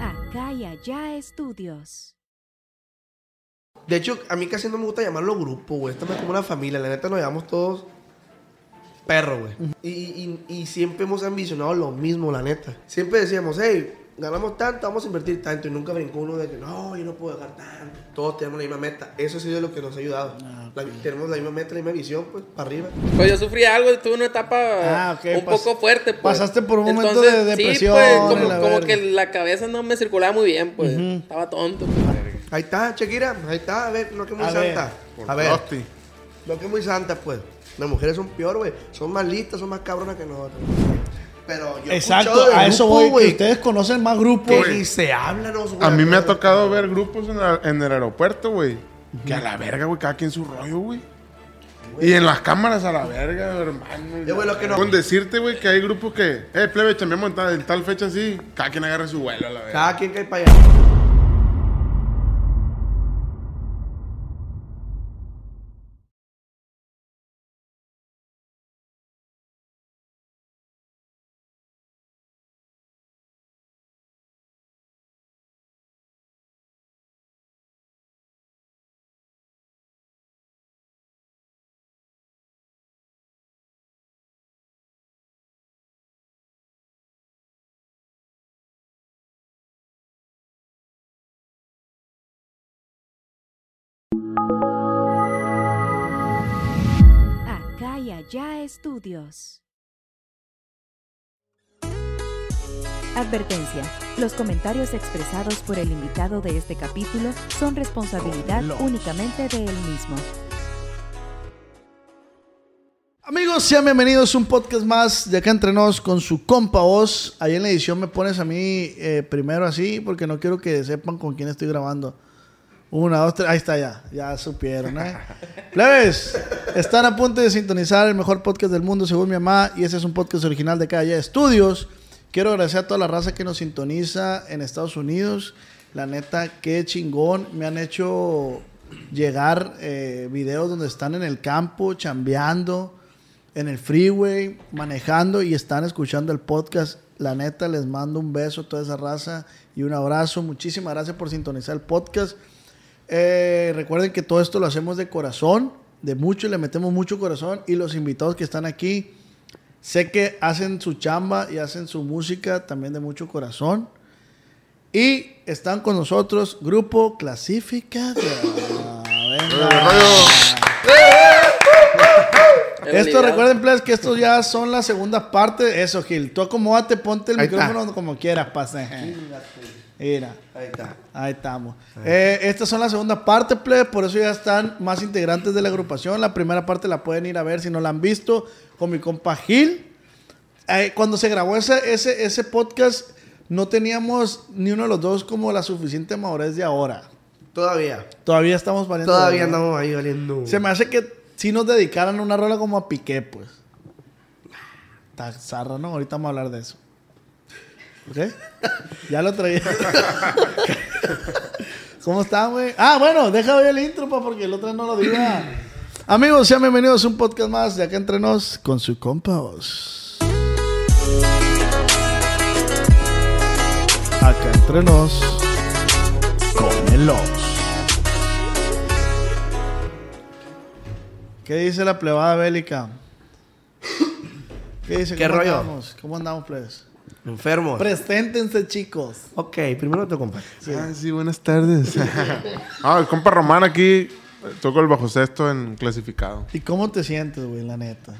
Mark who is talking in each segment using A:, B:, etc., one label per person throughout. A: Acá y allá estudios.
B: De hecho, a mí casi no me gusta llamarlo grupo, güey. Esto es como una familia. La neta nos llamamos todos perro, güey. Y, y- y siempre hemos ambicionado lo mismo, la neta. Siempre decíamos, hey, ganamos tanto, vamos a invertir tanto. Y nunca brincó uno de que, no, yo no puedo dejar tanto. Todos tenemos la misma meta. Eso ha sido lo que nos ha ayudado.
C: Ah,
B: La- tenemos la misma meta, la misma visión, pues, para arriba.
D: Pues yo sufrí algo, tuve una etapa
C: Ah, ok,
D: un
C: pas-
D: poco fuerte. Pues.
C: pasaste por un momento de depresión,
D: Sí, pues,
C: y
D: como,
C: la
D: como
C: verga.
D: que la cabeza no me circulaba muy bien, pues. Estaba tonto.
C: Ah,
D: pues.
B: Ahí está, Shakira. Ahí está, a ver, no que muy
C: A ver.
B: santa.
E: Por
B: A ver,
E: Frosty.
B: no que muy santa, pues. Las mujeres son peor, güey. Son más listas, son más cabronas que nosotros. Pero yo he
C: Exacto,
B: escuchado de
C: a eso
B: grupo,
C: voy, que
B: güey.
C: ustedes conocen más grupos.
B: Que ni se hablan, no, güey.
E: Pues, A mí me ha tocado ver grupos en, la- en el aeropuerto, güey. Que a la verga, güey, cada quien su rollo, güey. Y en las cámaras a la verga, hermano.
B: Yo, güey, lo que no-
E: Con decirte, güey, que hay grupos que, eh, plebe, chambeamos en tal, en tal fecha así, cada quien agarra su vuelo a la verga.
B: Cada quien cae para allá.
A: Acá y allá estudios. Advertencia. Los comentarios expresados por el invitado de este capítulo son responsabilidad únicamente de él mismo.
C: Amigos, sean bienvenidos a un podcast más de acá entre nos con su compa Oz. Ahí en la edición me pones a mí eh, primero así porque no quiero que sepan con quién estoy grabando. Una, dos, tres. Ahí está ya. Ya supieron, ¿eh? Plebes, están a punto de sintonizar el mejor podcast del mundo según mi mamá y ese es un podcast original de Calle Estudios. Quiero agradecer a toda la raza que nos sintoniza en Estados Unidos. La neta, qué chingón. Me han hecho llegar eh, videos donde están en el campo, chambeando en el freeway, manejando y están escuchando el podcast. La neta, les mando un beso a toda esa raza y un abrazo. Muchísimas gracias por sintonizar el podcast. Eh, recuerden que todo esto lo hacemos de corazón, de mucho, le metemos mucho corazón. Y los invitados que están aquí, sé que hacen su chamba y hacen su música también de mucho corazón. Y están con nosotros Grupo Clasificado. Venga.
E: El rollo-
D: Era
C: Esto
D: liviano.
C: recuerden, plebes, que esto ya son la segunda parte. Eso, Gil. Tú acomódate, ponte el
B: Ahí está.
C: micrófono como quieras, pase. Mira,
B: Ahí está.
C: ahí estamos. Eh, estas son la segunda parte, plebes. Por eso ya están más integrantes de la agrupación. La primera parte la pueden ir a ver si no la han visto con mi compa Gil. Eh, cuando se grabó ese, ese, ese podcast, no teníamos ni uno de los dos como la suficiente madurez de ahora.
B: Todavía.
C: Todavía estamos valiendo.
B: Todavía
C: verga.
B: andamos ahí valiendo.
C: Se me hace que si nos dedicaran una rola como a Piqué, pues. Está zarra, ¿no? Ahorita vamos a hablar de eso. ¿Ok? Ya lo traía. ¿Cómo está, güey? Ah, bueno, deja ver el intro, pa, porque el otro no lo diga. Amigos, sean bienvenidos a un podcast más de acá entre nos con su compa Oz. Acá entre nos con el Oz. ¿Qué dice la plebada bélica? ¿Qué dice?
B: ¿Qué
C: ¿Cómo
B: rollo?
C: Andamos? ¿Cómo andamos, plebes?
B: Enfermo.
C: Preséntense, chicos.
B: ok, primero te compa.
E: Ah, sí, buenas tardes. ah, el compa Román aquí eh, toco el bajo sexto en clasificado.
C: ¿Y cómo te sientes, güey, la neta?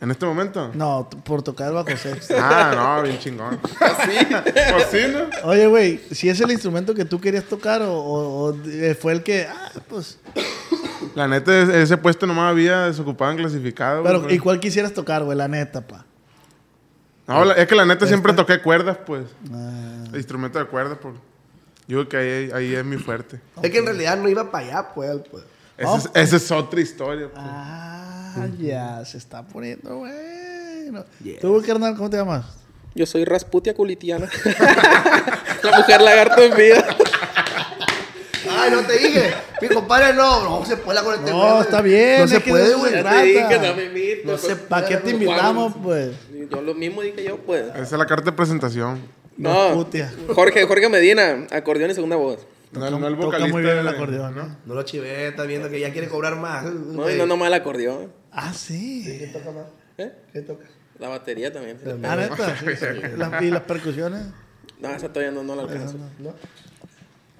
E: ¿En este momento?
C: No, t- por tocar el bajo sexto.
E: Ah, no, bien chingón. ¿Así? Pues sí, ¿no?
C: Oye, güey, ¿si es el instrumento que tú querías tocar o, o- o, eh, fue el que... Ah, pues...
E: La neta, es- ese puesto nomás había desocupado en clasificado.
C: Pero,
E: güey.
C: ¿y cuál quisieras tocar, güey, la neta, pa?
E: No, la- es que la neta siempre
C: Este.
E: toqué cuerdas, pues.
C: Ah.
E: Instrumento de cuerdas, por. Yo creo que ahí, ahí es mi fuerte.
B: Es que en realidad no iba para allá, pues. él, pues.
E: Esa es, esa es otra historia. pues.
C: Oh. Ah, ya, se está poniendo bueno. ¿Tú, carnal, cómo te llamas?
D: Yo soy Rasputia culitiana. la mujer lagarto en vida.
B: Ay, no te dije. Mi compadre, no. No se puede con este
C: No, está bien.
B: No se
C: es que de
B: puede,
C: eso
B: güey.
C: se
D: Ya te dije que
C: trata.
D: no me invito. pues.
B: No se-
C: ¿Para qué te invitamos, pues?
D: Yo lo mismo dije yo, pues.
E: Esa es la carta de presentación.
C: No,
D: No.
C: putia.
D: Jorge, Jorge Medina, acordeón y segunda voz.
E: No, no el
C: Toca
E: vocalista.
C: muy bien el
E: de-
C: acordeón, ¿no?
B: No lo chivé, está viendo que ya quiere cobrar más.
D: No, y no nomás el acordeón.
C: Ah, sí.
B: toca más?
D: ¿Eh?
B: ¿Qué toca?
D: La batería también.
C: Ah, neta. sí, sí. Las- Y las percusiones.
D: No, esa todavía no, no la alcanzo.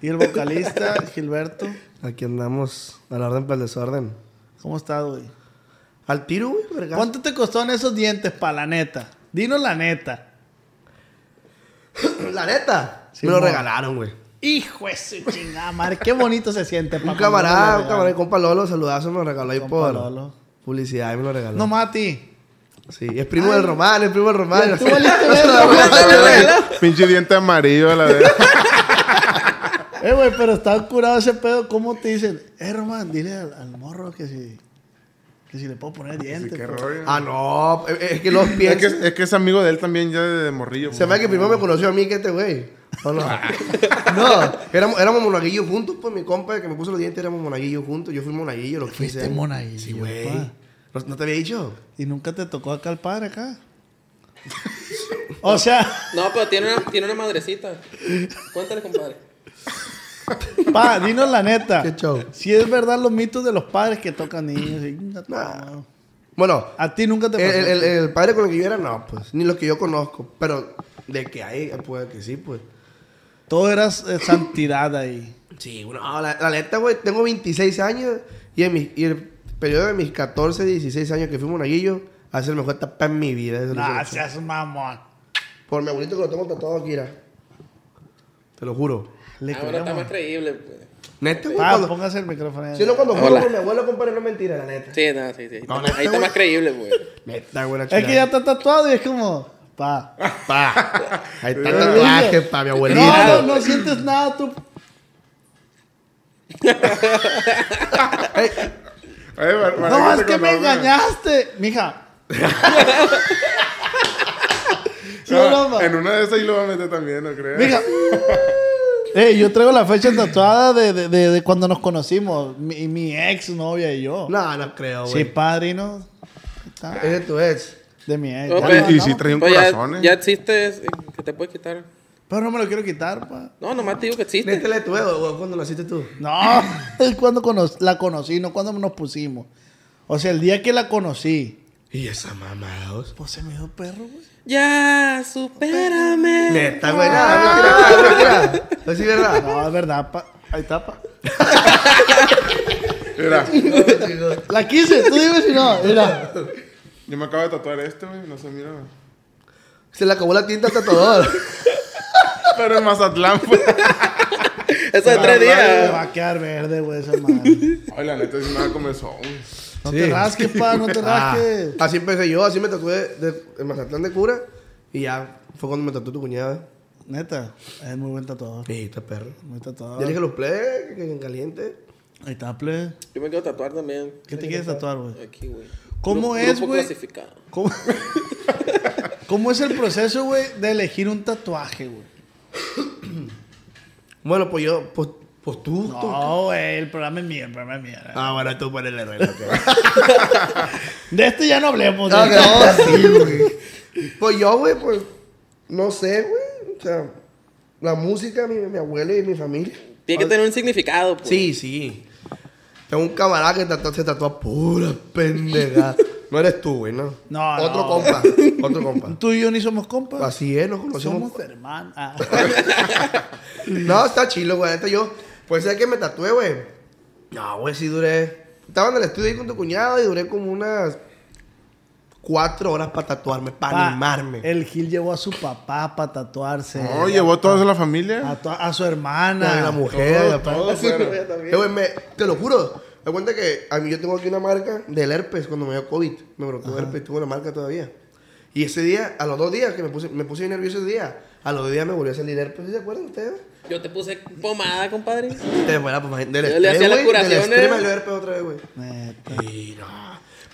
C: Y el vocalista, Gilberto.
B: Aquí andamos, al orden para el desorden.
C: ¿Cómo estás, güey?
B: Al tiro, güey, verga.
C: ¿Cuánto te costaron esos dientes, pa' la neta? Dinos la neta.
B: La neta.
C: Sí,
B: me lo
C: mo.
B: regalaron, güey.
C: Hijo de su chingada madre, qué bonito se siente, papá.
B: Un camarada, un camarada, compa Lolo, saludazo, me lo regaló ahí
C: Compa
B: por
C: Lolo.
B: publicidad, me lo regaló.
C: No, Mati.
B: sí, es primo del Román, es primo del Román.
C: Tú valiste verga, güey.
E: Pinche diente amarillo a la vez.
C: Eh, güey, pero está curado ese pedo. ¿Cómo te dicen? Eh, Román, dile al, al morro que si, que si le puedo poner dientes.
E: Qué
C: pues.
E: rollo.
B: Ah, no, es es que los
E: Es que,
B: pies.
E: es que es amigo de él también ya de, de morrillo. pues.
B: Se me hace que primero me conoció a mí que este güey. ¿O no? no, éramos, éramos monaguillos juntos, pues mi compa el que me puso los dientes éramos monaguillos juntos. Yo fui monaguillo los 15
C: Fuiste
B: años.
C: monaguillo,
B: Sí, güey.
C: pa.
B: ¿No, no te había dicho?
C: Y nunca te tocó acá el padre, acá. o sea,
D: No, pero tiene una, tiene una madrecita. Cuéntale, compadre.
C: pa, dinos la neta.
B: Qué show.
C: Si es verdad los mitos de los padres que tocan niños. y-
B: Bueno,
C: A ti nunca te
B: el,
C: pasó.
B: el- el- el padre con el que yo era, no, pues. Ni los que yo conozco. Pero de que hay, puede que sí, pues.
C: Todo eras eh, santidad ahí.
B: Sí, no, la, la neta, güey, tengo 26 años y, en mi- y el periodo de mis 14, 16 años que fui monaguillo ha sido el mejor etapa en mi vida. eso lo sé.
C: Gracias, mamón.
B: Por mi abuelito que lo tengo tatuado aquí, mira. Te lo juro.
C: Le
D: Ahora Ah, está más
C: creemos.
D: creíble, pues.
B: Neta, güey.
C: Pa,
B: cuando-
C: póngase el micrófono ahí.
B: Si no, cuando
D: Hola.
B: juego con mi abuelo, compadre, no es mentira, la neta.
D: Sí, no, sí, sí.
B: No,
D: Ahí
B: neta,
D: está
B: güey.
D: más creíble, pues.
B: Neta, güey, la
C: Es que ya está tatuado y es como, pa.
B: Pa. Ahí está el tatuaje, pa, mi abuelito.
C: No, no, no sientes nada tú.
B: Ey,
E: Ay, Bar-
C: No,
E: Barragán
C: es
E: te
C: que me
E: conoce.
C: engañaste, mija. Sí,
E: Ah,
C: broma.
E: en una de esas ahí lo va a meter también, no creo.
C: Mija. Eh, yo traigo la fecha tatuada de, de, de- de cuando nos conocimos. Mi, mi ex novia y yo.
B: no, no creo,
C: sí,
B: güey.
C: padrino. Está,
B: Ese es tu ex.
C: De mi ex.
D: Ok.
C: Ya lo
E: Y, y si
C: mandamos.
E: trae un
D: Pues ya-
E: corazón, eh.
D: ya, existe, eh, que te puedes quitar.
C: Pero no me lo quiero quitar, pa.
D: No, nomás te digo que existe.
B: Neta, le tuve, güey, cuando naciste tú.
C: No, es cuando cono- la conocí, no cuando nos pusimos. O sea, el día que la conocí,
B: Y esa mamada, dos.
C: pues se me dio perro, güey.
D: Ya, supérame.
B: Neta, güey, Ah, nada, mentira, mentira. Pues sí, ¿verdad?
C: No, es verdad, pa. Ahí está, pa.
E: Mira,
C: La quise, tú dime si no. Mira.
E: yo me acabo de tatuar esto, güey. No sé, mira. güey.
B: Se le acabó la tinta al tatuador.
E: Pero en Mazatlán, pues.
D: Eso de tres
C: Me va
D: días.
C: a quedar verde, güey, esa madre.
E: Ay, la neta, si nada comenzó. güey.
C: No
B: Sí.
C: te rasques, pa, no te
B: Ah,
C: rasques.
B: así empecé yo, así me tatué de, en Mazatlán de cura. Y ya fue cuando me tatué tu cuñada.
C: Neta, es muy buen tatuador.
B: Sí, está perro.
C: Muy tatuador.
B: Ya dije los play, que que en caliente.
C: Ahí está, ple.
D: Yo me quiero tatuar también.
C: ¿Qué te quieres tatuar, güey?
D: Aquí, güey.
C: ¿Cómo
D: Gru-
C: es,
D: grupo
C: güey?
D: clasificado.
C: ¿Cómo... ¿Cómo es el proceso, güey, de elegir un tatuaje, güey?
B: Bueno, pues yo, pues, pues tú. tú.
C: No, güey, el programa es mío, el programa es mío.
B: Ah, bueno, tú pones la regla.
C: De este ya no hablemos.
B: No,
C: ¿eh?
B: no, sí, güey. Pues yo, güey, pues, no sé, güey. O sea, la música, mi, mi abuela y mi familia.
D: Tiene que
C: Ah.
D: tener un significado, pues.
B: Sí, sí. Tengo un camarada que tatu- se tatúa pura pendeja. No eres tú, güey, ¿no?
C: No,
B: Otro
C: no.
B: compa, otro compa.
C: Tú y yo ni somos compas.
B: Así es, nos
C: somos
B: conocemos.
C: hermanos. Ah.
B: No, está chilo, güey. Neta, yo, pues ser que me tatué, güey. No, güey, sí duré. Estaba en el estudio ahí con tu cuñado y duré como unas cuatro horas para tatuarme, para
C: Pa,
B: animarme.
C: El Gil llevó a su papá para tatuarse.
E: No, llevó a toda la familia.
C: a, tu- a su
B: la,
C: hermana.
B: la mujer, la
E: todo fueron.
B: Eh, güey, me- te lo juro. Me cuenta que a mí yo tengo aquí una marca del herpes cuando me dio COVID. Me brotó herpes, tuve la marca todavía. Y ese día, a los dos días que me puse, me puse bien nervioso ese día, a los dos días me volvió a salir herpes. ¿Sí ¿Se acuerdan ustedes?
D: Yo te puse pomada, compadre.
B: Te fue la pomada- del
D: Yo le
B: estrés,
D: hacía las
B: güey, del
D: curaciones.
B: estrés me salió herpes otra vez, güey.
C: Neta.
B: Y no,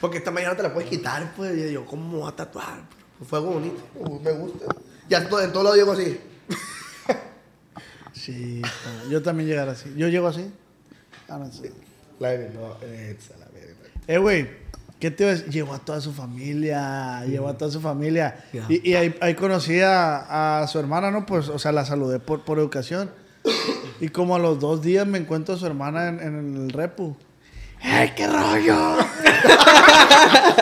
B: porque esta mañana te la puedes quitar, pues. Y yo, ¿cómo me voy a tatuar? Uh, Fue algo bonito, me gusta. Ya todo, en todos lados llego así.
C: Sí, po, yo también llegar así. Yo llego así. Ah, no, sí.
B: La verga, no, esa, la verga.
C: Eh, güey, ¿qué te ves? Llevó a toda su familia, llevó a toda su familia.
B: Ya.
C: Y, y ahí, ahí conocí a, a su hermana, ¿no? Pues, o sea, la saludé por, por educación. Y como a los dos días me encuentro a su hermana en, en el repu. ¡Ay, qué rollo!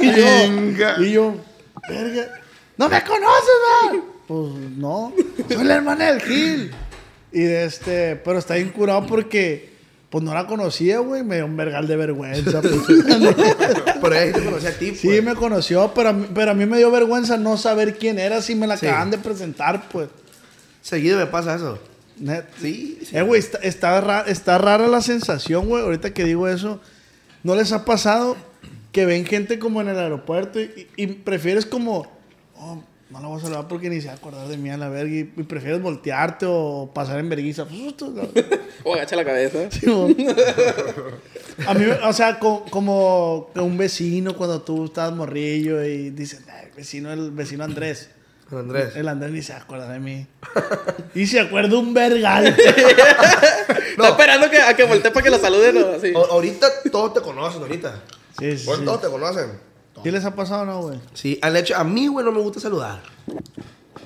C: y
E: Venga.
C: yo, y yo, verga, ¡no me conoces, man! Pues no, soy la hermana del Gil. Y de este, pero está bien curado porque, pues no la conocía, güey, me dio un vergal de vergüenza. pues.
B: Pero ella sí te conocía a ti,
C: Sí,
B: pues.
C: me conoció, pero a, mí, pero a mí me dio vergüenza no saber quién era si me la
B: Sí.
C: acaban de presentar, pues.
B: Seguido me pasa eso.
C: Net.
B: Sí, sí.
C: Eh, güey, está, está ra- está rara la sensación, güey, ahorita que digo eso. ¿No les ha pasado que ven gente como en el aeropuerto y, y- y prefieres como... "Oh, no la voy a saludar porque ni se va a acordar de mí a la verga y, y prefieres voltearte o pasar en vergüenza. Pues,
D: O Oh, agacha la cabeza.
C: Simón. A mí, o sea, co- como, que un vecino cuando tú estabas morrillo y dices, "Ah, el vecino, el vecino Andrés.
B: Con Andrés.
C: El Andrés ni se acuerda de mí. Y se acuerda un vergal.
D: Está esperando que, a que voltee para que lo saluden o así.
C: Oh,
B: A- ahorita todos te conocen, ahorita.
C: Sí, sí,
B: Bueno,
C: sí.
B: Todos Pues te conocen.
C: ¿Qué les ha pasado no, güey?
B: Sí, al hecho, a mí, güey, no me gusta saludar.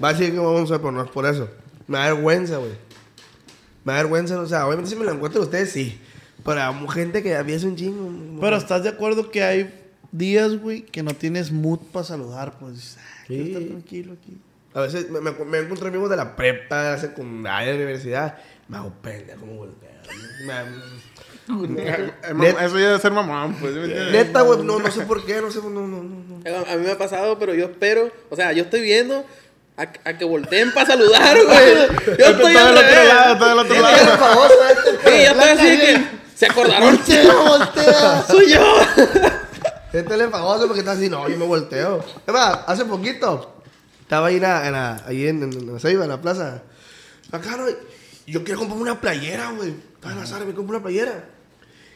B: Va a decir que vamos a poner por eso. Me da vergüenza, güey. Me da vergüenza, o sea, obviamente si me lo encuentro ustedes, sí. Pero a mu- gente que había un chingo. no.
C: Pero estás de acuerdo que hay días, güey, que no tienes mood para saludar, pues. dices, "Ah, quiero
B: Sí.
C: estar tranquilo aquí.
B: A veces me, me, me encontré amigos de la prepa, de la secundaria, de la universidad. Me hago pendejo, me volteo. Me-
E: Eh, eh, mam-
B: Net-
E: Eso ya debe ser mamón, pues. ¿sí me entiendes?
B: Neta, güey, no, no sé por qué, no sé, no, no, no. no.
D: A a mí me ha pasado, pero yo espero, o sea, yo estoy viendo a, a que volteen para saludar, güey. Yo
E: Está
D: estoy
E: del
D: al
E: otro
D: revés.
E: lado, está del
C: Este
E: otro lado.
B: Por favor, ¿sabes?
D: Sí, yo estoy así de que se acordaron.
C: voltea!
D: Soy yo.
B: Este es famoso porque está así, no, yo me volteo. Es más, hace poquito estaba ahí en la, en la- ahí en, en, en la Ceiba, en la plaza. Acá, no, y yo quiero comprarme una playera, güey. Estaba en la sala, me compré una playera.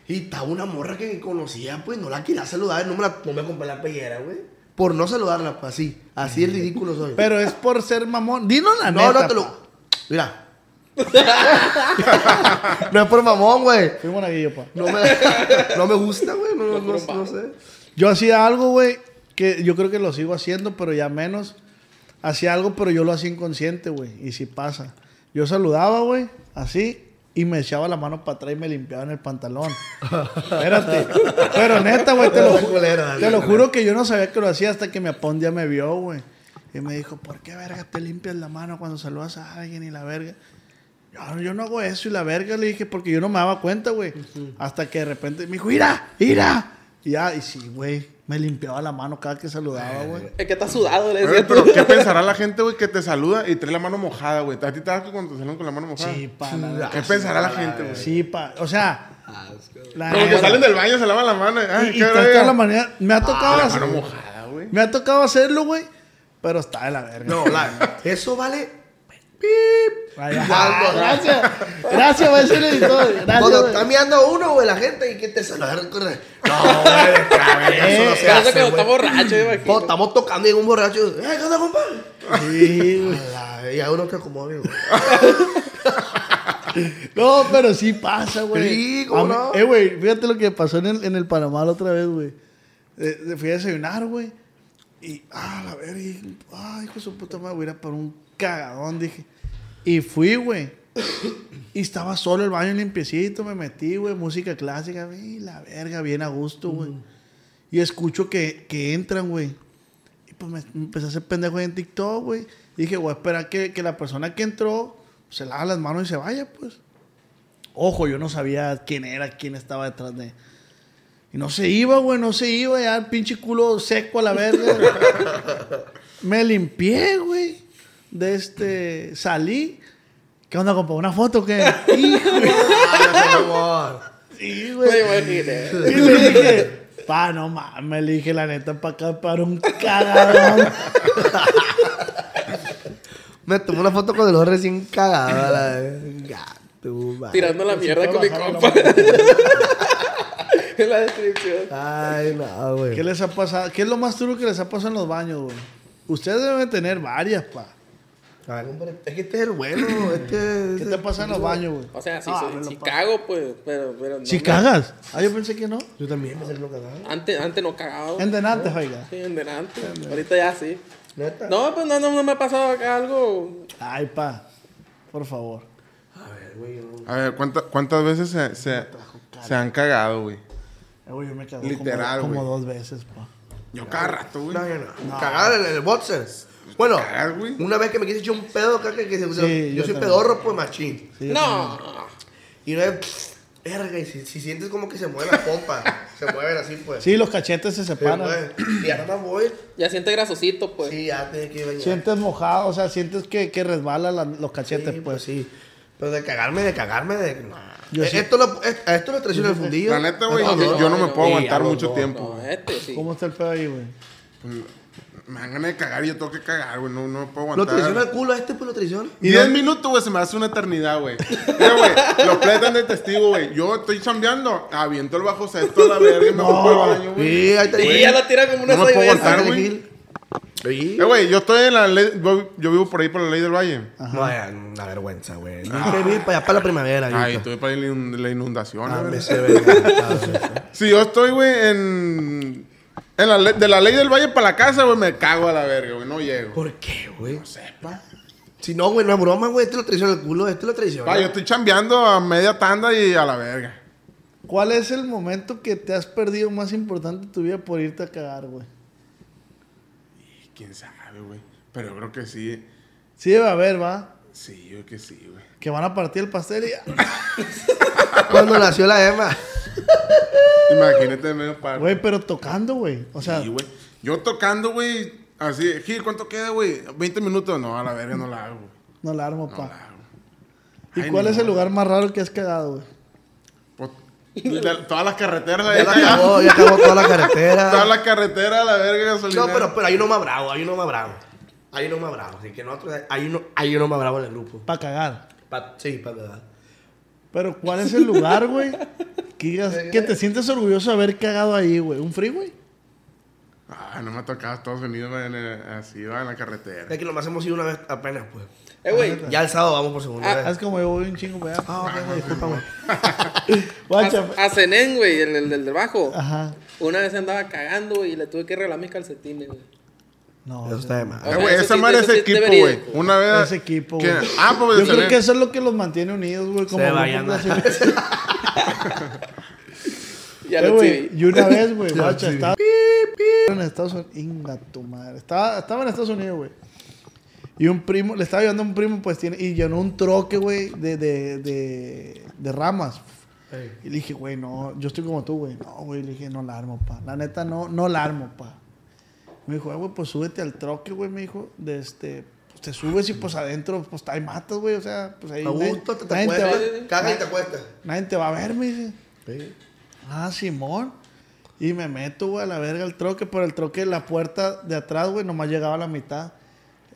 B: Y estaba una morra que conocía, pues no la quería saludar, no me, la, no me compré la playera, güey. Por no saludarla, pues así. Así es ridículo soy.
C: Pero es por ser mamón. Dinos la
B: no,
C: neta.
B: no te
C: pa.
B: lo. Mira. no es por mamón, güey.
C: Fui monaguillo, pa.
B: No me, no me gusta, güey. No, no, no, no sé.
C: Yo hacía algo, güey, que yo creo que lo sigo haciendo, pero ya menos. Hacía algo, pero yo lo hacía inconsciente, güey. Y si pasa. Yo saludaba, güey, así, y me echaba la mano para atrás y me limpiaba en el pantalón. Espérate. Pero neta, güey, te lo, ju-
B: Culera,
C: te lo
B: culera.
C: juro que yo no sabía que lo hacía hasta que mi apá un día me vio, güey. Y me dijo, ¿por qué verga te limpias la mano cuando saludas a alguien y la verga? Yo, yo no hago eso y la verga le dije porque yo no me daba cuenta, güey. Hasta que de repente me dijo, ¡Ira! ¡Ira! Y ya, y sí, güey. Me limpiaba la mano cada que saludaba, güey.
D: Es que está sudado, le
E: Oye,
D: decía.
E: Pero, ¿qué pensará la gente, güey, que te saluda y trae la mano mojada, güey? ¿A ti te da que cuando te saludan con la mano mojada?
C: Sí, pa. la-
E: ¿Qué pensará la gente, güey?
C: Ah, sí, pa. O sea. la-
E: Como que salen del baño, se lavan la mano. Ay,
C: Y, y
E: qué
C: está
E: verga.
C: toda la manera. Me ha tocado
E: La
C: hacer-
E: mano mojada, güey.
C: Me ha tocado hacerlo, güey. Pero está de la verga.
B: No, la- eso vale.
C: Vaya.
B: Igual, no.
C: gracias. Gracias, va a ser el editor. Gracias.
B: Cuando
C: güey.
B: está mirando uno, güey, la gente y que te saludan con el- No, güey, de cabeza,
C: Eh,
B: eso no se
D: Parece
B: hace,
D: que
B: güey.
D: está borracho, yo
B: Cuando
D: imagino.
B: Estamos tocando y un borracho. ¡Eh, qué onda, compa!
C: Sí, güey.
B: A la- Y a uno que acomode, güey.
C: No, pero sí pasa, güey.
B: Sí, ¿cómo
C: A mí-
B: no?
C: Eh, güey, fíjate lo que pasó en el, en el Panamá la otra vez, güey. Eh, eh, fui a desayunar, güey. Y, ah, la verga. y, Ay, hijo de su puta madre, voy a ir a por un cagadón, dije. Y fui, güey. y estaba solo el baño limpiecito, me metí, güey, música clásica, güey, la verga, bien a gusto, güey. Y escucho que, que entran, güey. Y pues me, me empecé a hacer pendejo ahí en TikTok, güey. Y dije, voy a esperar que, que la persona que entró se lava las manos y se vaya, pues. Ojo, yo no sabía quién era, quién estaba detrás de. Y no se iba, güey, no se iba, ya el pinche culo seco a la verga. me limpié, güey. De este. Salí. ¿Qué onda, compa? ¿Una foto o qué? Hijo,
B: ¡Ah, mi amor!
C: sí,
D: Me
C: güey.
D: imaginé.
C: Y le dije, pa, no mames, le dije la neta para acá, para un cagadón.
B: Me tomé una foto con el ojo recién cagado. la de- Gato, madre.
D: Tirando la mierda con mi
C: bajaron la
D: compa. En la descripción.
B: Ay, no, güey.
C: ¿Qué les ha pasado? ¿Qué es lo más duro que les ha pasado en los baños, güey? Ustedes deben tener varias, pa.
B: Ay, hombre, es que este es el bueno. Este,
C: ¿Qué te pasa en los baños, güey?
D: O sea, si,
C: Ah,
D: soy-
C: me lo
D: si
C: paso.
D: cago, pues, pero, pero no
C: Si
D: me-
C: cagas. Ah, yo pensé que no.
B: Yo también me lo cagado.
D: Antes, antes no cagaba.
C: En denante, oiga.
D: Sí, en delante. Ahorita ya sí.
B: Neta.
D: No, pues no, no, no me ha pasado acá algo.
C: Ay, pa. Por favor.
E: A ver, ¿cuánta- ¿cuántas veces se, se- se han cagado, güey?
C: Eh, güey, yo me cago
E: Literal,
C: como, como
E: güey.
C: dos veces, pa.
E: Yo cada rato, güey.
B: No, yo no. Cagar en el boxer. Bueno,
E: Cagar, güey.
B: una vez que me quise echar un pedo, acá que, que se-
C: Sí,
B: yo,
C: yo
B: soy
C: también.
B: pedorro, pues machín.
C: Sí, yo también.
D: No.
B: Y una vez, verga, y si, si sientes como que se mueve la pompa, se mueven así, pues.
C: Sí, los cachetes se
B: Se
C: separan.
B: mueven. Y ahora más voy.
D: Ya siente grasosito, pues.
B: Sí, ya tienes que ir a bañar.
C: sientes mojado, o sea, sientes que, que resbala la- los cachetes,
B: Sí, pues
C: pues.
B: sí. Pero de cagarme, de cagarme, de. no.
C: Yo
B: Eh,
C: sí.
B: Esto lo, es- a esto lo traiciona el fundillo.
E: La neta, güey,
B: No,
E: yo,
B: no,
E: yo no me
D: no,
E: puedo
B: sí,
E: aguantar
B: a los
E: mucho
B: dos,
E: tiempo.
D: No,
E: güey.
D: este sí.
C: ¿Cómo está el pedo ahí, güey?
E: Me dan ganas de cagar y yo tengo que cagar, güey. No, no me puedo
B: Lo traiciona
E: aguantar.
B: el culo a este, pues lo traiciona.
E: Y 10 minutos, güey, se me hace una eternidad, güey. Mira, güey, lo pletan de testigo, güey. Yo estoy chambeando, aviento el bajo sexto a la verga y me voy para el baño, güey.
B: Sí, ahí está.
D: Sí,
B: Gil.
D: ya la tira como una
E: no me puedo
D: soya
E: aguantar,
B: Ahí está
E: güey.
B: Gil. Sí.
E: Eh, güey, yo estoy en la ley, yo yo vivo por ahí por la ley del valle.
B: No, ya, una vergüenza, güey. Ah. Yo quiero ir para allá para la primavera. yo.
E: Ay, estoy para la inund- la inundación.
B: Ah,
E: güey.
B: me sé, verga.
E: Si yo estoy, güey, en. en la le- de la ley del valle para la casa, güey, me cago a la verga, güey. No llego.
B: ¿Por qué, güey?
E: sepa.
B: Si no, güey, no es broma, güey. Este lo traiciona el culo, este lo traiciona.
E: Pa, Ah, yo estoy chambeando a media tanda y a la verga.
C: ¿Cuál es el momento que te has perdido más importante de tu vida por irte a cagar, güey?
E: Y quién sabe, güey. Pero yo creo que sí.
C: Sí, debe haber, va.
E: Sí, yo creo que sí, güey.
C: Que van a partir el pastel y.
B: Cuando nació la Emma.
E: Imagínate en medio par.
C: Güey, pero tocando, güey. O sea,
E: Sí, güey. Yo tocando, güey. Así, Gil, ¿cuánto queda, güey? ¿20 minutos? No, a la verga no la hago, güey.
C: no la armo, pa.
E: la hago.
C: ¿Y
E: Ay,
C: cuál
E: ni
C: es el
E: modo.
C: lugar más raro que has cagado, güey?
E: Pues, de- todas las carreteras, la
B: Ya la
E: verga,
B: acabó, ya acabó toda la
E: Todas
B: carretera.
E: las carreteras, la verga, gasolina.
B: No, pero, pero hay uno más bravo, hay uno más bravo. Hay uno más bravo. Así que nosotros, hay uno, hay uno más bravo en el grupo.
C: Para cagar.
B: Pa- sí, para verdad.
C: Pero ¿cuál es el lugar, güey? Que, digas- que te sientes orgulloso de haber cagado ahí, güey. ¿Un freeway?
E: Ah, no me ha tocado Estados Unidos en el- así, va en la carretera.
B: Es que nomás hemos ido una vez apenas, pues.
D: Eh, güey.
B: Ya el sábado vamos por segunda
C: Ah,
B: vez.
C: Es como yo voy un chingo para allá.
B: Ah, ok, güey, disculpa, güey.
C: Guacha.
D: A, a Zenén, güey, el, el del bajo.
C: Ajá.
D: Una vez andaba cagando, güey, y le tuve que regalar mis calcetines, güey.
C: No.
B: Eso está de más.
E: Eh, güey,
D: Eso
E: esa
D: sí,
E: madre es
D: eso sí
E: equipo,
D: debería.
E: güey. Una vez.
C: Ese equipo,
E: que-
C: güey.
E: Ah, pues
C: Yo creo
E: tener-
C: que eso es lo que los mantiene unidos, güey. Como
B: Se
C: grupo
B: vayan a-
C: clasificado.
D: Ya
C: Eh,
D: lo
C: güey,
D: exhibí.
C: Y una vez, güey, guacha, estaba en Estados Unidos. Inga tu madre. Estaba, estaba en Estados Unidos, güey. Y un primo, le estaba ayudando a un primo, pues tiene. Y llenó un troque, güey, de, de, de, de ramas.
B: Ey.
C: Y le dije, güey, no, yo estoy como tú, güey. No, güey, le dije, no la armo, pa. La neta, no, no la armo, pa. Me dijo, "Ah, güey, pues súbete al troque, güey, me dijo. De este, pues te subes y pues adentro, pues ahí matas, güey. O sea, pues ahí.
B: A
C: nadie-
B: gusto, te, te
C: nadie
B: acuestas.
C: va-
B: Caga y te acuestas.
C: Nadie te va a ver, me dice. Ah, Simón. Y me meto, güey, a la verga el troque, pero el troque, la puerta de atrás, güey, nomás llegaba a la mitad.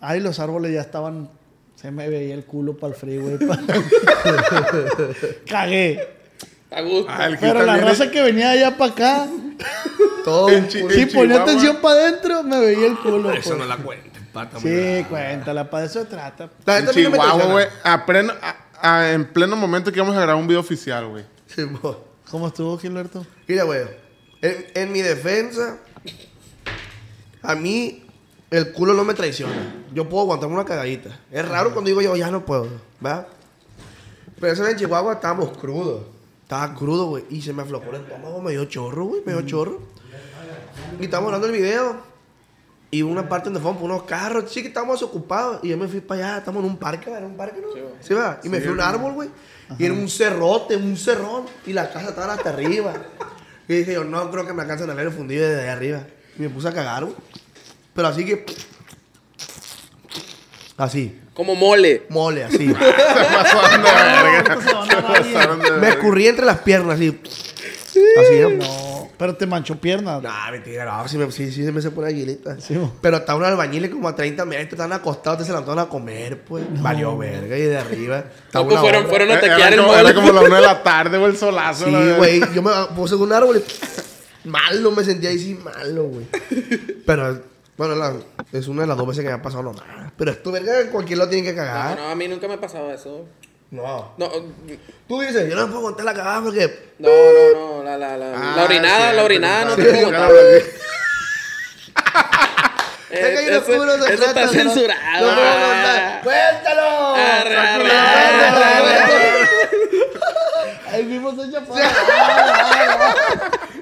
C: Ay, los árboles ya estaban. Se me veía el culo para el frío, güey. pa- Cagué.
D: A gusto.
E: Ah, el Gil
C: Pero la
E: también
C: raza
E: es-
C: que venía allá para acá,
B: Todo.
E: En chi-
C: si ponía
E: en Chihuahua.
C: atención para adentro, me veía el culo. pues.
B: Ah, Eso no la cuentes, pata.
C: Sí, cuéntala, para eso se trata.
B: La
E: En
B: neta, a mí no me
E: Chihuahua,
B: traiciona.
E: güey. a pleno- a- a- En pleno momento que íbamos a grabar un video oficial, güey.
B: Sí, mo.
C: ¿Cómo estuvo, Gilberto?
B: Mira, güey. En, en mi defensa, a mí el culo no me traiciona. Yo puedo aguantarme una cagadita. Es raro cuando digo yo, ya no puedo, ¿va? Pero eso en Chihuahua estábamos crudos. Estaba crudo, güey. Y se me aflojó el estómago, me dio chorro, güey, me dio chorro. Y estábamos hablando del video. Y hubo una parte donde fuimos por unos carros, sí que estábamos ocupados. Y yo me fui para allá, estamos en un parque, ¿verdad? un parque, ¿no? Sí, va. Y me fui a un árbol, güey. Y era un cerrote, un cerrón. Y la casa estaba hasta arriba. Y dije yo, no creo que me alcancen a ver el fundido desde allá arriba. Y me puse a cagar, güey. Pero así que. Así,
D: Como mole.
B: mole, así.
E: Se pasaron de verga.
C: se van a
E: Se pasaron de
B: me
E: verga.
B: escurrí entre las piernas, así. Así, ¿no?
C: No, pero te manchó piernas.
B: No, mentira, no, sí, me- sí, sí se me hace por aguilita.
C: Sí, mo.
B: Pero está un albañil como a 30 metros, están acostados, te se levantaron a comer, pues. Valió verga, y de arriba. está
D: Tampoco
B: una
D: fueron,
B: obra.
D: fueron a
E: Era-
D: tequear el
E: era, como, era
D: mole.
E: como la una de la tarde, güey, el solazo. la
B: Sí,
E: verga.
B: güey, yo me puse en un árbol y malo, me sentía ahí, sí, malo, güey. Pero, bueno, la- es una de las dos veces que me ha pasado nomás. Pero es tu verga, en cualquier lado tienen que
D: No,
B: cagar.
D: no, a mí nunca me ha pasado eso.
B: No.
D: No,
B: Tú dices, yo no me puedo contar la cagada porque.
D: no, no, no, la, la, la, la
E: Ah,
D: orinada,
E: sí,
D: la orinada no
E: sí,
D: te puedo
E: claro,
D: contar.
E: güey.
D: Eh,
B: Es que hay unos
D: eso-
B: puros
D: eso
B: secretos,
D: está
B: ¿no?
D: censurado.
B: No puedo contar. ¡Cuéntalo!
D: Arre, arre,
B: Cuéntalo,
D: arre, arre.
C: Ahí mismo se echa para.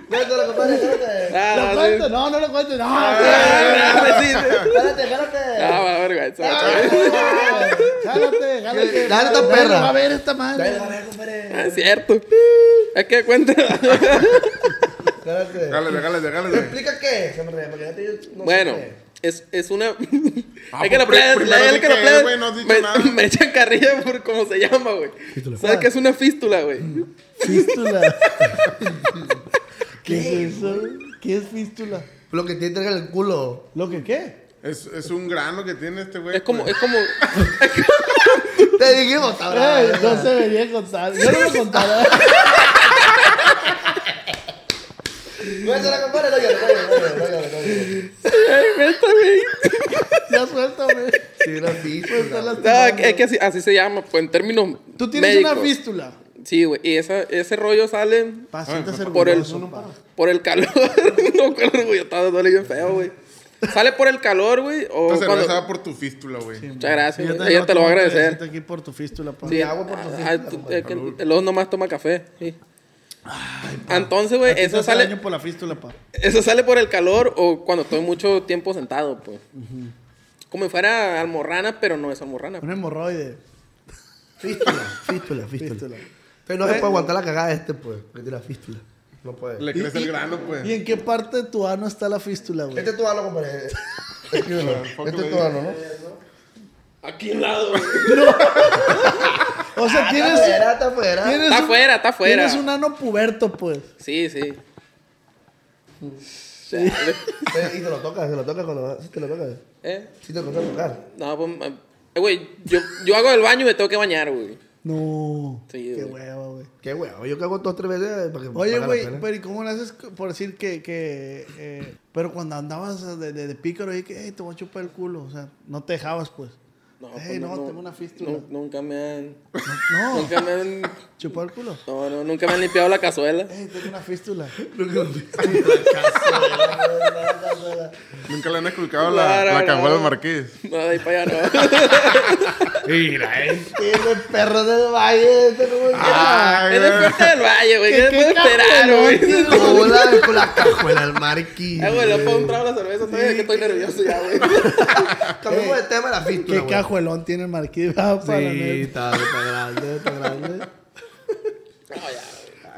B: Cuéntalo, compadre, espérate.
D: Ah,
C: ¿Lo
D: no,
C: cuento?
D: sí.
C: No, no lo cuento. No,
D: Ah, sí, sí.
B: Espérate, espérate.
D: Ah, va, vergüenza.
C: Jálate, jálate.
B: Dale esta
C: Nadie
B: perra.
C: va A ver esta
B: Dale,
C: madre.
B: a ver, compadre.
D: Ah, Es cierto. Es que cuenta.
B: Espérate.
E: Déjale, déjale, déjale.
B: ¿Me
E: güey.
B: explica qué? Se me re- porque ya te- no sé
D: Bueno,
B: qué.
D: es, es una.
E: Ah,
D: hay que la
E: pues,
D: playa,
E: primero
D: hay
E: di
D: que la
E: qué
D: playa.
E: es, güey, no has dicho
D: me,
E: nada.
D: me echan carrilla por cómo se llama, güey. ¿Sabes que es una fístula, güey?
C: Fístula. ¿Qué es eso? ¿Qué es fístula?
B: Lo que te entrega el culo.
C: ¿Lo que qué?
E: Es, es un grano que tiene este güey.
D: Es como,
E: güey.
D: es como.
B: Te dijimos,
C: Ey,
B: ahora.
C: no se debería contar. Yo no lo contaré.
B: Cuéntala, compadre. No llores, no llores, no llores, no llores.
D: Ay, vete, güey.
C: Ya suéltame.
B: Sí, una
C: Está
B: fístula.
D: No,
C: lastimando.
D: es que así, así se llama, pues en términos.
C: Tú tienes una
D: médicos.
C: fístula.
D: Sí, güey. Y esa, ese rollo sale
C: Paciente
D: Ah, por el,
C: orgulloso, pa.
D: por el calor. no, qué orgullo, está dándole bien feo, güey. Sale por el calor, güey. O
E: Esta cerveza
D: cuando-
E: va por tu fístula, güey.
D: Muchas gracias.
C: Fíjate,
D: güey. Ella
C: no,
D: te lo va a
C: tengo que
D: agradecer.
C: decirte aquí por tu fístula, pa.
D: Sí,
B: agua por tu
D: ah,
B: fístula,
D: tú-
B: compadre.
D: es que el, el oso nomás toma café. sí. Entonces, güey,
C: Te
D: eso
C: hace
D: sale,
C: daño por la fístula, pa.
D: eso sale por el calor o cuando estoy mucho tiempo sentado, pues. Como si fuera almorrana, pero no es almorrana.
C: Un hemorroide.
B: Fístula, fístula, fístula.
C: Fístula.
B: Pero no se puede aguantar la cagada de este, pues. Porque tiene la fístula. No puede.
E: Le crece el grano, pues.
C: ¿Y en qué parte de tu ano está la fístula, güey?
B: Este es tu ano, compadre. Escríbelo. Este es tu ano, ¿no?
D: Aquí al lado.
C: O
B: Está
C: sea,
D: Ah,
C: tienes.
B: fuera, está fuera.
C: tienes
D: Está
C: un-
D: afuera, está afuera.
C: Tienes un ano puberto, pues.
D: Sí, sí.
B: Eh, Y te lo tocas, te lo tocas cuando. Sí, te lo tocas.
D: Eh,
B: Sí, te lo tocas tocar.
D: No, pues, eh, güey, yo, yo hago el baño y me tengo que bañar, güey.
C: No.
D: Sí,
C: qué
D: güey.
C: hueva, güey.
B: Qué huevo, yo cago dos tres veces eh, para que
C: Oye,
B: valga la
C: güey,
B: pena.
C: pero ¿y cómo le haces c- por decir que. que eh, pero cuando andabas de, de, de pícaro y que, "Ey, te voy a chupar el culo, o sea, no te dejabas, pues.
D: No,
C: Ey,
D: pues,
C: no, tengo una fístula.
D: nu- nunca me han.
C: No,
D: Nunca me han.
C: chupar el culo.
D: No, no, nunca me han limpiado la cazuela.
C: Ey, tengo una fístula.
E: Nunca le han explicado
D: Claro,
E: la, la
D: claro.
E: cajuela al marqués.
D: No, de ahí para allá no.
E: Mira, eh.
B: Tiene perro del valle, este como que.
E: Ay,
D: Es de
E: güey.
D: Fuerte del Valle, güey. ¿Qué,
C: ¿Qué-
D: te
C: qué
D: puedo esperar, güey?
B: Con
C: campeonato?
B: la- con la cajuela al marquis.
D: Ah, güey, le puedo entrar a la cerveza, ¿sabes? que estoy nervioso ya, güey.
B: Cambiamos de tema la fístula.
C: Qué
B: güey.
C: cajuelón tiene el marqués. Ah, para la
B: Sí,
C: neta.
B: está, está grande, está grande.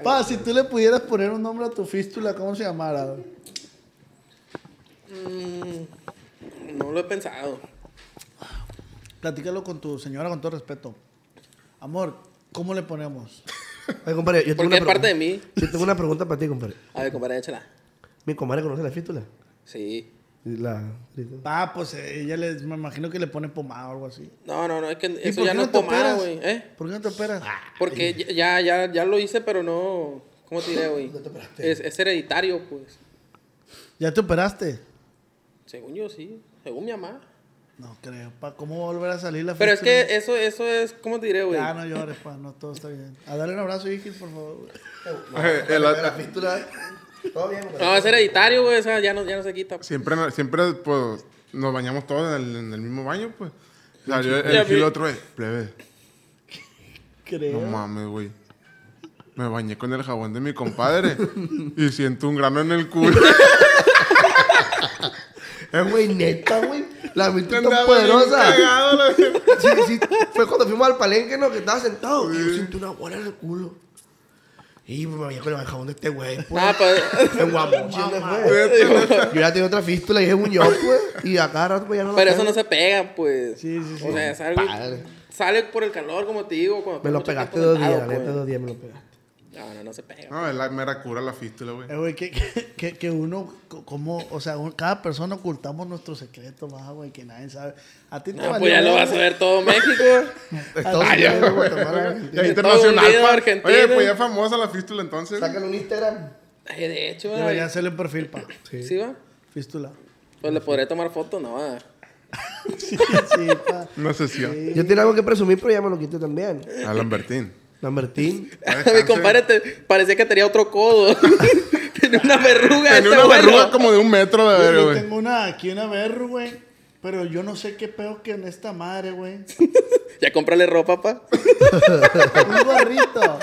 C: Pa, si tú le pudieras poner un nombre a tu fístula, ¿cómo se llamara? güey?
D: No lo he pensado.
C: Platícalo con tu señora con todo respeto. Amor, ¿cómo le ponemos?
B: Oye, compadre, yo tengo
D: Porque
B: una
D: es parte de
B: pregunta.
D: mí.
B: Yo tengo una pregunta para ti, compadre.
D: A ver, compadre, échala.
B: Mi comadre conoce la fístula.
D: Sí.
B: La.
C: Ah, pues eh, ella les, me imagino que le pone pomada o algo así.
D: No, no, no, es que
C: ¿Y
D: eso
C: por
D: ya
C: qué
D: no es
C: no te
D: pomada,
C: operas?
D: güey. ¿Eh?
C: ¿Por qué no te operas?
D: Porque ya, ya, ya lo hice, pero no. ¿Cómo te diré, güey? Es, es hereditario, pues.
C: ¿Ya te operaste?
D: Según yo, sí. Según mi mamá.
C: No creo, pa. ¿Cómo va a volver a salir la
D: Pero es
C: fístula?
D: que eso, eso es. ¿Cómo te diré, güey?
C: Ya, no llores, pa. No, todo está bien. A darle un abrazo, Igis, por favor. güey.
E: Eh, el-
B: La fístula. Todo bien, compadre.
D: No, es hereditario, güey. O sea, ya no, ya no se quita. pues.
E: Siempre, siempre pues, nos bañamos todos en el, en el mismo baño, pues. Salió
D: Ya
E: el
D: vi.
E: kilo otro vez. Plebe, no
C: Creo.
E: mames, güey. Me bañé con el jabón de mi compadre y siento un grano en el culo.
B: Es güey, neta, güey. La virtud
E: Andaba
B: tan
E: bien
B: poderosa.
E: cagado, la verdad.
B: Sí, sí. Fue cuando fuimos al palenque, ¿no? Que estaba sentado. Y yo siento una bola en el culo. Y me había con el jabón de este güey, pues.
D: Ah, pues.
B: Es guapo. Yo ya tenía otra fístula y dije un yo, pues. Y a cada rato, pues, ya no la
D: Pero eso no
B: tengo.
D: se pega, pues.
C: Sí, sí, sí.
D: O sea, es algo.
B: Padre.
D: Sale por el calor, como te digo. Cuando
B: Me lo
D: estás mucho
B: pegaste
D: tiempo
B: dos días, la
D: sentado,
B: neta, dos Ah, días me lo pegaste.
D: pues. No, no, no se pega.
E: No, es la mera cura la fístula, güey.
C: Eh, güey, que, que- que, que uno, co- como, o sea, un- cada persona ocultamos nuestro secreto, más, güey, que nadie sabe. A ti te
D: No,
C: valió
D: pues ya lo
C: verga.
D: vas a ver Ah, todo México.
B: Estados
C: Ay,
B: Unidos,
C: ya.
B: Guatemala, Argentina.
E: Ya
D: Estados
E: internacional,
D: Unidos,
E: pa.
D: Argentina.
E: Oye, pues ya es famosa la fístula entonces.
B: Sácale un Instagram.
D: Ay, de hecho,
C: Debería
D: ¿verdad?
C: hacerle un perfil, pa.
D: ¿Sí va?
C: Fístula.
D: Pues le podré tomar foto, no va.
C: Sí, sí, pa.
E: Una sesión.
B: Yo tenía algo que presumir, pero ya me lo quité también.
E: Alan Bertín.
B: Lambertín.
D: Mi compadre te- parecía que tenía otro codo. Tenía una verruga.
E: Tenía
D: ese
E: una
D: abuelo.
E: verruga como de un metro de ver,
C: Yo
E: güey.
C: tengo una aquí, una berro, güey. Pero yo no sé qué pedo que en esta madre, güey.
D: Ya cómprale ropa, pa.
C: Un gorrito.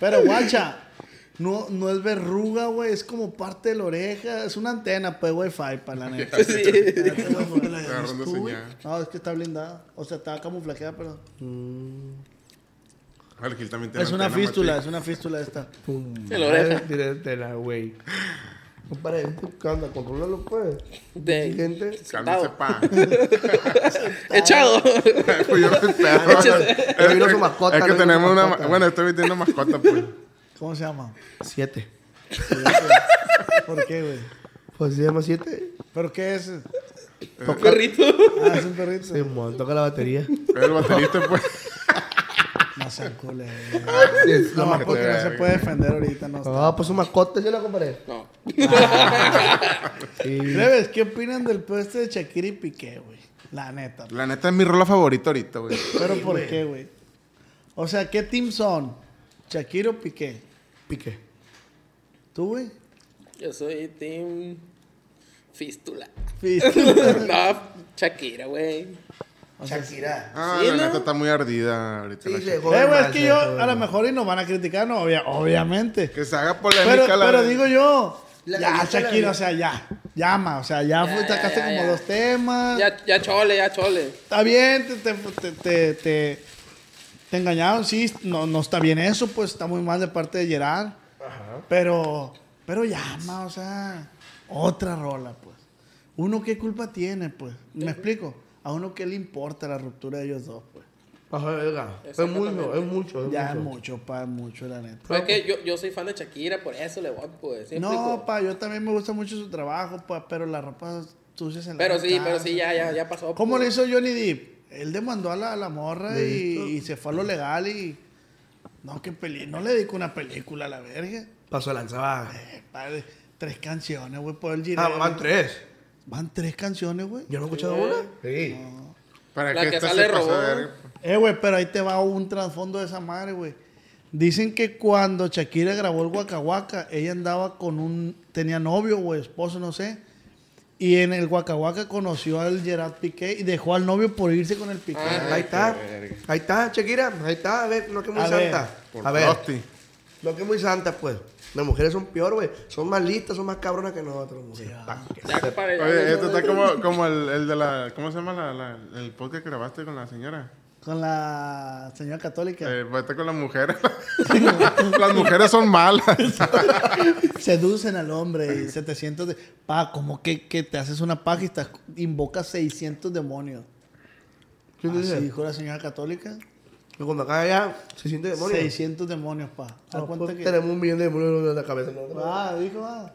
C: Pero guacha, no, no es verruga, güey. Es como parte de la oreja. Es una antena, pues, wifi, para la neta.
D: Sí.
C: Ya te voy a poner la-
E: Agarrando
C: ¿Tú, güey?
E: señal.
C: No, es que está blindada. O sea, está camuflajeada, pero.
E: Al Gil también tiene
C: Es una
E: antena,
C: fístula, es
E: Mati.
C: una fístula esta.
B: Pum.
D: En la oreja.
B: Ay, tíratela, güey. Compadre, ¿qué onda? Contrólalo, pues.
D: De-
B: Gente.
E: Cámbiese pa.
D: Echado.
E: Pues yo me perro.
D: Échese.
B: Pero vino su mascota,
E: Es que
B: no vino su
E: tenemos una.
B: mascota.
E: Bueno, este güey tiene una mascota, pues.
C: ¿Cómo se llama?
B: Siete.
C: ¿Por qué, güey?
B: Pues se llama siete.
C: ¿Pero qué es?
D: Perrito.
C: Ah, es un perrito.
B: Se toca la batería.
E: El baterista, pues.
C: No sean culeros.
B: Es la
C: No,
B: mascota.
C: porque no se puede defender ahorita, no. está.
B: Ah, pues su mascota, yo la comparé.
D: No.
B: Sí.
C: Plebes, ¿qué opinan del puesto de Shakira y Piqué, güey? La neta.
E: La neta es mi rola favorita ahorita, güey.
C: ¿Pero por qué, güey? O sea, ¿qué team son? ¿Shakira o Piqué?
B: Piqué.
C: ¿Tú, güey?
D: Yo soy team fístula.
C: Fístula.
D: no, Shakira, güey.
B: Shakira.
E: Ah,
D: Sí,
E: la
D: ¿no?
E: neta está muy ardida ahorita. la
B: Sí,
E: chica.
B: se
C: Eh, güey, es
B: mal,
C: que
B: se
C: yo,
B: jode
C: a lo
B: mal.
C: mejor y nos van a criticar, no, obvia- obviamente.
E: Que se haga polémica
C: Pero,
E: la
C: pero digo yo,
B: La
C: ya,
B: galleta, la
C: Shakira,
B: galleta.
C: o sea, ya, llama, o sea, ya, fue-
D: ya,
C: sacaste
D: ya,
C: como
D: ya.
C: dos temas.
D: Ya, ya chole, ya chole.
C: Está bien, te, te, te, te, te- te engañaron, sí, no, no está bien eso, pues está muy mal de parte de Gerard. Pero, pero llama, o sea, otra rola, pues. Uno qué culpa tiene, pues. ¿Me explico? A uno qué le importa la ruptura de ellos dos, pues.
B: Ajá, verga. Es mucho, es mucho. Es
C: Ya es
B: mucho.
C: mucho, pa, es mucho, la neta.
D: Pero es que yo, yo soy fan de Shakira, por eso le voy, pues. ¿sí me
C: No,
D: explico?
C: pa, yo también me gusta mucho su trabajo, pa, pero la ropa sucia se la
D: Pero
C: dan
D: sí,
C: casa.
D: pero sí, ya, ya, ya pasó.
C: ¿Cómo
D: pues.
C: le hizo Johnny Depp? Él demandó a la, a la morra y, y se fue a lo legal y... No, que peli... No le dedicó una película a la verga.
B: Paso de lanzaba.
C: Eh, padre, tres canciones, güey, por el dinero.
B: Ah, van tres.
C: Van tres canciones, güey.
B: ¿Yo no he escuchado una? Sí.
E: Para
D: La
E: que,
D: que
E: esta
D: sale
E: se pase de
D: robó.
E: verga.
C: Eh, güey, pero ahí te va un trasfondo de esa madre, güey. Dicen que cuando Shakira grabó el Waka Waka, ella andaba con un... Tenía novio o esposo, no sé. Y en el Waka Waka conoció al Gerard Piqué y dejó al novio por irse con el Piqué.
B: Ahí está. Ahí está, Shakira. Ahí está. A ver, no que muy
C: A ver.
B: santa.
E: Por
B: A ver.
E: Frosty.
B: No que muy santa, pues. Las mujeres son peor, güey. Son más listas, son más cabronas que nosotros, mujeres. Pa' que-
D: Ya, compadre, ya, ya,
E: Oye, esto
D: ya,
E: está
D: ya.
E: como, como el, el de la. ¿Cómo se llama la, la- el podcast que grabaste con la señora?
C: Con la señora católica.
E: Eh, está con las mujeres. las mujeres son malas.
C: Seducen al hombre y 700 de... Pa, como que, que te haces una paja y estás- invocas 600 demonios.
B: ¿Quién
C: Así
B: dice?
C: dijo la señora católica.
B: Que cuando acá ya se siente demonio.
C: 600 demonios, pa. ¿Te das
B: No,
C: cuenta
B: pues,
C: que-
B: Tenemos un millón de demonios en la cabeza. ¿no?
C: Ah, dijo, ah.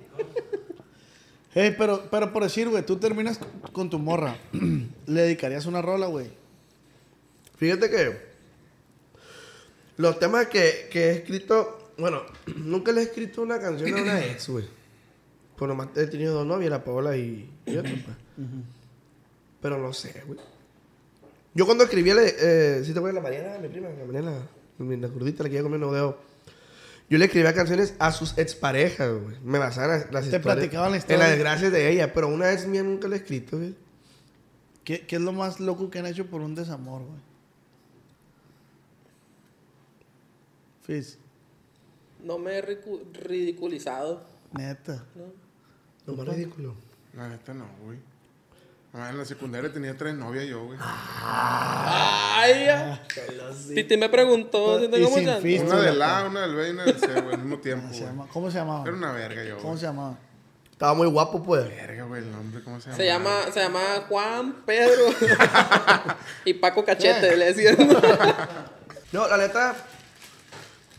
C: Ey, pero, pero por decir, güey, tú terminas con tu morra. ¿Le dedicarías una rola, güey?
B: Fíjate que los temas que, que he escrito, bueno, nunca le he escrito una canción a una ex, güey. Pues nomás he tenido dos novias, la Paola y, y otra, pues. Pero no sé, güey. Yo cuando escribí, le, eh, si te acuerdas, la Mariana, mi prima, la Mariana, mi- la gordita, la que ya comió no dedo. Yo le escribía canciones a sus exparejas, güey. Me basaban las las
C: Te
B: historias-
C: platicaban la
B: En
C: historia.
B: las desgracias de ella, pero una ex mía nunca le he escrito, güey.
C: ¿Qué, qué es lo más loco que han hecho por un desamor, güey? Fizz,
D: No me he ricu- ridiculizado.
C: neta.
B: Lo más ridículo.
E: La neta no, güey. Ah, en la secundaria tenía tres novias yo, güey.
D: Ay, ya. Titi me preguntó si
C: Y
D: tengo
C: sin
D: muchas.
C: fin.
E: Una del A, una del B y una del C, güey, al mismo tiempo,
C: ¿Cómo Ah, se,
E: güey.
C: llama? ¿Cómo se llamaba?
E: Era una verga yo,
C: ¿Cómo
E: güey.
C: se llamaba?
B: Estaba muy guapo, pues.
E: Verga, güey, el nombre, ¿cómo se llama?
D: Se llama, se llama Juan Pedro y Paco
C: Eh.
D: Cachete, le decían.
B: No, la neta,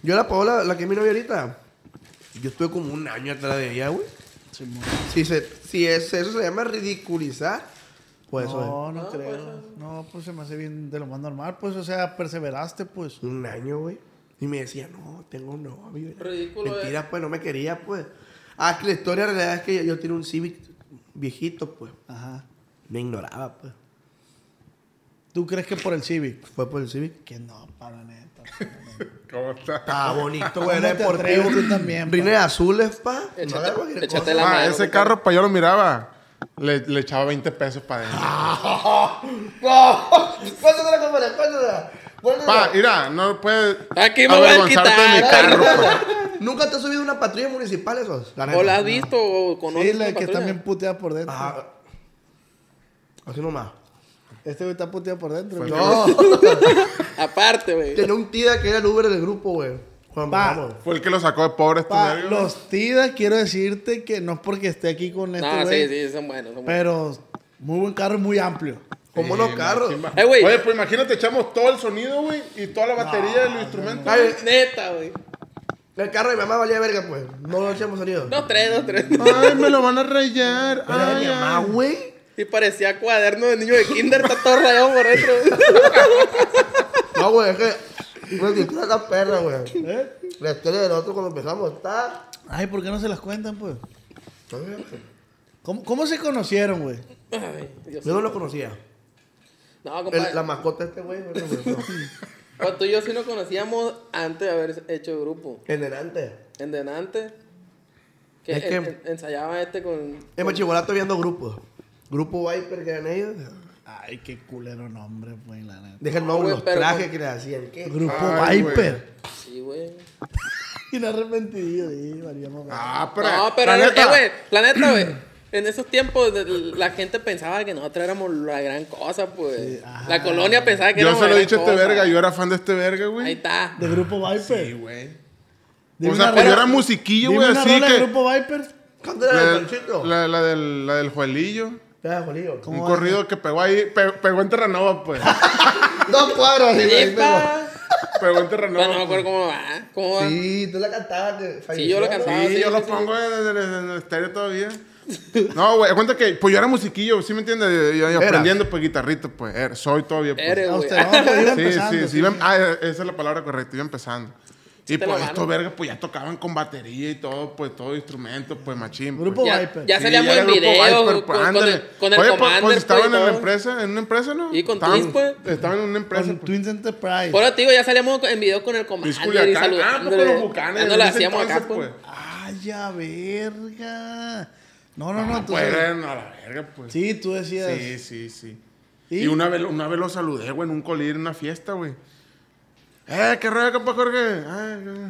B: yo la Paola, la que es mi novia ahorita, yo estuve como un año atrás de ella, güey.
C: Simón.
B: Si, se, si es, eso se llama ridiculizar, pues eso
C: No, no creo. No, pues se me hace bien de lo más normal, pues, o sea, perseveraste, pues.
B: es. Un año, güey. Y me decía, no, tengo novio.
D: Ridículo,
B: Mentira,
C: eh.
B: pues, no me quería, pues. Ah, que la historia en realidad es que yo, yo tenía un Civic viejito, pues.
C: Ajá.
B: Me ignoraba, pues.
C: ¿Tú crees que por el Civic?
B: Fue por el Civic.
C: Que no, para neta.
E: ¿Cómo está?
B: Ah, bonito,
C: ¿Cómo
B: güey. Era
C: te
B: deportivo.
C: atreves tú también,
B: Rines azules, pa.
D: Échate-
B: era cualquier
D: échate
B: cosa.
D: la-
E: Ah,
D: mano,
E: ese
D: güey.
E: carro, para yo lo miraba. Le, le echaba 20 pesos para adentro.
C: Ah.
B: Cuéntatela, compadre, cuéntatela.
E: Pa,
B: Cuéntatela.
E: mira, no puedes
D: Aquí me voy a
E: avergonzarte de mi
D: quitar.
E: carro, pa.
B: ¿Nunca te has subido una patrulla municipal esos? La neta.
D: ¿O la has visto o conoces?
C: Sí, la que
D: patrulla?
C: también putea por dentro.
B: Ah, así nomás.
C: Este güey está puteado por dentro. güey.
B: No,
D: Aparte, güey.
B: tenía un tía que era el Uber del grupo, güey. Juan
C: Pa.
B: Ramos.
E: Fue el que lo sacó de pobre este
C: Pa,
E: verga,
C: los Tida, quiero decirte que no es porque esté aquí con este
D: No,
C: güey,
D: sí, sí, son buenos. Son buenos.
C: pero muy buen carro, muy amplio.
B: Con
E: güey.
B: monos carros.
E: Chimba.
D: Eh, güey.
E: Oye, pues imagínate, echamos todo el sonido, güey, y toda la batería y los instrumentos.
B: Ay,
D: Neta, güey.
B: El carro de mi mamá valía verga, pues. No lo echamos sonido.
D: Dos, tres, dos, tres.
E: Ay, me lo van a rayar.
B: Era de Eh, mi mamá, güey.
D: Y parecía cuaderno de niño de kinder, está todo rayado por dentro.
B: No, güey, es que. Una escritura está perra, güey. La historia de nosotros cuando empezamos está.
C: Ay, ¿por qué no se las cuentan, pues? ¿Cómo, cómo se conocieron, güey?
D: Ay, Dios.
B: Yo no lo conocía.
D: No, compadre.
B: El- la mascota de este güey, güey. no, güey, no.
D: Pues tú y yo sí nos conocíamos antes de haber hecho grupo.
B: En delante.
D: En Denante. Que,
B: Es que-
D: en- en- ensayaba este con.
B: En Machibolá estoy viendo grupos. Grupo Viper que eran ellos.
C: Ay, qué culero nombre, pues, la neta.
B: Deja el
D: No,
B: nombre,
D: güey,
B: los
D: pero-
B: trajes que le hacían. ¿Qué?
C: Grupo
E: Ay, güey.
C: Viper.
D: Sí, güey.
C: Y no arrepentido, sí, varíamos.
E: Ah, pero.
D: No, pero
E: la
D: eh,
E: neta,
D: güey, la neta, güey. En esos tiempos de- la gente pensaba que nosotros éramos la gran cosa, pues. la colonia pensaba que
E: Yo
D: éramos
E: se lo
D: la
E: he dicho a
D: gran
E: este
D: cosa.
E: verga, yo era fan de este verga,
D: Ahí
E: güey.
D: está.
C: ¿De Grupo Viper?
E: Sí, güey.
C: Dime
E: O sea,
C: una
E: pues yo
C: rola-
E: era musiquillo,
C: dime
E: güey,
C: una
E: así
C: rola de
E: que.
C: Grupo Viper?
B: Cántale
E: La,
B: al panchito.
E: la- la del, la del Juelillo.
B: Ya, Juanillo.
E: Un corrido que pegó ahí. pe- pegó en Terranova, pues.
B: Dos cuadros. así, güey,
D: ¡Epa!
E: pegó
D: Bueno, no me
E: en Terranova. pues.
D: acuerdo cómo va. ¿Cómo va?
B: tengo. Sí, tú la cantabas. que
D: Sí, yo lo
B: falleció,
D: cantaba.
E: Sí,
D: sí,
E: yo lo
D: sí,
E: pongo en, el- en el estéreo todavía. No, güey, cuenta que, pues yo era musiquillo, ¿sí me entiendes? Yo, yo
B: Eras.
E: aprendiendo, pues guitarrito, pues er- soy todavía. Pues.
D: Eres,
C: A
D: güey.
C: usted, no, pues, iba
E: Sí,
C: empezando,
E: sí, sí,
C: sí,
E: iba-
C: sí.
E: ah, esa es la palabra correcta, iba empezando. Y
D: te
E: pues
D: la
E: estos
D: gano.
E: vergas, pues ya tocaban con batería y todo, pues todo instrumento, pues machín. pues.
C: Grupo
D: Ya-
C: Viper.
D: ya-
E: Sí,
D: salíamos
E: era
D: en
E: grupo
D: videos,
E: Viper, pues,
D: con- con
E: ándale.
D: el- con el
E: Oye, pues,
D: Commander,
E: pues, estaban
D: pues, y
E: en la
D: todo.
E: empresa, en una empresa, ¿no?
D: Y con
E: Estaban-
D: Twins, pues.
E: Estaban en una empresa.
C: Con
E: pues.
C: Twins Enterprise.
D: Por eso te digo, ya salíamos en video con el
E: Luis
D: comandante y
E: Culiacán. Ah,
D: saludando.
E: pues con los bucanes.
D: no
E: en
D: la
E: ese
D: hacíamos acá,
E: entonces,
D: pues.
C: ¡Ay, ya, verga! No, no, no.
E: Ah,
C: tú
E: Pues
C: sabes-
E: eran a la verga, pues.
C: Sí, tú decías.
E: Sí, sí, sí.
C: ¿Y?
E: ¿Y? una, vez, una vez lo saludé, güey, en un colir, en una fiesta, güey. ¡Eh, qué rollo, compa Jorge! Ay, güey.
D: Pues,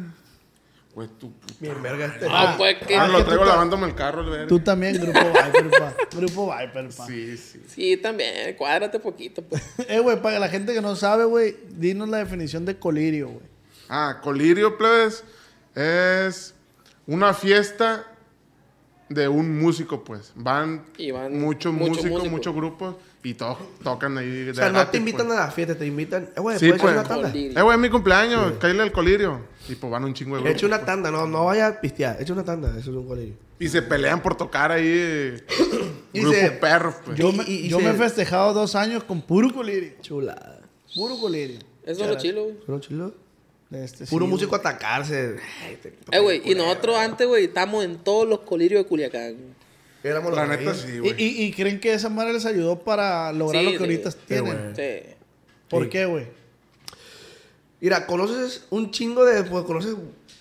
E: Güey, tú.
B: Bien, verga este.
D: Ah, pues que.
E: Ah,
C: que
E: lo
C: tú
E: traigo
C: ta-
E: lavándome el carro, el verga.
C: Tú también, Grupo Viper, pa. Grupo Viper, pa.
E: Sí, sí.
D: Sí, también. Cuádrate poquito, pues.
C: Eh, güey, para la gente que no sabe, güey, dinos la definición de colirio, güey.
E: Ah, colirio, plebes, es una fiesta de un músico, pues. Van,
D: Y van
E: muchos
D: muchos
E: músicos,
D: músicos.
E: muchos grupos y todos tocan ahí. de
B: O sea, no
E: gratis,
B: te invitan
E: pues.
B: a la fiesta, te invitan. Eh, güey,
E: Sí,
B: puedes hacer
E: pues.
B: una tanda.
D: Jolín.
E: Eh, güey, es mi cumpleaños, cállale al colirio. Y pues van un chingo de
B: He
E: grupos. pues.
B: hecho una tanda, no, no vaya a pistear. He hecho una tanda, eso es un colegio.
E: Y se pelean por tocar ahí. eh,
B: Y
E: grupo
B: se-
E: perros, pues.
C: Yo,
B: Y-
C: me,
B: y- y
C: yo
B: se-
C: me he festejado dos años con puro colirio.
B: Chulada.
C: Puro colirio.
D: Eso es lo chilo, güey.
B: ¿Fueron chilos?
C: De este,
B: Puro
C: sí,
B: músico atacarse. Ay, te-
D: Eh, güey, y nosotros antes, güey, estábamos en todos los colirios de Culiacán. güey.
B: Éramos
E: La
B: los
E: neta
B: reyes.
E: sí,
C: güey.
E: güey.
C: Y, y- y creen que esa madre les ayudó para lograr
D: Sí,
C: lo que
D: sí.
C: ahorita
D: Sí,
C: tienen.
B: güey.
D: Sí.
C: ¿Por
B: Sí.
C: qué, güey?
B: Mira, conoces un chingo de. Pues conoces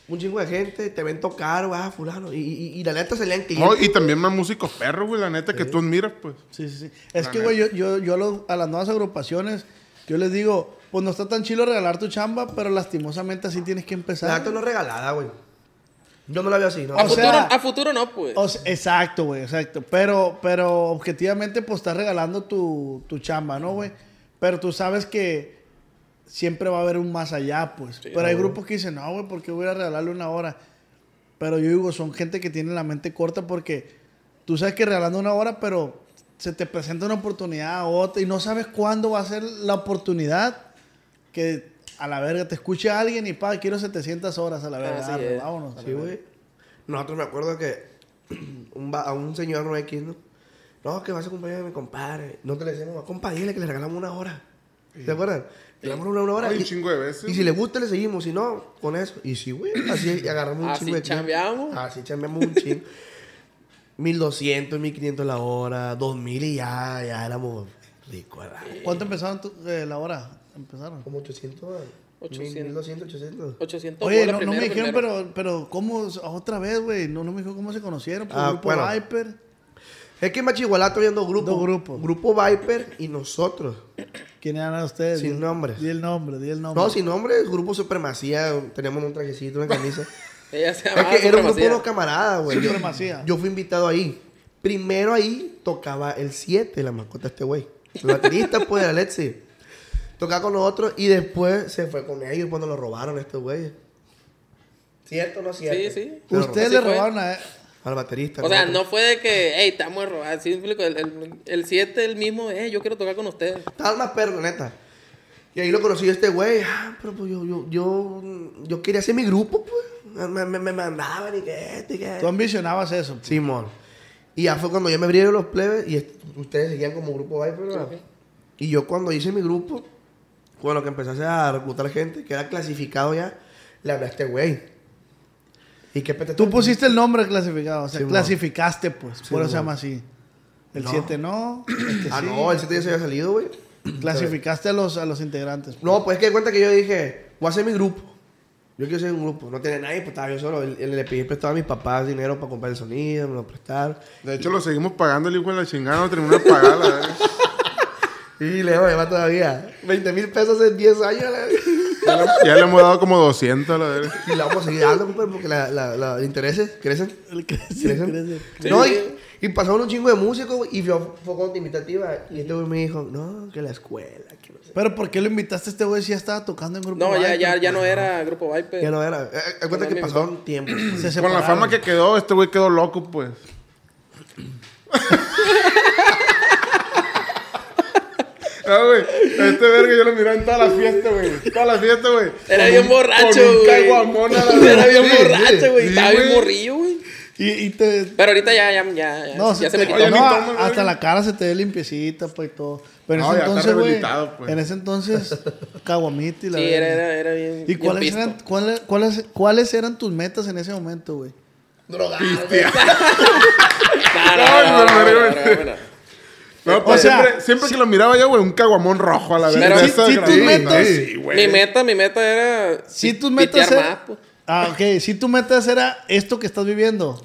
B: un chingo de gente, te ven tocar, vas a fulano. Y, y, y la neta se lean
E: No,
B: clientes.
E: y también más músicos perros, güey, la neta, que tú admiras, pues.
C: Sí, sí, sí. Es que, güey, yo, yo, yo a, los- a las nuevas agrupaciones, yo les digo, pues no está tan chilo regalar tu chamba, pero lastimosamente así tienes que
B: La
C: empezar.
B: neta no es regalada, güey. Yo no la veo así, ¿no?
D: A,
C: O
D: futuro,
C: sea-
D: a futuro no, pues.
C: O sea, exacto, güey, exacto. Pero, pero objetivamente, pues estás regalando tu, tu chamba, ¿no, güey? Pero tú sabes que siempre va a haber un más allá, pues. pero hay grupos que dicen, no, güey, ¿por qué voy a regalarle una hora? Pero yo digo, son gente que tiene la mente corta porque tú sabes que regalando una hora, pero se te presenta una oportunidad otra y no sabes cuándo va a ser la oportunidad que a la verga te escuche alguien y pa, quiero 700 horas a la verga.
D: Así
C: arre,
D: es.
C: vámonos. a la
B: Sí,
C: verga.
B: güey. Nosotros me acuerdo que un va- a un señor no X, ¿no? No, que vas a acompañar a mi compadre. No te le decíamos, compa, dile que le regalamos una hora. ¿Se acuerdan? Le regalamos una, una hora.
E: Ay, un
B: y,
E: chingo de veces,
B: Y si le gusta, le seguimos. Si no, con eso. Y sí, güey. Así agarramos un
D: Así
B: chingo de clientes.
D: chambeamos.
B: Así chambeamos un chingo. 1200, 1500 la hora, 2000 y ya, ya éramos Rico, ¿verdad?
C: ¿Cuánto empezaron tú, eh, la hora? Empezaron.
B: Como 800,
D: 800.
B: 1200, 800.
D: 800
C: Oye,
D: bolas
C: no, no me
D: primero,
C: dijeron,
D: primero.
C: pero, pero ¿cómo? Otra vez, güey. No, no me dijo cómo se conocieron. Por
B: Ah,
C: grupo
B: bueno.
C: Viper.
B: Es que en Machigualá había dos grupos.
C: Dos grupos.
B: Grupo Viper y nosotros.
C: ¿Quién eran ustedes?
B: Sin
C: Di-
B: nombres.
C: Di el nombre, di el nombre.
B: No, sin nombre, Grupo Supremacía. Teníamos un trajecito, una camisa.
D: Ella se
B: es
D: llamaba
B: que era un grupo de
D: Supremacía.
B: unos camaradas, güey. Yo-
C: Ah, Supremacía.
B: Yo, fui invitado ahí. Primero ahí tocaba el 7, la mascota de este güey. El baterista, pues, el Alexi. Tocaba con nosotros y después se fue con ellos cuando lo robaron a este güey. ¿Cierto o no cierto?
D: Sí, sí.
B: Se lo
C: Ustedes
D: Así
C: le
D: fue.
C: robaron a él.
B: robaron Al baterista.
D: O sea,
B: nosotros.
D: no fue de que, hey, estamos a robar. Así me explico. El- El el 7, el mismo, eh, yo quiero tocar con ustedes.
B: Estaba más perro, neta. Y ahí lo conocí a este güey. Ah, pero pues yo, yo, yo, yo quería hacer mi grupo, pues. Me, me, me mandaban y que esto y que
C: Tú
B: esto.
C: ambicionabas eso. pues.
B: Simón. Y ya fue cuando yo me abrieron los plebes y est- ustedes seguían como grupo Viper, ¿verdad? Y yo cuando hice mi grupo, cuando que empecé a reclutar gente, que era clasificado ya, le hablé a este güey. ¿Y qué pete
C: Tú pusiste el nombre clasificado. O sea,
B: Sí, mo.
C: clasificaste, pues. por eso se
B: mo.
C: llama así. El
B: No.
C: 7 no. el que
B: Ah,
C: sí.
B: no, el 7 ya se había salido, güey.
C: Clasificaste a los, a los integrantes. pues.
B: No, pues es que de cuenta que yo dije, voy a hacer mi grupo. Yo quiero hacer un grupo. No tenía nadie, pues estaba yo solo. Le, le pedí prestado a mis papás dinero para comprar el sonido, me lo prestaron.
E: De hecho, lo seguimos pagando el hijo de la chingada, no terminó de pagar la verga.
B: Y le voy a llevar todavía 20 mil pesos en 10 años. la-
E: Ya le, ya le hemos dado como 200 a la verga.
B: Y la vamos a seguir dando, compadre, porque la, la, la- los intereses crecen.
C: El que sí,
B: ¿Crecen?
C: crece.
D: Sí.
B: No, y, y pasaron un chingo de músicos güey, y yo fue con invitativa. Y este güey me dijo, no, que la escuela, que no sé.
C: Pero ¿por qué lo invitaste a este güey si ya estaba tocando en grupo?
D: No, ya,
C: Viper,
D: ya, ya
C: pues?
D: no era Grupo Viper.
B: Ya no era. Eh, eh, cuenta
D: No,
B: que
D: mi-
B: pasaron tiempo.
C: Se
E: Con la
C: separaron.
E: fama que quedó, este güey quedó loco, pues. Ah, güey, este verga yo lo miré en toda la fiesta, güey. Toda la fiesta, güey.
D: Era
E: Con
D: bien
E: un-
D: borracho,
E: con un
D: güey.
E: caguamón a la
D: Era
E: verga.
D: bien
E: Sí,
D: borracho, güey.
E: sí,
D: Estaba bien
E: güey.
D: morrillo, güey.
C: Y, y te...
D: Pero ahorita ya, ya, ya, ya,
C: No,
D: ya
C: se
D: se,
C: te-
D: me quitó.
E: Oye, ni
C: no,
E: tomo, güey.
C: hasta la cara se te ve limpiecita, pues, y todo. Pero en
E: No,
C: ese
E: ya está
C: entonces, güey,
E: rehabilitado, pues.
C: en ese entonces, caguamita y la
D: sí, era,
C: verga.
D: era, era bien.
C: ¿Y
D: bien
C: cuáles
D: pisto.
C: eran, cuáles, cuáles, cuáles eran tus metas en ese momento, güey?
D: No, no, no, no, no, no, no, no, no.
E: No, pues
C: O sea,
E: siempre, siempre que lo miraba yo, güey, un caguamón rojo a la
D: Sí,
E: verga.
D: sí,
E: Esas
C: sí, tus
E: granitas.
C: metas.
E: Sí, güey.
D: Mi meta, mi meta era.
C: Si
D: pi-
C: tus metas
D: pitear
C: era...
D: más, pues.
C: Ah, ok. Si tus metas era esto que estás viviendo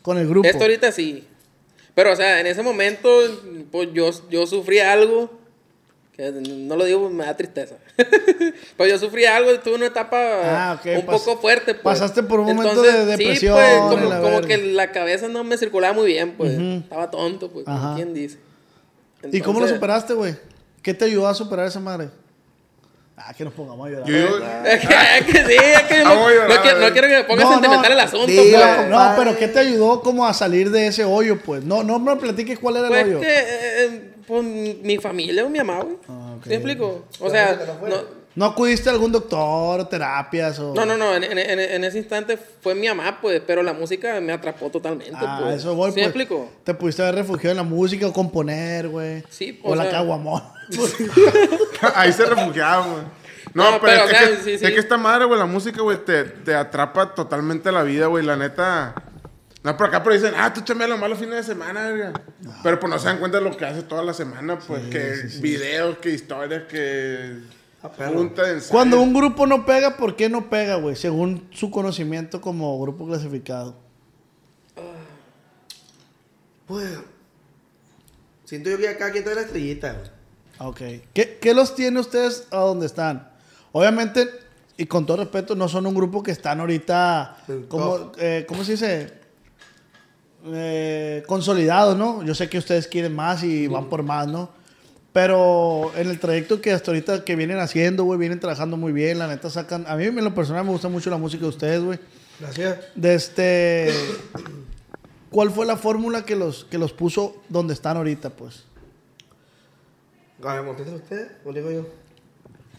C: con el grupo.
D: Esto ahorita sí. Pero, o sea, en ese momento, pues yo, yo sufrí algo. Que no lo digo, me da tristeza. pero yo sufrí algo, tuve una etapa
C: Ah, ok,
D: un
C: pas-
D: poco fuerte. Pues.
C: pasaste por un momento de depresión
D: Sí, pues,
C: y
D: como,
C: la
D: como
C: verga.
D: que la cabeza no me circulaba muy bien, pues. Estaba tonto, pues. como
C: Ajá.
D: ¿Quién dice?
C: ¿Y cómo lo
D: Entonces-
C: superaste, güey? ¿Qué te ayudó a superar esa madre? Ah, que nos pongamos a llorar.
E: Yo digo,
D: Es que, es que sí, es que no,
E: Ah, voy a llorar,
D: no quiero, no quiero que me ponga
C: No,
D: sentimental
C: no.
D: el asunto,
B: Sí,
D: pues.
C: No, no, pero ¿qué te ayudó como a salir de ese hoyo, pues? No, no me platiques cuál era el
D: Pues
C: hoyo.
D: que eh, pues, mi familia o mi mamá, güey.
C: Ah, ok.
D: ¿Te explico? O sea, no,
C: ¿No acudiste a algún doctor, terapias o...?
D: no, no, no, en, en- en- en ese instante fue mi mamá, pues, pero la música me atrapó totalmente.
C: Ah,
D: pues.
C: eso voy,
D: ¿Sí
C: pues.
D: me explico?
C: Te pudiste haber refugiado en la música o componer, güey.
D: Sí,
C: O,
D: o
C: la
D: sea- pues,
C: caguamón.
E: Ahí se refugiaba, güey. No,
D: No,
E: pero,
D: pero,
E: es, que-
D: o sea,
E: es que,
D: sí, sí.
E: es que esta madre, güey, la música, güey, te, te atrapa totalmente la vida, güey. La neta. No, por acá, pero dicen, ah, tú chame lo malo fines de semana, verga.
B: Ah.
E: Pero pues no se dan cuenta de lo que hace toda la semana, pues, que videos, que historias, que.
B: Ah, perro.
E: Junta de ensayo.
C: Cuando un grupo no pega, ¿por qué no pega, güey? Según su conocimiento como grupo clasificado.
B: Pues, siento yo que acá quien trae la estrellita, güey.
C: Ah, Ok. ¿Qué, qué los tiene ustedes a donde están? Obviamente, y con todo respeto, no son un grupo que están ahorita,
B: El
C: como,
B: top.
C: eh, ¿cómo se dice? Eh, consolidados, ¿no? Yo sé que ustedes quieren más y van por más, ¿no? Pero en el trayecto que hasta ahorita que vienen haciendo, güey, vienen trabajando muy bien, la neta sacan... A mí en lo personal me gusta mucho la música de ustedes, güey.
B: Gracias.
C: De este... ¿Cuál fue la fórmula que los, que los puso donde están ahorita, pues?
B: A ver, contesten ustedes, o digo yo.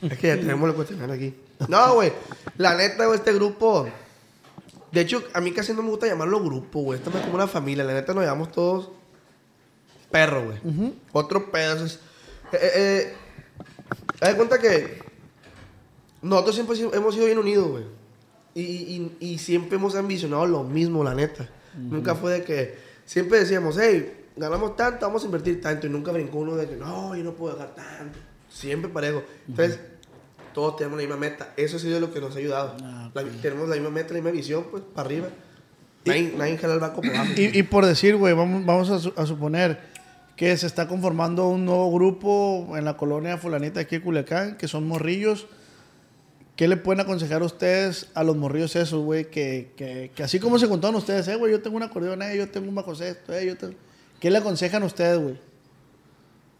B: Es que ya tenemos el cuestionario aquí. No, güey. La neta, güey, este grupo. De hecho, a mí casi no me gusta llamarlo grupo, güey. Esto es como una familia. La neta, nos llamamos todos perro, güey. Otro pedo. Es, eh, eh, eh, haz de cuenta que nosotros siempre si- hemos sido bien unidos, güey. Y, y- y siempre hemos ambicionado lo mismo, la neta. Nunca fue de que. Siempre decíamos, hey, ganamos tanto, vamos a invertir tanto. Y nunca brincó uno de que, no, yo no puedo dejar tanto. Siempre parejo. Entonces, todos tenemos la misma meta. Eso ha sido lo que nos ha ayudado. La- tenemos la misma meta, la misma visión, pues, para arriba. Nadie, nadie jala el barco para abajo.
C: Y, y por decir, güey, vamos, vamos a, su- a suponer que se está conformando un nuevo grupo en la colonia fulanita aquí de Culiacán, que son morrillos. ¿Qué le pueden aconsejar ustedes a los morrillos esos, güey? Que, que- que así como se contaron ustedes, eh, güey, yo tengo un acordeón, eh, yo tengo un bajo sexto, eh, yo tengo... ¿Qué le aconsejan ustedes, güey?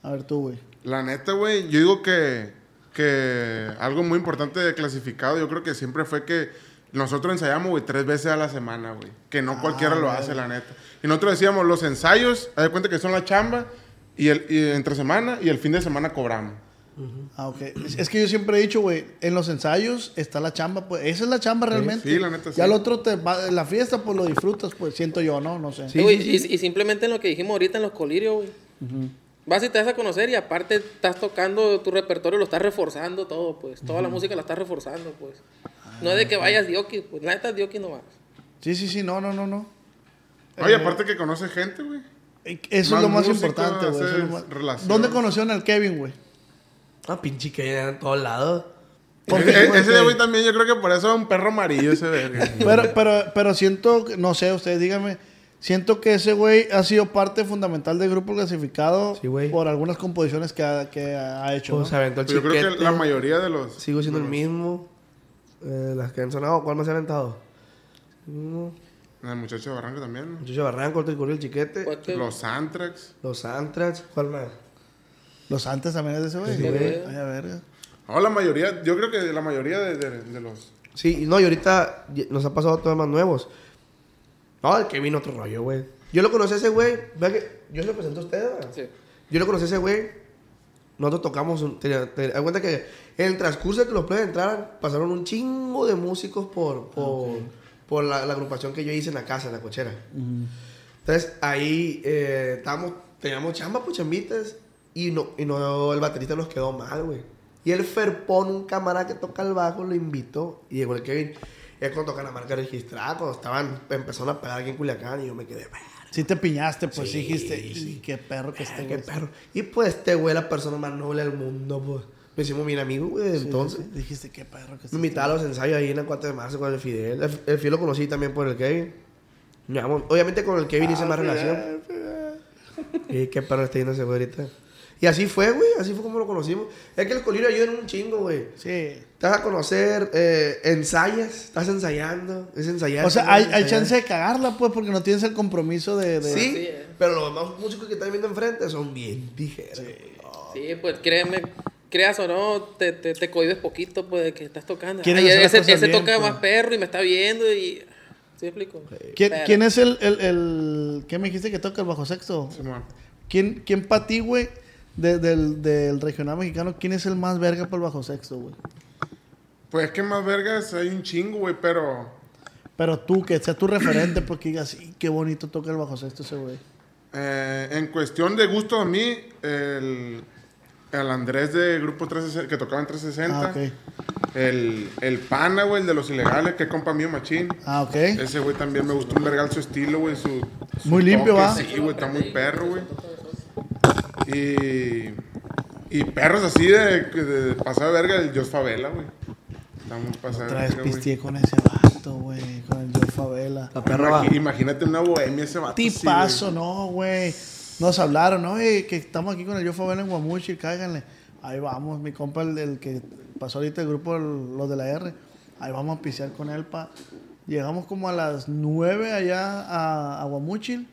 C: A ver tú, güey.
E: La neta, güey, yo digo que, que algo muy importante de clasificado, yo creo que siempre fue que nosotros ensayamos, güey, tres veces a la semana, güey. Que no cualquiera lo hace, la neta. Y nosotros decíamos, los ensayos, haz de cuenta que son la chamba, y, el, y entre semana y el fin de semana cobramos.
C: Ah, ok. Es, es que yo siempre he dicho, güey, en los ensayos está la chamba, pues. Esa es la chamba realmente.
E: sí, la neta, sí.
C: Ya el otro te va- la fiesta, pues lo disfrutas, pues siento yo, ¿no? No sé.
B: Sí,
D: Güey,
B: sí,
D: Y, y simplemente en lo que dijimos ahorita en los colirios, güey. Vas y te vas a conocer y aparte estás tocando tu repertorio, lo estás reforzando todo, pues. Toda la música la estás reforzando, pues.
C: Ah,
D: no es de que vayas dioki, pues. La neta, dioki no vas.
C: Sí, sí, sí, no, no, no, no.
E: Oye, aparte que conoce gente, güey.
C: Eh, Eso
E: Más
C: es lo más
E: música,
C: importante, güey. eso es lo
E: haces
C: más-
E: relación.
C: ¿Dónde conocieron al Kevin, güey?
B: Ah, pinche que en todos lados.
C: Porque-
E: E- e- ese
C: porque-
E: güey también, yo creo que por eso es un perro amarillo ese verga.
C: Pero, pero, pero siento, que- no sé, ustedes díganme. Siento que ese güey ha sido parte fundamental del grupo clasificado
B: Sí, güey.
C: por algunas composiciones que ha, que ha hecho.
B: Pues, se
C: ¿no?
B: aventó el
E: Yo creo que
B: chiquete.
E: la mayoría de los...
B: Sigo siendo el mismo. Eh, las que han sonado, ¿cuál más se ha aventado? Mm,
E: El muchacho de Barranco también, ¿no?
B: Muchacho Barranco, el Tricurio, el Chiquete.
D: Pues, que-
E: Los Antrax.
B: Los Antrax, ¿cuál más?
C: Los antes también es de ese güey.
B: Sí,
D: güey.
C: Ay, a verga.
E: Oh, la mayoría, yo creo que la mayoría de, de- de los...
B: Sí, y no, y ahorita ye- nos ha pasado temas nuevos. No, el que vino otro rollo, güey. Yo lo conocí a ese güey. vea que yo se lo presento a ustedes. ¿verdad?
D: Sí.
B: Yo lo conocí a ese güey. Nosotros tocamos. un- Te, te das cuenta que en el transcurso de que los players entraran, pasaron un chingo de músicos por, por, por la, la agrupación que yo hice en la casa, en la cochera. Entonces ahí eh, estábamos, teníamos chamba, pues chambitas. Y no, y no, el baterista nos quedó mal, güey. Y el Ferpón, un camarada que toca el bajo, lo invitó. Y llegó el Kevin. Es cuando tocan la marca registrada, cuando estaban, empezaron a pegar aquí en Culiacán. Y yo me quedé,
C: Sí te piñaste, pues sí,
B: Sí,
C: dijiste, "Y
B: sí.
C: qué perro que este
B: Ay, qué
C: güey".
B: perro. Y pues este güey, la persona más noble del mundo, pues. Lo hicimos bien amigos, güey, desde
C: Sí,
B: entonces.
C: sí, Dijiste, qué perro que
B: Me
C: este
B: invitaba a los ensayos ahí en el 4 de marzo con el Fidel. El, el Fidel lo conocí también por el Kevin. Mi amor, obviamente con el Kevin hice
C: Ah,
B: más relación. Y qué perro está yendo ese güey ahorita. Y así fue, güey, así fue como lo conocimos. Es que el colirio ayuda en un chingo, güey.
C: Sí.
B: Te vas a conocer, eh, ensayas, estás ensayando, es ensayar.
C: O sea,
B: ensayar,
C: hay, hay
B: ensayar.
C: chance de cagarla, pues, porque no tienes el compromiso de. de-
B: Sí,
D: Sí, eh.
B: pero los demás músicos que están viendo enfrente son bien tijeras.
D: Sí, pues créeme, creas o no, te, te, te cohibes poquito, pues, de que estás tocando.
C: Quieres
D: Ay,
C: hacer las
D: ese
C: cosas
D: ese
C: bien,
D: toca
C: pues.
D: más perro y me está viendo y... ¿Sí me explico?
C: ¿Quién,
D: Pero-
C: quién es el, el, el- ¿Qué me dijiste que toca el bajo sexto?
E: Simón.
C: ¿Quién, quién para ti, güey, de- del, del regional mexicano, quién es el más verga para el bajo sexto, güey?
E: Pues es que más vergas hay un chingo, güey, pero...
C: Pero tú, que sea tu referente, porque digas, "Y qué bonito toca el bajo sexto ese güey.
E: eh, en cuestión de gusto a mí, el, el Andrés de Grupo 360, que tocaba en 360.
C: Ah, ok.
E: El, el Pana, güey, el de los ilegales, que es compa mío, machín.
C: Ah, ok.
E: Ese güey también me gustó un vergal su estilo, güey. Su, su
C: Muy limpio,
E: toque,
C: ¿va?
E: Sí, güey, está muy perro, güey. Y, y perros así de, de pasada verga, el Jos Favela, güey. Está muy pasada
C: Otra vez
E: verga, güey.
C: pisteé con ese vato, güey, con el Joe Favela.
B: La perra va.
E: Imagi- Imagínate una bohemia ese vato. así,
C: Tipazo, no, güey. Nos hablaron, ¿no? Eh, que estamos aquí con el Joe Favela en Guamuchi, cáiganle. Ahí vamos, mi compa, el, el que pasó ahorita el grupo, el- los de la R. Ahí vamos a pisear con él, pa. Llegamos como a las 9 allá a, a Guamuchil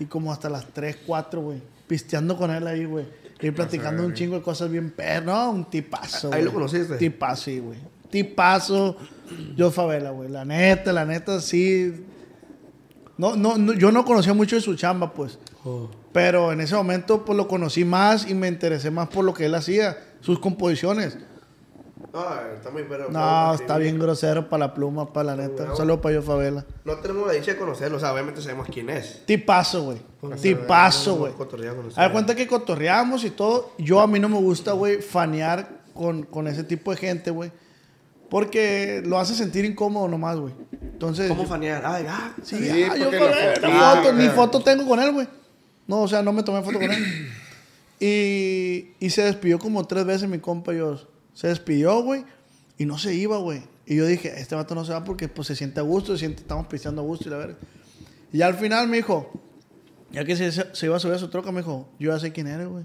C: y como hasta las 3, 4, güey. Pisteando con él ahí, güey. Y platicando un chingo de cosas bien perro. No, un tipazo.
B: Ahí lo
C: güey.
B: conociste.
C: Tipazo, sí, güey. Tipazo. Joe Favela, güey. La neta, la neta, sí. No, no, no, yo no conocía mucho de su chamba, pues.
B: Oh.
C: Pero en ese momento, pues lo conocí más y me interesé más por lo que él hacía, sus composiciones.
B: No, eh, está muy pero.
C: No, está bien grosero para la pluma, para la neta. Un saludo para yo, Favela.
B: No tenemos la dicha de conocerlo, o sea, obviamente sabemos quién es.
C: Tipazo, güey.
B: Pues,
C: Tipazo,
B: no, no,
C: güey.
B: cotorreamos con ese
C: A
B: güey.
C: cuenta que cotorreamos y todo. Yo a mí no me gusta, güey, fanear con, con ese tipo de gente, güey. Porque lo hace sentir incómodo nomás, güey. Entonces.
B: ¿Cómo
C: yo-
B: fanear? Ay, ah, sí.
C: Sí,
E: Sí,
C: ah, yo
E: porque
C: con
E: la
C: él,
E: foto-
C: la foto,
E: ah,
C: ni
E: claro.
C: foto tengo con él, güey. No, o sea, no me tomé foto con él. Y, y se despidió como tres veces mi compa y yo. Se despidió, güey. Y no se iba, güey. Y yo dije, este vato no se va porque pues, se siente a gusto, se siente, estamos pisteando a gusto y la verga. Y al final me dijo, ya que se, se iba a subir a su troca, me dijo, yo ya sé quién eres, güey.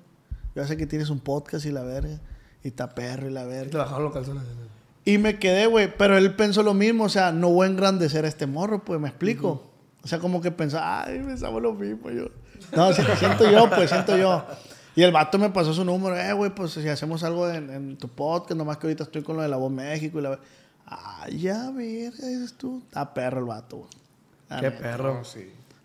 C: Yo ya sé que tienes un podcast y la verga. Y está perro y la verga.
B: Te bajaron los calzones.
C: Y me quedé, güey. Pero él pensó lo mismo. O sea, no voy a engrandecer a este morro, pues, ¿me explico? O sea, como que pensaba, ay, pensamos lo mismo yo. No, si- siento yo, pues, siento yo. Y el vato me pasó su número. Eh, güey, pues, si hacemos algo en, en tu podcast, nomás que ahorita estoy con lo de La Voz México y la... Ah, ya, verga, dices tú. Está perro el vato, güey. La
B: Qué
C: neta.
B: perro.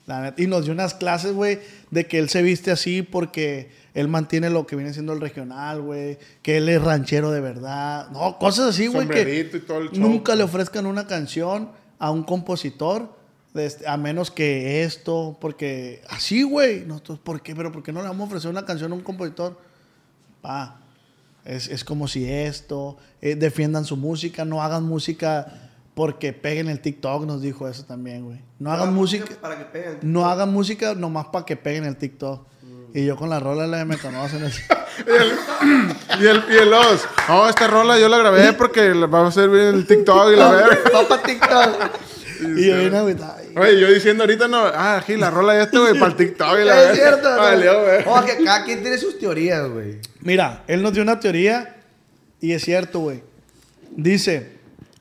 C: La neta. Y nos dio unas clases, güey, de que él se viste así porque él mantiene lo que viene siendo el regional, güey. Que él es ranchero de verdad. No, cosas así, güey. Que
E: Sombrerito y todo el show.
C: nunca le ofrezcan una canción a un compositor. de este- a menos que esto, porque así, güey. Nosotros, ¿por qué? Pero ¿por qué no le vamos a ofrecer una canción a un compositor? Pa, es, es como si esto, eh, defiendan su música, no hagan música porque peguen el TikTok, nos dijo eso también, güey. No hagan música,
B: Para que peguen.
C: no hagan música nomás para que peguen el TikTok. Y yo con la rola la de me conocen. así.
E: Y el, y el os. Oh, esta rola yo la grabé porque la va a servir en el TikTok y la verga.
B: Papá TikTok.
C: y yo vine agüitado. Ay,
E: Oye, yo diciendo ahorita no. Ah, aquí la rola de este, güey, para el TikTok y la verga.
B: es cierto. ¿no?
E: Valió, güey.
B: Oh, que cada quien tiene sus teorías, güey.
C: Mira, él nos dio una teoría y es cierto, güey. Dice,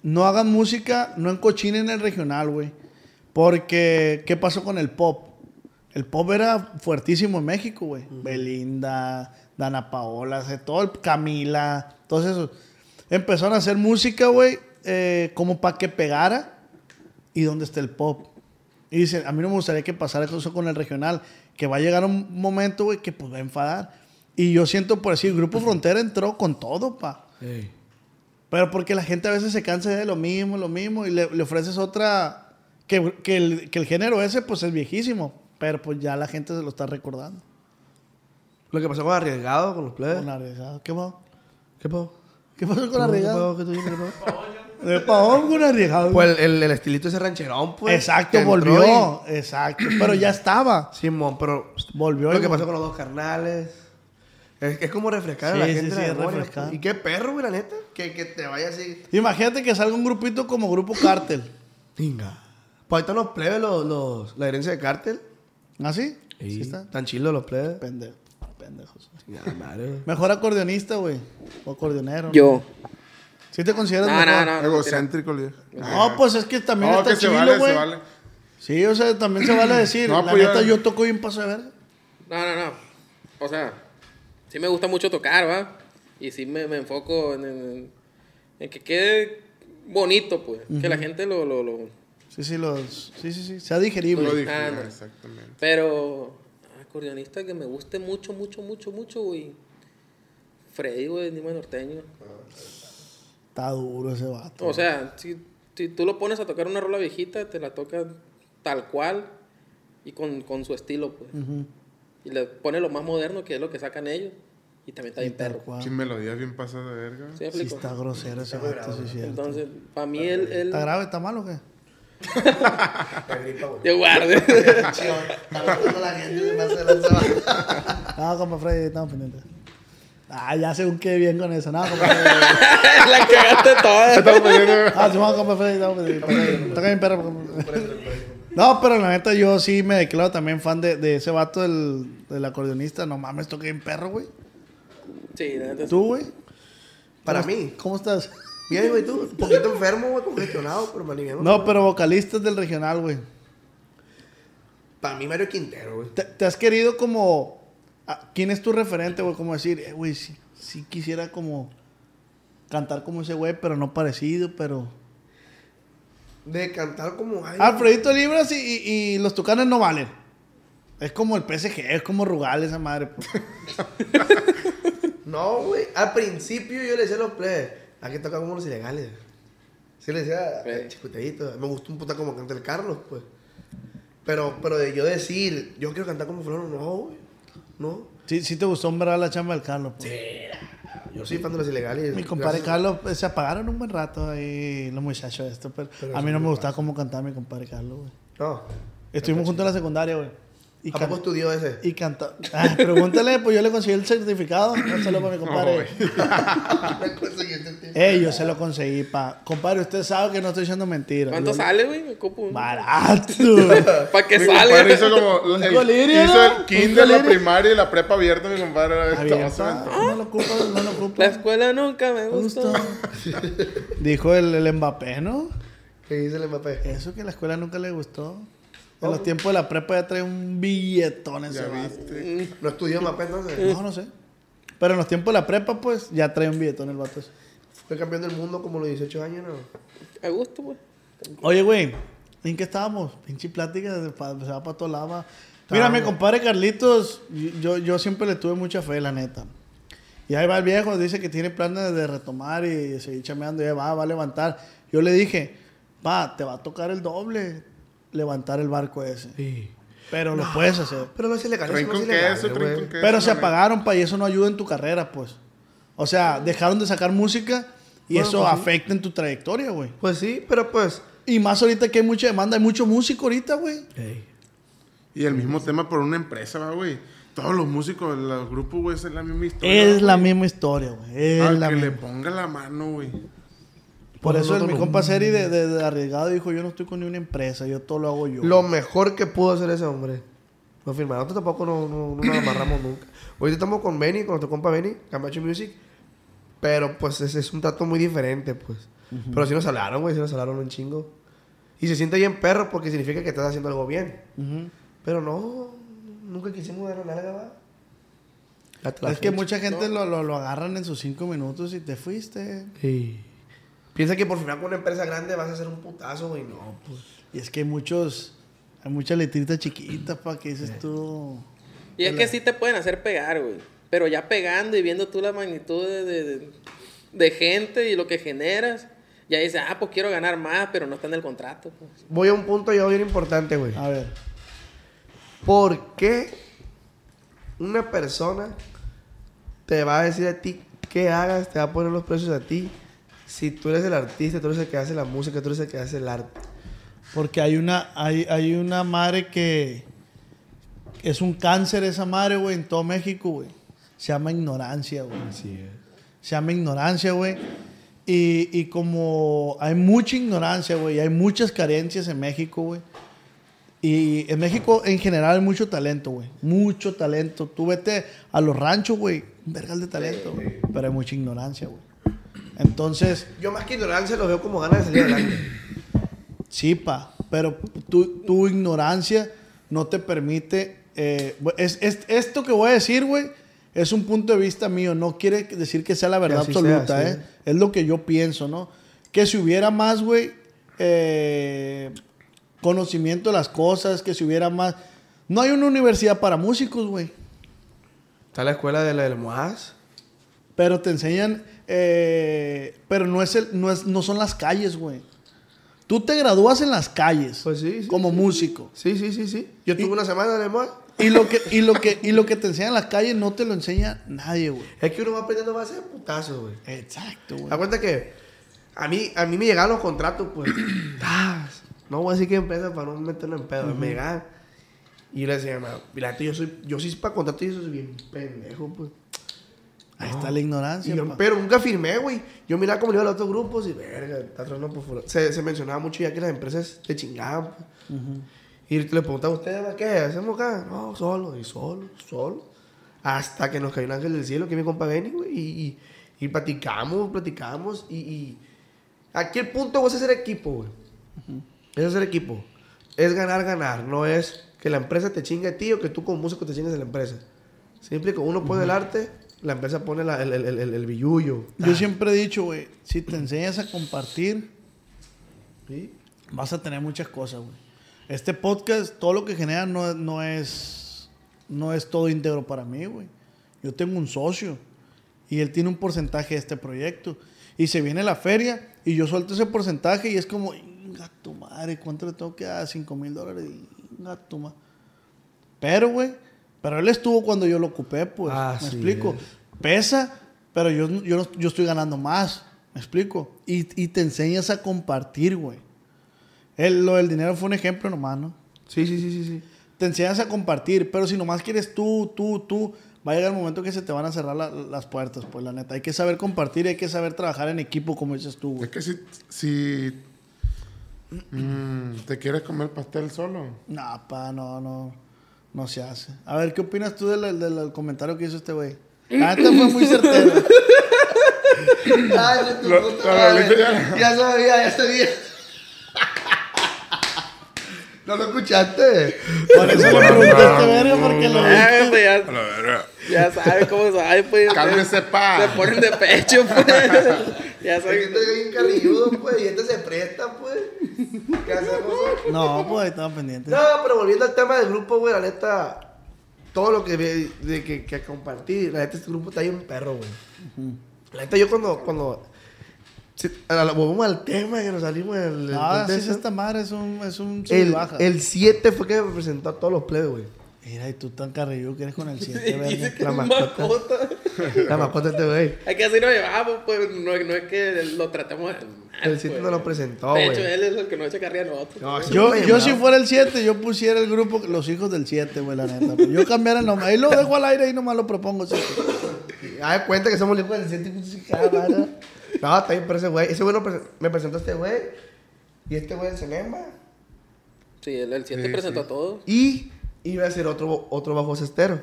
C: no hagan música, no encochinen el regional, güey. Porque, ¿qué pasó con el pop? El pop era fuertísimo en México, güey. Belinda, Dana Paola, ese- todo el Camila, todos esos. Empezaron a hacer música, güey, eh, como para que pegara y dónde está el pop. Y dicen, a mí no me gustaría que pasara eso con el regional, que va a llegar un momento, güey, que pues va a enfadar. Y yo siento por decir, Grupo Frontera entró con todo, pa. Pero porque la gente a veces se cansa de lo mismo, lo mismo, y le, le ofreces otra, que, que el, que el género ese pues es viejísimo, pero pues ya la gente se lo está recordando.
B: Lo que pasó con Arriesgado, con los plebes.
C: Con arriesgado. ¿Qué pasó?
B: ¿Qué pasó?
C: ¿Qué pasó
B: ¿Qué
C: con arriesgado?
B: pasó? ¿Qué tuviste? ¿Qué pasó?
C: De Paón con arriesgado.
B: Pues el, el, el estilito ese rancherón, pues. que
C: Exacto,
B: entró
C: volvió. Exacto. Pero ya estaba.
B: y- Simón, pero
C: Volvió.
B: lo
C: y
B: que
C: vol-
B: pasó con los dos carnales. Es, es como refrescar
C: Sí,
B: a la
C: sí,
B: gente.
C: sí,
B: la
C: es
B: memoria,
C: refrescar.
B: pues. Y qué perro, güey, la neta. Que, que te vaya así.
C: Imagínate que salga un grupito como Grupo Cártel.
B: Tinga. Pues ahí están los plebes, los, los, la herencia de cártel.
C: ¿Ah, sí? Sí está.
B: Están chilos los plebes.
C: Pendejo. Pendejos.
B: Chingada madre, güey.
C: Mejor acordeonista, güey. O acordeonero.
D: Yo.
C: Si te consideras
D: No,
C: mejor?
D: no, no.
E: Egocéntrico, le dije.
C: No, pues es que también
E: No,
C: está
E: que se
C: chido,
E: vale,
C: güey.
E: se vale.
C: Sí, o sea, también se vale decir.
E: No,
C: la
E: pues,
C: neta,
E: ya-
C: yo toco bien paso de verga.
D: No, no, no. O sea, sí me gusta mucho tocar, ¿va? Y sí me, me enfoco en, en- en que quede bonito, pues. Que la gente lo... lo, lo-
C: Sí, sí, los. Sí, sí, sí. Sea
E: Lo
C: digerible.
E: dije,
D: Ah, no.
E: exactamente.
D: Pero... Acordeonista que me guste mucho, mucho, mucho, mucho, güey. Freddy, güey, Nima Norteño.
C: Está duro ese vato.
D: O sea, si, si tú lo pones a tocar una rola viejita, te la toca tal cual y con, con su estilo, pues. Y le pone lo más moderno, que es lo que sacan ellos. Y también está
C: Y
D: bien
C: tal
D: perro.
C: cual.
E: Sin melodías bien pasadas de verga.
D: ¿Sí me
C: Sí,
D: explico?
C: está grosero ese vato, sí, es cierto.
D: Entonces, para mí el... el
C: ¿Está grave? ¿Está mal o qué?
D: yo guarde.
E: Ah,
C: No, compa Freddy, estamos pendientes. Ah, ya según qué bien con eso. No, compa Freddy.
D: la cagaste toda.
C: Ah, sí, vamos, compa Freddy, pues, vamos, compa Freddy. Toca bien perro. compa. No, pero la neta yo sí me declaro también fan de, de ese vato del, del acordeonista. No mames, toca bien perro, güey.
D: Sí, la neta, sí.
C: ¿Tú, güey?
B: Para
C: ¿Cómo-
B: mí.
C: ¿Cómo estás?
B: Bien, güey, tú. Un poquito enfermo, güey, congestionado, pero me aliviano.
C: No, pero vocalistas del regional, güey.
B: Para mí, Mario Quintero, güey.
C: ¿Te, te has querido como... a- ¿Quién es tu referente, güey? Como decir, eh, güey, sí, sí quisiera como cantar como ese güey, pero no parecido, pero...
B: De cantar como. ay,
C: Alfredito Libras y, y- y los Tucanes no valen. Es como el PSG, es como Rugal esa madre. pues.
B: No, güey. Al principio yo le decía a los plebes, hay que tocar como los ilegales. Sí, le decía
D: Ey.
B: a Chicuterito. Me gustó un puta como canta el Carlos, pues. Pero, pero de yo decir, yo quiero cantar como fulano, no, güey. No.
C: Sí, sí te gustó en verdad la chamba del Carlos. pues.
B: Yo soy fan de los ilegales.
C: Mi compadre
B: Gracias.
C: Carlos eh, se apagaron un buen rato ahí los muchachos esto, pero,
B: Pero
C: a mí
B: eso
C: no
B: no
C: me gustaba cómo cantaba mi compadre Carlos, güey.
B: No.
C: Estuvimos juntos en la secundaria, güey. Y,
B: ¿A
C: can-
B: poco estudió ese?
C: y canta. Ah, pregúntale, pues yo le conseguí el certificado. No se lo para mi compadre.
B: Pues, este
C: Eh, yo se lo conseguí, pa. Compadre, usted sabe que no estoy echando mentiras.
D: ¿Cuánto
C: Yo-
D: sale, güey? Me ocupo uno.
C: Barato.
D: Para que
E: mi compadre hizo
D: salga.
E: como el,
C: colirio,
E: hizo el
C: ¿no?
E: kinder,
C: Un
E: la
C: colirio.
E: primaria y la prepa abierta, mi compadre. era esto, más o
C: Abierta.
E: menos.
C: No lo ocupo, no lo ocupo.
D: La escuela nunca me gustó.
C: Justo. Dijo el, el Mbappé, ¿no?
B: ¿Qué dice el Mbappé?
C: Eso que la escuela nunca le gustó. En los tiempos de la prepa ya trae un billetón ese
E: Oh. Ya
C: vato.
E: viste.
B: ¿No estudió Mbappé entonces?
C: No, no sé. Pero en los tiempos de la prepa, pues, ya trae un billetón el vato ese.
B: Fue campeón del mundo como a los 18 años, ¿no?
D: A gusto, pues. güey.
C: Oye, güey, ¿en qué estábamos? Pinche plática, de pa- se va para todo lado. va. Mira, mi compadre Carlitos, yo, yo siempre le tuve mucha fe, la neta. Y ahí va el viejo, dice que tiene planes de retomar y seguir chameando, y ahí va, va a levantar. Yo le dije, va, te va a tocar el doble levantar el barco ese. Pero lo puedes hacer.
B: Pero no es ilegal,
E: Traen
B: eso no es
E: con
B: ilegal,
E: queso, traen con
B: güey.
E: queso.
C: Pero se
E: la neta.
C: apagaron, pa, y eso no ayuda en tu carrera, pues. O sea, dejaron de sacar música y
B: Bueno,
C: eso
B: pues sí.
C: afecta en tu trayectoria, güey.
B: Pues sí, pero pues...
C: Y más ahorita que hay mucha demanda, hay mucho músico ahorita, güey.
E: Y el mismo tema por una empresa, va, güey. Todos los músicos, los grupos, güey, esa es la misma historia.
C: Es la
E: güey.
C: misma historia, güey. Es
B: Ah,
E: Al
C: la
E: Ah, que le
C: misma.
E: ponga la mano, güey.
C: Por
B: Por
C: eso el,
B: otro
C: mi
B: rumbo.
C: compa Seri de, de- de arriesgado dijo, yo no estoy con ni una empresa, yo todo lo hago yo.
B: Lo mejor que pudo hacer ese hombre. Lo firmaron. Nosotros tampoco no, no- no nos amarramos nunca. Hoy estamos con Benny, con nuestro compa Benny, Camacho Music. Pero pues ese es un trato muy diferente, pues. Pero sí nos hablaron, güey, sí nos hablaron un chingo. Y se siente bien perro porque significa que estás haciendo algo bien.
C: Ujú.
B: Pero no, nunca quisimos dar la larga, va. Hasta la
C: es que
B: fecha.
C: mucha gente lo, lo- lo agarran en sus cinco minutos y te fuiste.
B: Sí. Piensa que por firmar con una empresa grande vas a hacer un putazo, güey. No, pues.
C: Y es que hay muchos, hay muchas letritas chiquitas, pa, que
B: Eh.
C: dices tú.
D: Y es que sí te pueden hacer pegar, güey. Pero ya pegando y viendo tú la magnitud de, de- de- de gente y lo que generas, ya dices, ah, pues quiero ganar más, pero no está en el contrato. pues.
B: Voy a un punto ya bien importante, güey.
C: A ver,
B: ¿Por qué una persona te va a decir a ti qué hagas, te va a poner los precios a ti? Si tú eres el artista, tú eres el que hace la música, tú eres el que hace el arte.
C: porque hay una, hay, hay una madre que es un cáncer esa madre, güey, en todo México, güey. Se llama ignorancia, güey.
B: Sí,
C: se llama ignorancia, güey. Y, y como hay mucha ignorancia, güey, y hay muchas carencias en México, güey. Y en México en general hay mucho talento, güey. Mucho talento. Tú vete a los ranchos, güey. Un vergal de talento, güey. Pero hay mucha ignorancia, güey. Entonces,
B: Yo más que ignorancia lo veo como ganas de salir adelante.
C: Sí, pa, pero tu, tu ignorancia no te permite... eh, es, es- esto que voy a decir, güey, es un punto de vista mío. No quiere decir que sea la verdad
B: así
C: absoluta,
B: sea, sí.
C: ¿eh? Es lo que yo pienso, ¿no? Que si hubiera más, güey, eh, conocimiento de las cosas, que si hubiera más... No hay una universidad para músicos, güey.
B: Está la escuela de la del MOAS.
C: Pero te enseñan, eh, pero no, es el, no, es, no son las calles, güey. Tú te gradúas en las calles
B: Pues sí, sí,
C: como músico.
B: Sí, sí, sí, sí. Yo tuve una semana de MOAS.
C: Y lo que, y lo que, y lo que te enseñan en las calles no te lo enseña nadie, güey.
B: Es que uno va aprendiendo más de putazos, güey.
C: Exacto,
B: Da cuenta que a mí, a mí me llegaban los contratos, pues. Tas. no voy a decir que empresa para no meterlo en pedo. Me llegaban. Y yo le decía, "Ma, mira, tú, yo soy, yo sí para contratos y yo soy bien pendejo, pues.
C: Ahí está la ignorancia.
B: Y yo,
C: pa.
B: pero nunca firmé, güey. Yo miraba cómo le iba a los otros grupos y, verga, está tronando por fulano". Se, se mencionaba mucho ya que las empresas te chingaban. pues. Y le preguntaba a ustedes, "Ma, ¿qué hacemos acá? No, solo, y solo, solo. Hasta que nos cayó un ángel del cielo, que es mi compa Benny, güey. Y, y, y platicamos, platicamos. Y, y aquí el punto güey, es hacer equipo, güey. Es hacer equipo. Es ganar, ganar. No es que la empresa te chingue a ti o que tú como músico te chingues a la empresa. Siempre que uno pone el arte, la empresa pone la- el, el, el, el, el billullo.
C: Yo siempre he dicho, güey, si te enseñas a compartir,
B: ¿Sí?
C: vas a tener muchas cosas, güey. Este podcast, todo lo que genera no, no es no es todo íntegro para mí, güey. Yo tengo un socio y él tiene un porcentaje de este proyecto. Y se viene la feria y yo suelto ese porcentaje y es como, "Inga tu madre, ¿cuánto le tengo que dar? Cinco mil dólares. Inga tu ma-". Pero, güey, pero él estuvo cuando yo lo ocupé, pues.
B: Así
C: me explico. Pesa, pero yo, yo, no- yo estoy ganando más. Me explico. Y, y te enseñas a compartir, güey. El- lo del dinero fue un ejemplo nomás, ¿no?
B: Sí, sí, sí, sí, sí.
C: te enseñas a compartir, pero si nomás quieres tú, tú, tú, va a llegar el momento que se te van a cerrar la- las puertas, pues la neta. Hay que saber compartir, hay que saber trabajar en equipo, como dices tú,
E: Es
C: güey.
E: que si, si mm, te quieres comer pastel solo,
C: No, pa, no, no, no se hace. A ver, ¿qué opinas tú del, del- del comentario que hizo este güey? La neta fue muy certero.
B: Ay, de tu
E: Lo-
B: puta
E: lo-
B: madre.
E: lo- ya-
B: Ya sabía, ya sabía. ¿No lo escuchaste?
C: Por eso le pregunté a este verga, porque lo vi.
D: Ay, pues, ya, ya sabe cómo se ay, pues.
E: cálmese
D: Se
E: pa.
D: ponen de pecho, pues. ya
B: Porque
D: saben.
B: este es bien carrilludo, pues, y este se presta, pues. ¿Qué hacemos?
C: No, pues ahí estaba pendiente.
B: No, pero volviendo al tema del grupo, güey, la neta, todo lo que, ve- de que, que compartí, la neta, este grupo está ahí un perro, güey. La neta, yo cuando, cuando, si- a la- volvemos al tema que nos salimos del... del
C: Ah, sí,
B: contexto.
C: esta madre es un, es un sub y
B: el,
C: baja.
B: el 7 fue que me presentó a todos los plebes, güey.
C: Mira, y tú tan carrilludo que eres con el 7,
D: Dice
C: verga.
D: que
B: la
D: es
B: mascota.
D: mascota.
B: La mascota de este güey.
D: Es que así nos llevamos, pues. No, no es que lo tratemos de mal,
B: El 7
D: pues.
B: nos lo presentó,
D: De
B: güey.
D: hecho, él es el que nos echa carrera pues. a nosotros.
B: No, ese
C: Yo,
B: güey
C: yo
B: me
C: si
B: da-
C: fuera el 7, yo pusiera el grupo Los Hijos del 7, güey, la neta. Pero Yo cambiara el nombre. Ahí lo dejo al aire y nomás lo propongo. siete.
B: Ah, de cuenta que somos lejos del centro y pues, sí, cada vara. No, está bien, pero ese güey. Ese güey lo presen- me presentó a este güey. Y este güey el Cenema.
D: Sí, el, el 7
E: Sí,
D: presentó
E: sí.
D: a todos.
B: Y iba a ser otro, otro bajo cestero.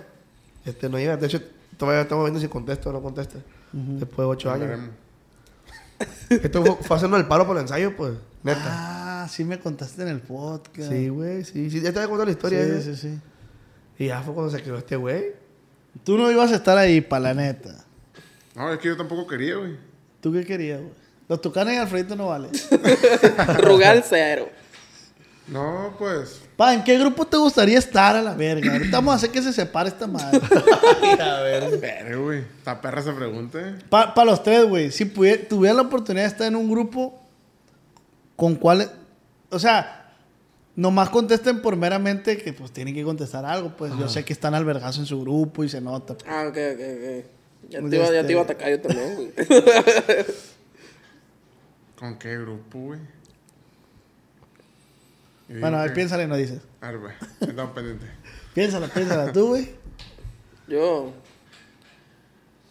B: Este no iba. De hecho, todavía estamos viendo si contesta o no contesta. Después de ocho años. Esto fue, fue hacernos el paro por el ensayo, pues. Neta.
C: Ah, sí me contaste en el podcast.
B: sí, güey, sí, sí. Ya te había contado la historia.
C: sí,
B: ¿eh?
C: sí, sí.
B: Y ya fue cuando se quedó este güey.
C: Tú no ibas a estar ahí, pa' la neta.
E: No, es que yo tampoco quería, güey.
C: ¿Tú qué querías, güey? Los tucanes y Alfredito no vale.
D: Rugal cero.
E: No, pues.
C: Pa, ¿en qué grupo te gustaría estar a la verga? Ahorita vamos a hacer que se separe esta madre.
E: Verga, güey. Esta perra se pregunte.
C: Para los tres, güey, si pudie- tuvieran la oportunidad de estar en un grupo, ¿con cuál? e-? O sea, nomás contesten por meramente que pues tienen que contestar algo, pues yo sé que están al vergazo en su grupo y se nota.
D: Ah, ok, ok, ok. Ya
C: Pues
D: te, iba, ya
C: este-
D: te iba a atacar yo también, güey.
E: ¿Con qué grupo, güey? Yo digo
C: Bueno, a ver,
E: que-
C: piénsala y nos dices.
E: A ver, güey. Estamos pendientes.
C: Piénsala, piénsala tú, güey.
D: Yo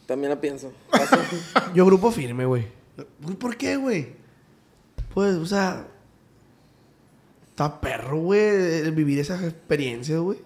D: también la pienso. Paso.
B: Yo grupo firme, güey.
C: Uy, ¿Por qué, güey?
B: Pues, o sea. Está perro, güey, el vivir esas experiencias, güey.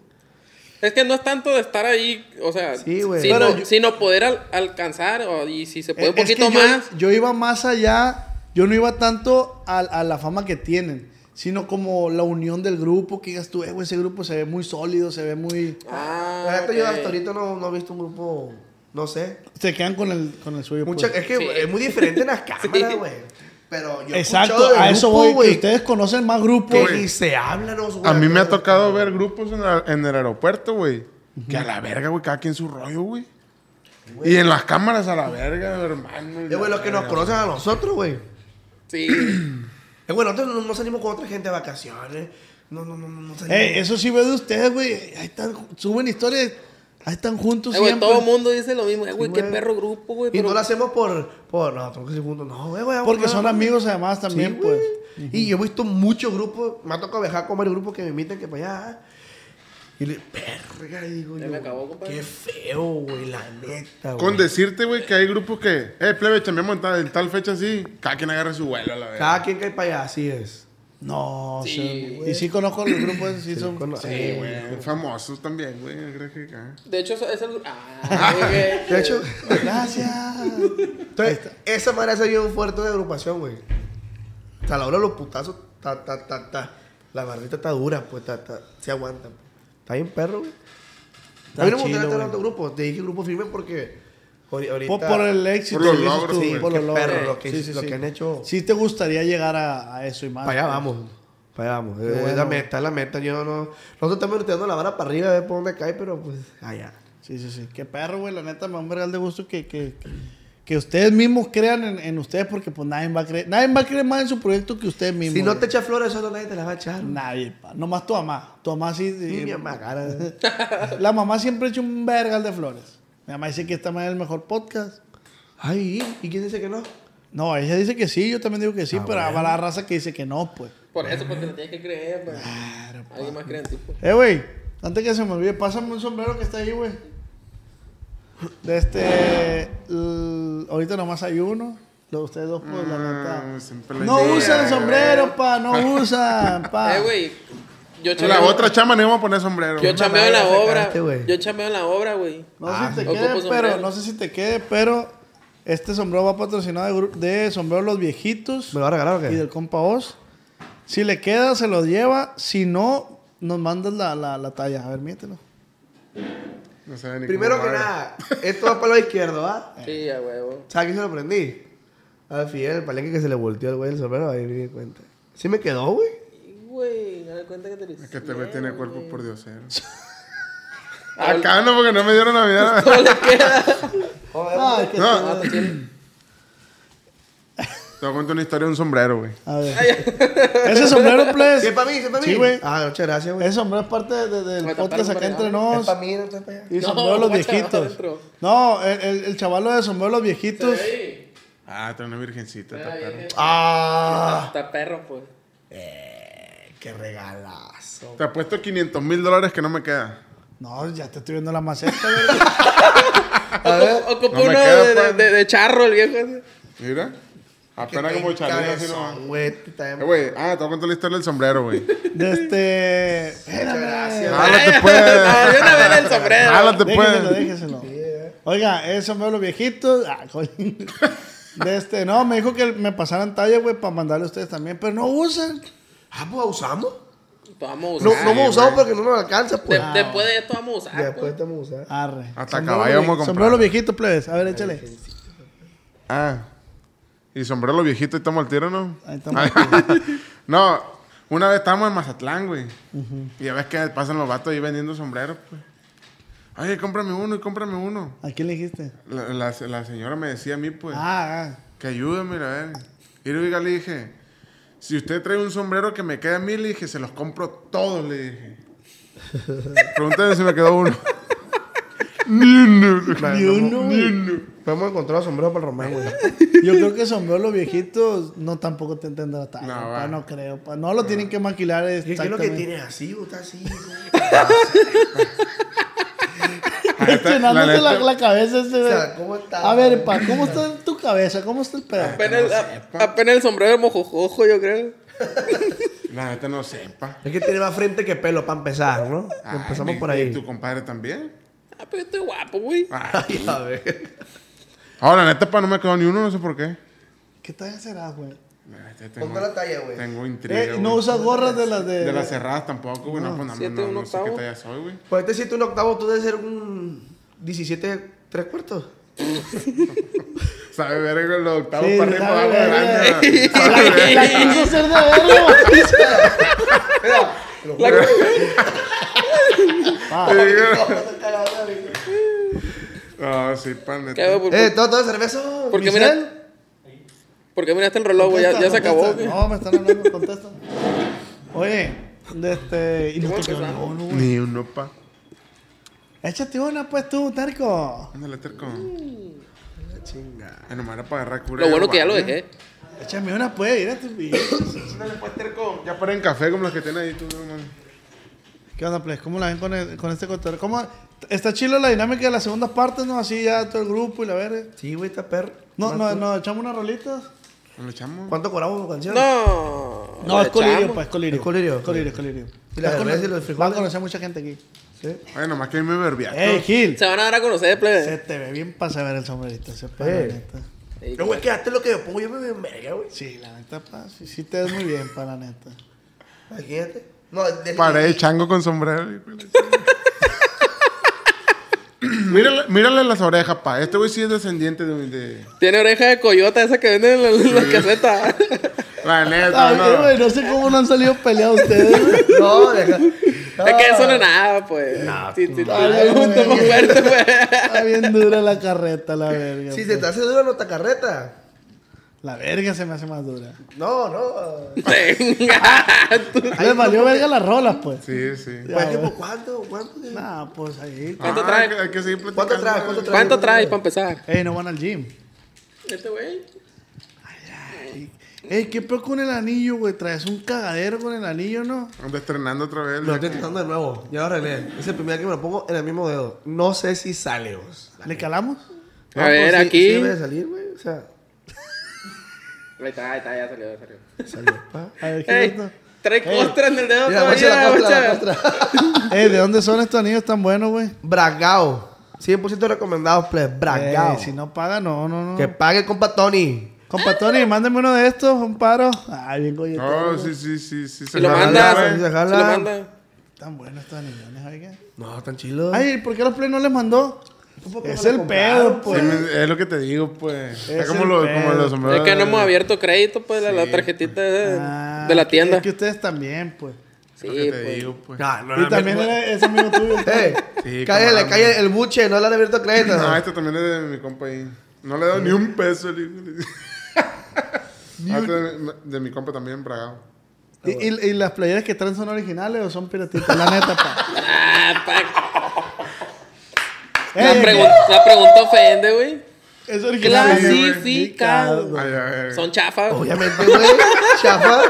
D: es que no es tanto de estar ahí, o sea,
B: Sí, güey.
D: sino,
B: Pero yo-
D: sino poder al- alcanzar o- y si se puede un
C: Es- es que
D: poquito
C: yo-
D: más.
C: Yo, iba más allá, yo no iba tanto a, a la fama que tienen, sino como la unión del grupo, que digas tú, eh, güey, ese grupo se ve muy sólido, se ve muy...
D: Ah,
B: La neta, yo
D: ok.
B: hasta ahorita no, no he visto un grupo, no sé.
C: Se quedan con el, con el suyo.
B: Mucha,
C: pues.
B: es que
D: Sí.
B: es muy diferente en las cámaras,
D: Sí.
B: güey. Pero yo he
C: Exacto,
B: escuchado de
C: a eso
B: grupo,
C: voy, que
B: güey,
C: ustedes conocen más grupos.
B: que ni
E: güey.
B: se hablan, no, güey.
E: A mí me ha tocado ver grupos en, la- en el aeropuerto, güey. Que a la verga, güey, cada quien su rollo, güey. Y en las cámaras a la verga, hermano. y
B: Eh, güey,
E: la
B: los que nos
E: verga.
B: conocen a nosotros, güey.
D: Sí.
B: Eh, güey, nosotros no, no salimos con otra gente de vacaciones. No, no, no, no, no salimos.
C: Ey, eso sí veo de ustedes, güey. Ahí están, suben historias, ahí están juntos
D: Eh, güey,
C: siempre.
D: todo el mundo dice lo mismo. Eh,
B: pues,
D: güey,
B: Sí,
D: qué
B: güey.
D: perro grupo, güey.
B: y
D: pero-
B: no lo hacemos por, por no, tengo que ser juntos. No, güey, güey.
C: Porque
B: vamos,
C: son
B: vamos.
C: amigos además también,
B: Sí, güey.
C: pues.
B: Y yo he visto muchos grupos, me ha tocado viajar con varios grupos que me invitan que para allá. Y le perra, y digo
D: Ya
B: yo,
D: me acabó, pues. compadre.
B: Qué feo, güey, la neta, güey.
E: Con decirte, güey, que hay grupos que, eh, plebe, chambeamos en tal, en tal fecha así, cada quien agarra su vuelo a la verga.
B: Cada quien cae para allá, así es.
C: No,
D: Sí,
C: sí,
D: güey.
C: Y sí conozco los grupos, sí, son...
B: Con-
E: Sí, güey. Famosos también, güey. yo creo que acá.
D: De hecho, eso- eso. Ah, güey.
B: De hecho,
C: Gracias.
B: entonces, esa madre hace bien fuerte de agrupación, güey. O sea, a la hora de los putazos, ta, ta, ta, ta. La barrita está dura, pues, ta, ta, se aguanta. pues. Está bien perro, güey. A mí no me gustaría
C: chido,
B: estar en
C: güey.
B: otro grupo. Te dije grupo firme porque ahori- ahorita...
C: Por, por el éxito.
E: Por los
C: dices
E: logros,
C: tú,
E: güey.
C: por los
B: Qué
C: logros.
B: perro, lo que- lo que han hecho.
C: Sí te gustaría llegar a, a eso y más.
B: Para allá vamos. Para allá vamos. Es
C: Ah, bueno.
B: la meta, es la meta. Yo no... Nosotros estamos tirando la vara para arriba, a ver por dónde cae, pero pues allá.
C: Sí, sí, sí. Qué perro, güey. La neta, me da un vergal de gusto que, que, que ustedes mismos crean en, en ustedes porque pues nadie va a creer. Nadie va a creer más en su proyecto que ustedes mismos.
B: Si no
C: güey.
B: te echa flores, solo nadie te las va a echar.
C: Nadie, pa. Nomás tu mamá. Tu mamá sí. sí. eh,
B: Ni mi mamá, cara.
C: La mamá siempre echa un vergal de flores. Mi mamá dice que esta madre es el mejor podcast.
B: Ay, ¿y quién dice que no?
C: No, ella dice que sí, yo también digo que sí,
B: Ah,
C: pero
B: bueno.
C: va la raza que dice que no, pues.
D: Por eso, porque lo tienes que creer, güey. Alguien más cree en ti, pues.
C: Eh, güey, Antes que se me olvide, pásame un sombrero que está ahí, güey. De este. l- ahorita nomás hay uno. Los ustedes dos, pues,
B: Mm,
C: la neta.
E: Ah, siempre la
C: No
E: idea,
C: usan
E: güey.
C: sombrero, pa, no usan, pa.
D: Eh, güey. Yo
E: La
D: chameo,
E: otra chama no iba a poner sombrero.
D: yo chameo en la
B: Sacaste,
D: obra.
B: güey.
D: Yo chameo en la obra, güey.
C: No
B: Ah,
C: sé si te
D: ocupo
C: quede, pero
D: sombrero.
C: no sé si te quede, pero este sombrero va patrocinado de, gru- de sombrero los viejitos
B: ¿Me lo va a regalar o
C: y
B: qué?
C: del compa Oz. Si le queda, se lo lleva. Si no, nos mandas la, la, la talla. A ver, míetelo.
E: No sabe ni
B: Primero
E: cómo
B: que
E: va.
B: nada, esto va para lo izquierdo, ¿ah?
D: Sí, a huevo.
B: ¿Sabes quién se lo prendí? A Fidel, el palenque que se le volteó al güey el sombrero, ahí me di cuenta. ¿Sí me quedó, güey?
D: Y, Güey, no me cuenta que te lo
E: Es que este güey tiene cuerpo por Dios.
D: Ah,
E: Acá no, porque no me dieron Navidad.
D: ¿Cómo le queda?
B: Ah,
C: Ay, que-
E: No,
D: Hasta tiene-
E: te voy a contar una historia de un sombrero, güey.
C: A ver. Ese sombrero,
B: Sí, es
C: please.
B: para mí, sí, es para mí.
C: Sí, güey.
B: Ah, muchas gracias, güey.
C: Ese sombrero es parte de- de- del
D: Me
C: podcast
D: taparon
C: acá
D: para
C: entre
D: allá.
B: Es
C: nos.
B: para mí, no está para allá.
C: Y
D: No,
C: sombrero los
D: guacha,
C: viejitos.
D: adentro.
C: No, el, el, el chavalo de sombrero los viejitos.
D: Sí.
E: Ah, trae una virgencita. está perro.
B: ¡Ah!
D: Está perro, pues.
B: Eh, ¡Qué regalazo!
E: Te apuesto 500 mil dólares que no me queda.
C: No, ya te estoy viendo la maceta, güey.
B: A ver.
D: Ocupó
E: no me
D: uno
E: queda,
D: de,
E: pues.
D: de- de charro, el viejo. ese.
E: Mira.
B: que
E: Apenas como
B: ten
E: chalina así
B: cabezón,
E: nomás.
B: güey, te está
E: Eh,
B: bien-
E: güey, ah, te voy a contar la historia del sombrero, güey.
C: De este. Espérame.
B: gracias.
E: Jálate,
D: No,
E: pues.
D: yo no veo el sombrero.
E: Jálate,
C: Déjeselo,
E: pues.
C: déjeselo.
B: eh.
C: Oiga, esos sombrero los viejitos. Ah, coño. De este, no, me dijo que me pasaran talla, güey, para mandarle a ustedes también, pero no usan.
B: Ah, pues usamos.
D: Vamos a
B: No,
D: usar.
B: no hemos
E: güey.
B: usado porque no nos alcanza, pues.
D: De- después de esto vamos a usar.
B: Después este
D: pues.
B: estamos usando.
C: Arre.
E: Hasta
C: Sombrero
E: caballo
C: los
E: vamos a
C: vie-
E: comprar.
C: Sombrero los viejitos, plebes. A ver, échale.
E: Ah. Y sombrero lo viejito y estamos al tiro, ¿no?
C: Ahí estamos.
E: no, una vez estábamos en Mazatlán, güey. Y ya ves que pasan los vatos ahí vendiendo sombreros, pues. Oye, cómprame uno y cómprame uno.
C: ¿A quién le dijiste?
E: La, la- la señora me decía a mí, pues,
C: Ah, ah.
E: que ayúdame, a ver. Y luego le dije, si usted trae un sombrero que me queda a mí, le dije, se los compro todos, le dije. Pregúntale si me quedó uno. Ni uno.
C: Ni uno, güey.
B: Podemos encontrar los sombreros para el Román, güey.
C: Yo creo que sombrero los viejitos no tampoco te entenderá talla.
E: No,
C: No,
E: va.
C: no creo. pa. No lo tienen que maquilar.
B: ¿Qué, qué es lo que
C: exactamente.
B: tiene así? güey? Está así. güey.
E: La neta- la
C: Llenándose la,
E: neta-
C: la cabeza ese.
B: O sea,
C: güey.
B: ¿cómo está,
C: A ver,
B: güey?
C: pa, ¿cómo está tu cabeza? ¿Cómo está el
E: Ah.
C: pedo?
D: Apenas, a- apenas el sombrero de mojojojo, yo creo.
E: La neta no sepa.
B: Es que tiene más frente que pelo para empezar, ¿no?
E: Ay,
B: Empezamos
E: mi-
B: por
E: ¿Y
B: ahí.
E: tu compadre también? Ah.
D: Ah, pero yo estoy guapo, güey.
B: Ay, a ver.
E: Ahora, la neta, pa, no me quedó ni uno, no sé por qué.
C: ¿Qué talla será, güey?
E: La neta,
B: Ponte la talla, güey.
E: Tengo intriga,
C: Eh,
E: güey.
C: no eh, usas gorras de las de.
E: De las cerradas tampoco, güey. No, pues, no,
D: siete,
E: no,
D: un
E: no sé qué
D: octavo.
E: talla soy, güey.
B: Pues este siete un octavo, tú debes ser un 17 tres cuartos.
E: Sabe ver güey, los octavos
C: Sí,
E: para arriba,
C: sabe
E: algo
C: verga.
E: grande. Sabe
C: La
E: verga.
C: quiso hacer de verlo.
E: Ah, sí, pan,
D: ¿Qué hago?
E: neta.
D: ¿Por,
B: Eh, todo, todo cerveza.
D: Porque
B: Giselle.
D: mira- por qué miraste el reloj, güey? Ya, ya se
C: Contesta,
D: acabó,
C: contesta.
D: güey.
C: No, me están hablando, contesta. Oye, de este. Y no
D: Vamos
C: te
D: a empezar.
C: quedó uno, güey.
E: Ni uno, pa.
C: Échate una, pues tú, Tarco.
E: Ándale, terco. La chinga. Ah, nomás era para agarrar cura.
D: Mm. Lo bueno que ya lo dejé.
C: Échame una, pues, mira tu
E: Ándale, pues, terco. Ya paren café como los que tienen ahí, tú, hermano.
C: ¿Qué onda, pues? ¿Cómo la ven con, el- con este contador? ¿Cómo? Está chila la dinámica de la segunda parte, ¿no? Así ya todo el grupo y la verga.
B: Sí, güey, está perro.
C: No, no, no, echamos unas rolitas.
E: ¿No le echamos?
B: ¿Cuánto cobramos por canción?
D: No.
C: No, es
D: lo
C: colirio,
D: echamos.
C: pues, es colirio.
B: Es colirio.
C: Es colirio, es colirio.
B: Y las
C: Va a cono-
B: cervezas y los frijoles.
C: Va a conocer mucha gente aquí.
B: Sí.
E: Ay, nomás que a mí me verbiaste.
D: Eh.
C: ¡Ey, Gil!
D: Se van a dar a conocer, pues.
C: Se
D: plebe.
C: te ve bien para saber el sombrerito, ese pedo,
B: Eh.
C: la neta.
D: Ey,
B: Pero, güey, quédate lo que yo pongo, yo me veo en verga, güey.
C: Sí, la neta, pa, sí, sí te ves muy bien, pa, la neta.
B: Imagínate. No, de-
E: Paré chango con sombrero. hijo de la chingada. mírale, mírale las orejas, pa. Este güey sí es descendiente de... de...
D: Tiene oreja de coyota esa que venden en la, en la caseta.
E: La neta,
C: Ay,
E: no.
C: güey, no sé cómo no han salido peleados ustedes, güey.
B: No, deja.
D: Es que eso no es nada, pues. Sí, sí, sí.
C: madre,
D: Te
C: güey.
D: pongo fuerte, pues.
C: Está bien dura la carreta, la verga.
B: Si se
C: pues.
B: te hace dura no te carreta.
C: La verga se me hace más dura.
B: No, no.
D: Tenga. tú.
C: Les valió verga las rolas, pues.
E: Sí, sí.
B: ¿Cuánto
C: Ya, güey.
B: tiempo? ¿Cuánto? ¿Cuánto?
C: Nah, pues ahí.
D: ¿Cuánto
E: Ah,
D: trae?
E: hay que- Hay que seguir platicando.
B: ¿Cuánto traes? ¿Cuánto traes?
D: ¿Cuánto traes para empezar?
C: Ey, no van al gym.
D: Este güey.
C: Ey, ¿qué peor con el anillo, güey? Traes un cagadero con el anillo, ¿no?
E: Ando estrenando otra vez.
B: Me lo estoy
E: ya.
B: tratando de nuevo. Ya lo arreglé. Es el primer que me lo pongo en el mismo dedo. No sé si sale, güey.
C: ¿Le calamos?
D: A ver,
B: pues sí-
D: aquí.
B: sí debe de salir, güey. O sea,
D: Ahí está, ahí está, ya salió, ya salió.
B: salió. pa.
C: A ver, ¿qué es
D: Ey,
C: esto?
D: trae costra en el dedo
B: Mira, guacha,
D: todavía,
B: la costra, la
D: guacha.
B: costra.
C: Ey, ¿de dónde son estos anillos tan buenos, güey?
B: Bragao. 100% recomendados, plebes. Bragao.
C: Ey, si no paga, no, no, no.
B: Que pague, compa Tony.
C: Compa Tony, mándame uno de estos, un paro. Ay, bien golletero.
E: Oh, sí, sí, sí, sí.
D: Si lo
B: Jala,
D: manda,
B: jala,
D: si
E: güey.
D: lo
B: jala.
D: manda.
C: Tan buenos estos anillones, oiga.
B: No, tan chilo.
C: Ay, ¿por qué los play no les mandó? Es el pedo,
E: Sí,
C: pues.
E: me- es lo que te digo, pues. Está
C: Es
E: como,
C: el
E: lo-
C: pedo.
E: como los
D: Es
E: sombreros.
D: que no hemos abierto crédito, pues, de la tarjetita
E: pues.
D: de,
C: Ah,
D: de la
C: es que-
D: tienda.
C: Es que ustedes también, pues.
E: Es
D: Sí,
E: lo que te
D: pues.
E: digo, pues.
B: Ah, no,
C: Y
B: no,
C: también
B: no.
C: era ese amigo tuyo.
B: Eh, cállale,
E: Sí, camarada.
B: cállale el buche, no le han abierto crédito.
E: No, este también es de mi compa ahí. No le he dado ni un peso. el hijo. Ah, este de, mi- de mi compa también, bragado.
C: ¿Y, y, y las playeras que traen son originales o son piratitas? La neta, pa.
D: Ah, pa-
C: Ey,
D: la, pregun- la pregunta ofende, güey.
C: es original.
D: Clasificado.
E: Ay, ay, ay.
D: Son chafas. güey.
B: Obviamente, güey. Chafa.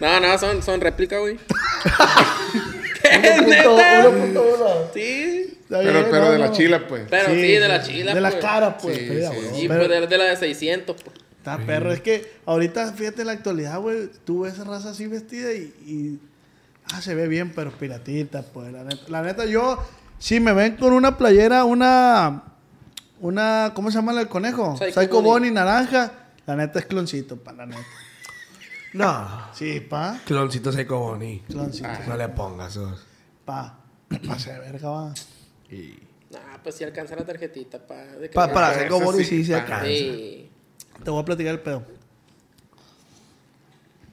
D: No, no, son, son réplica, güey. ¿Qué?
B: Punto
D: ¿Neta?
B: uno, punto uno.
D: Sí.
C: Está bien,
E: Pero, pero
C: no,
E: de la
C: no.
E: chila, pues.
D: Pero sí, de la chila,
C: De la
D: pues.
C: cara, pues.
E: Sí,
C: Mira,
E: sí,
C: güey.
D: Sí,
C: Pero
D: pues, de, de la de 600, pues.
C: Está perro. Es que ahorita, fíjate en la actualidad, güey. Tú ves esa raza así vestida y. y- ah, se ve bien, pero piratita, pues. La neta, la neta, yo. Si me ven con una playera, una. Una. ¿Cómo se llama la del conejo?
D: Psycho
C: Psycho,
D: Bunny.
C: Bunny naranja. La neta es cloncito, pa, la neta.
B: No.
C: Sí, pa.
B: Cloncito seco boni.
C: Cloncito.
D: Ah.
B: No le pongas esos.
C: Pa. Pase de verga, va.
D: Ah, pues si alcanza la tarjetita, pa. De que-
B: Pa- para
E: Eso
B: seco boni
E: sí,
B: sí se
E: pa.
B: alcanza.
D: Sí.
C: Te voy a platicar el pedo.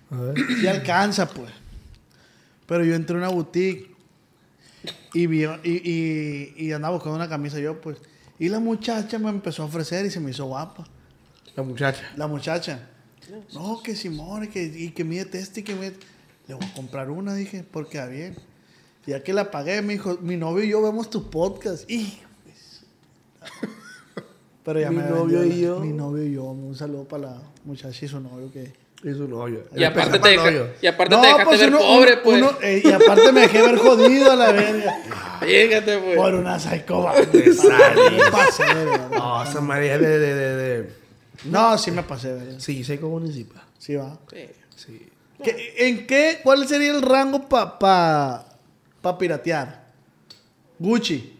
B: A ver.
C: Sí alcanza, pues. Pero yo entré a una boutique y, vi- y, y- y andaba buscando una camisa yo, pues. Y la muchacha me empezó a ofrecer y se me hizo guapa.
B: La muchacha.
C: La muchacha. No, que Simón, y que, y que mide este y que mide... Le voy a comprar una, dije, porque a bien. Ya que la pagué, me dijo, mi novio y yo vemos tu podcast. Y... pues, Pero ya
B: Mi
C: me
B: novio
C: vendió
B: y
C: la-
B: yo.
C: Mi novio y yo. Un saludo para la muchacha y su novio que...
B: Es un hoyo.
D: Y aparte,
B: Empezó
D: te,
B: pa'l
D: deja-
B: hoyo.
D: y aparte te dejaste ver
C: uno-
D: pobre,
C: uno-
D: pues.
C: uno- eh, y aparte me dejé ver jodido a la verga.
D: Fíjate, pues.
C: Por una psycho
B: Sale.
C: Me pasé, verga.
B: No, esa María de, de, de, de.
C: No, sí me pasé, verga.
B: Sí, seco boni sí, pa.
C: Sí va.
D: Sí.
B: Sí.
C: ¿Qué- ¿En qué? ¿Cuál sería el rango para pa, pa piratear? Gucci.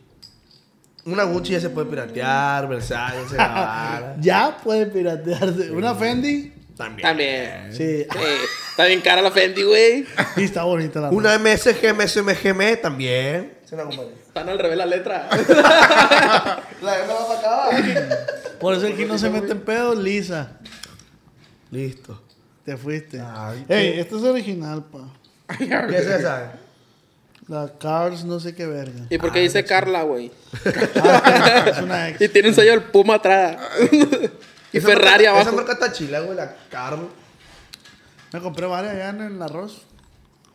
B: Una Gucci ya se puede piratear, Versace, se va.
C: Ya puede piratearse. ¿Una Fendi?
B: También.
D: También.
C: Sí.
D: Sí. Está bien cara la Fendi, güey.
C: Y está bonita la
B: Una MSG, MSMGM también. Se la acompaña.
D: Están al revés la letra.
B: La M va para acá.
C: Por eso aquí no se mete en pedo, Lisa.
B: Listo.
C: Te fuiste.
B: Ay,
C: Ey, esto es original, pa.
B: ¿Qué es esa?
C: La Cars, no sé qué verga.
D: ¿Y por qué dice Carla, güey?
C: Ah, es una ex.
D: Y tiene un sello del Puma atrás. y
B: Esa
D: Ferrari
B: marca-
D: abajo.
B: Esa marca está chila, güey, la Carl.
C: Me compré varias allá en el arroz.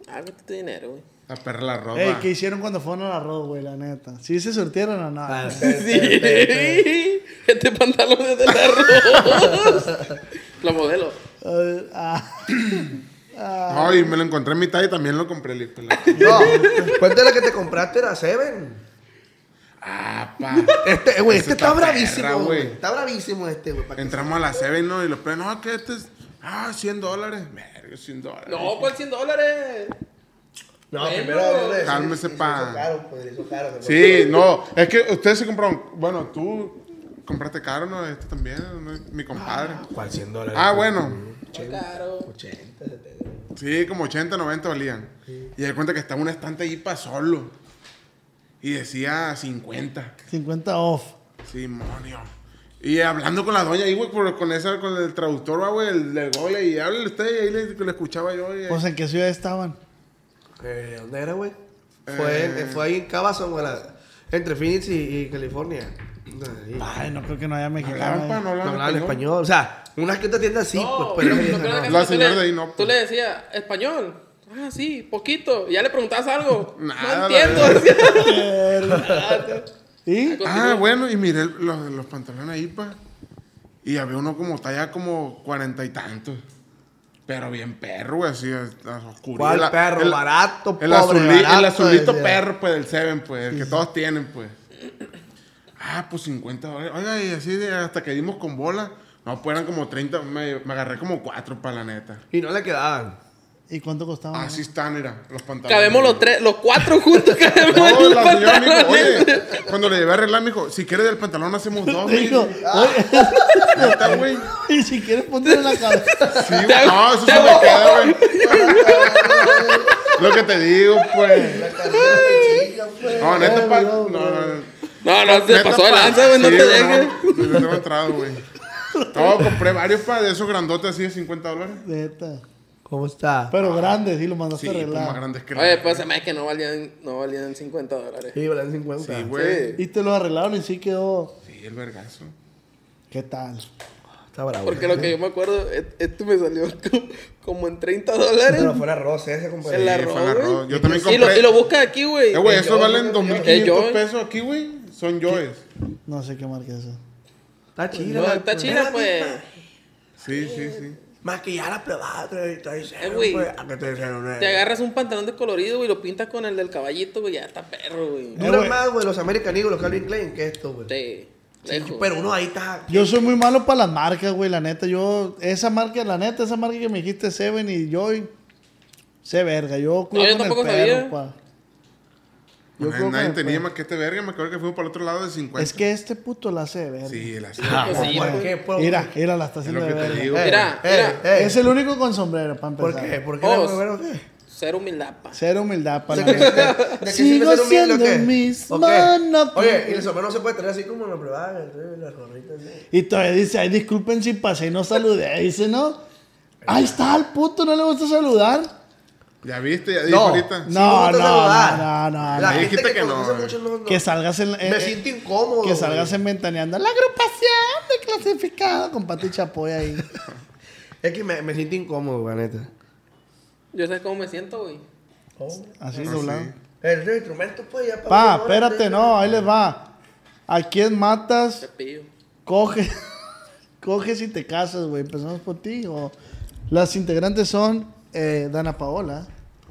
D: Ah, vete tu dinero, güey.
E: La perla roba.
C: Ey, ¿qué hicieron cuando fueron al arroz, güey? La neta. ¿Sí se surtieron o no?
B: Ah, sí.
D: Sí. Este pantalón es del arroz. Lo modelo.
C: Eh, ah,
E: No, y me lo encontré en mitad y también lo compré. le- pues, le-
B: No, cuéntale que te compraste la Seven.
E: Ah, pa.
B: Este, eh, güey, este
E: Esa
B: está,
E: está perra,
B: bravísimo, güey.
E: güey.
B: Está bravísimo este, güey. para que-
E: Entramos a la 7, ¿no? Y los play, no, que este es. Ah, 100 dólares. Verga, 100 dólares.
D: No, pues 100 dólares.
B: No,
D: Bueno.
B: le-
E: Cálmese,
B: le hizo
E: pa.
B: caro, pues, le hizo caro, se
E: Sí, no. Es que ustedes se compraron. Bueno, tú compraste caro, ¿no? Este también, ¿no? mi compadre.
B: fue. ¿Cuál 100 dólares?
E: Ah, bueno.
D: Muy caro.
B: 80, 70.
E: Sí, como 80, 90 valían. Y de cuenta que estaba un estante ahí para solo. Y decía 50.
C: 50 off.
E: Sí, monio. Y hablando con la doña ahí, güey, por- con, esa, con el traductor, va, güey, el del gole. Y háblele usted, y ahí le, le escuchaba yo. y ahí-
C: Pues en qué ciudad estaban.
B: Eh, ¿Dónde era, güey? Fue, en-
E: Eh.
B: fue ahí en Cabazon, güey. la- Entre Phoenix y, y California. Ahí.
C: Ay, no creo que no haya mexicanos.
E: hablaban, pa,
C: ahí.
E: no
B: No
E: hablaban
B: Ah, hablaban español. O sea, unas que te atiendan así,
D: No,
B: pues.
D: no
B: pero-
D: creo que
E: La
D: tú le-
E: señora de ahí no,
D: Tú
E: pues.
D: le decías, español. Ah, sí, poquito. Y ya le preguntabas algo.
E: Nada,
D: no entiendo.
E: la
C: ¿Y?
E: Ah, bueno, y miré los, los pantalones ahí, pa. Y había uno como talla como cuarenta y tantos. Pero bien perro, güey, así, oscuro.
B: ¿Cuál perro? Barato,
E: el,
B: pobre,
E: azuli- el
C: barato,
E: azulito
C: decía.
E: perro, pues, del Seven, pues, el que todos tienen, pues. Ah, pues 50 dólares. Oiga, y así de- hasta que dimos con bola. No, pues eran como 30, me, me agarré como 4 para la neta.
B: Y no le quedaban.
C: ¿Y cuánto
B: Ah.
C: costaba?
E: Así están, mira, los pantalones.
D: Cabemos los tres, los cuatro juntos. Cabemos
E: No,
D: en los
E: la señora me dijo,
D: pantalones.
E: oye, cuando le llevé a arreglar, me dijo, si quieres del pantalón hacemos dos, güey.
C: Digo,
E: Neta, güey.
C: y si quieres ponte en la cabeza.
E: Sí, güey. No, eso se me queda, güey. Lo que te digo, pues. No, neta, pa... No, no,
D: No, no, se
E: neta,
D: pasó
E: pa-
D: de lanza, güey, no
E: sí,
D: te
E: güey,
D: dejes.
E: No, no, no me entrado, güey. No, compré varios para de esos grandotes así de 50 dólares.
C: Neta.
B: ¿Cómo está?
C: Pero grande, sí, lo mandaste
E: Sí,
C: a
E: pues, más
C: arreglar.
E: grandes que la-
D: Oye, pues se me hace que no valían, no valían 50 dólares.
B: Sí, valen 50.
E: Sí, güey.
C: Y te lo arreglaron y sí quedó.
E: Sí, el vergazo.
C: ¿Qué tal?
B: Está bravo.
D: Porque lo que yo me acuerdo, et- esto me salió como, como en 30 dólares.
B: Pero fuera arroz ese, compadre.
D: el
E: fue
D: arroz,
E: el arroz.
D: güey.
E: Yo también
D: Y lo,
E: compré-
D: y lo busca aquí, güey.
E: Eh, güey,
B: El
E: esos
B: Joy,
E: valen
B: el
D: Joy.
E: 2.500 pesos aquí, güey. Son Joyes.
C: No sé qué marca es eso.
B: Está chida.
D: No,
B: la-
D: está chida, pues.
E: Sí, sí, sí.
B: Maquillar a plebada, te te
D: Eh,
B: dijeron,
D: güey.
B: pues, a que te dijeron, eh.
D: Te agarras un pantalón descolorido, güey, lo pintas con el del caballito, güey, ya está perro, güey.
B: Duran
C: Eh, güey.
B: más, güey, los American Eagle, los Calvin Klein, que esto, güey.
D: Sí, lejos.
B: Pero uno ahí está.
C: Yo soy muy malo para las marcas, güey, la neta. Yo, esa marca, la neta, esa marca que me dijiste, Seven y Joy, sé verga. Yo cuido
D: yo
C: con el
D: tampoco
C: perro,
D: sabía.
C: pa. Yo creo que
E: Nadie, nadie
C: me
E: tenía
C: fue.
E: más que este verga. Me acuerdo que fuimos para el otro lado de 50.
C: Es que este puto la hace de verga.
E: Sí, el así.
D: Pues sí,
B: ¿Por
D: güey.
B: qué? ¿Por
C: Mira, mira, la está
E: es
C: haciendo
E: lo
C: de
E: que te
C: verga.
E: digo. pues.
B: Eh,
D: Mira,
B: eh,
D: mira.
B: eh.
C: Es el único con sombrero, para empezar.
B: ¿Por qué? ¿Por qué?
D: Oh,
B: la mujer o qué?
D: Cero humildad, pa.
C: Cero humildad para
B: ¿De qué-
C: la
B: de qué
C: Sigo
B: sirve ser humilde o
C: siendo
B: qué?
C: el mismo.
B: ¿O qué?
C: no-
B: Oye, y el sombrero no se puede traer así como en la privada, eh, la gorrita, así.
C: Y todavía dice, ay, disculpen si pasé y no saludé. Dice, no. Ahí está el puto, no le gusta saludar.
E: ¿Ya viste? ¿Ya dijo ahorita?
B: Sí,
C: No,
B: me gusta
C: no,
B: saludar.
C: no, no,
B: La
C: no.
B: gente
E: Dijiste
B: que,
E: que no,
B: conoce
E: güey.
B: mucho no, no.
C: Que salgas en... en-
B: Me siento incómodo.
C: que salgas en ventaneando. La agrupación de clasificado con Pati Chapoy ahí.
B: güey. Es que me, me siento incómodo, güey, neta.
D: Yo sé cómo me siento, güey.
B: Ah,
C: Así doblado.
B: El instrumento, pues, ya
C: Pa,
B: una hora,
C: espérate,
B: neta.
C: no, ahí les va. ¿A quién matas?
D: Cepillo.
C: Coge. Coges y te casas, güey. Empezamos por ti. o- Las integrantes son eh, Dana Paola,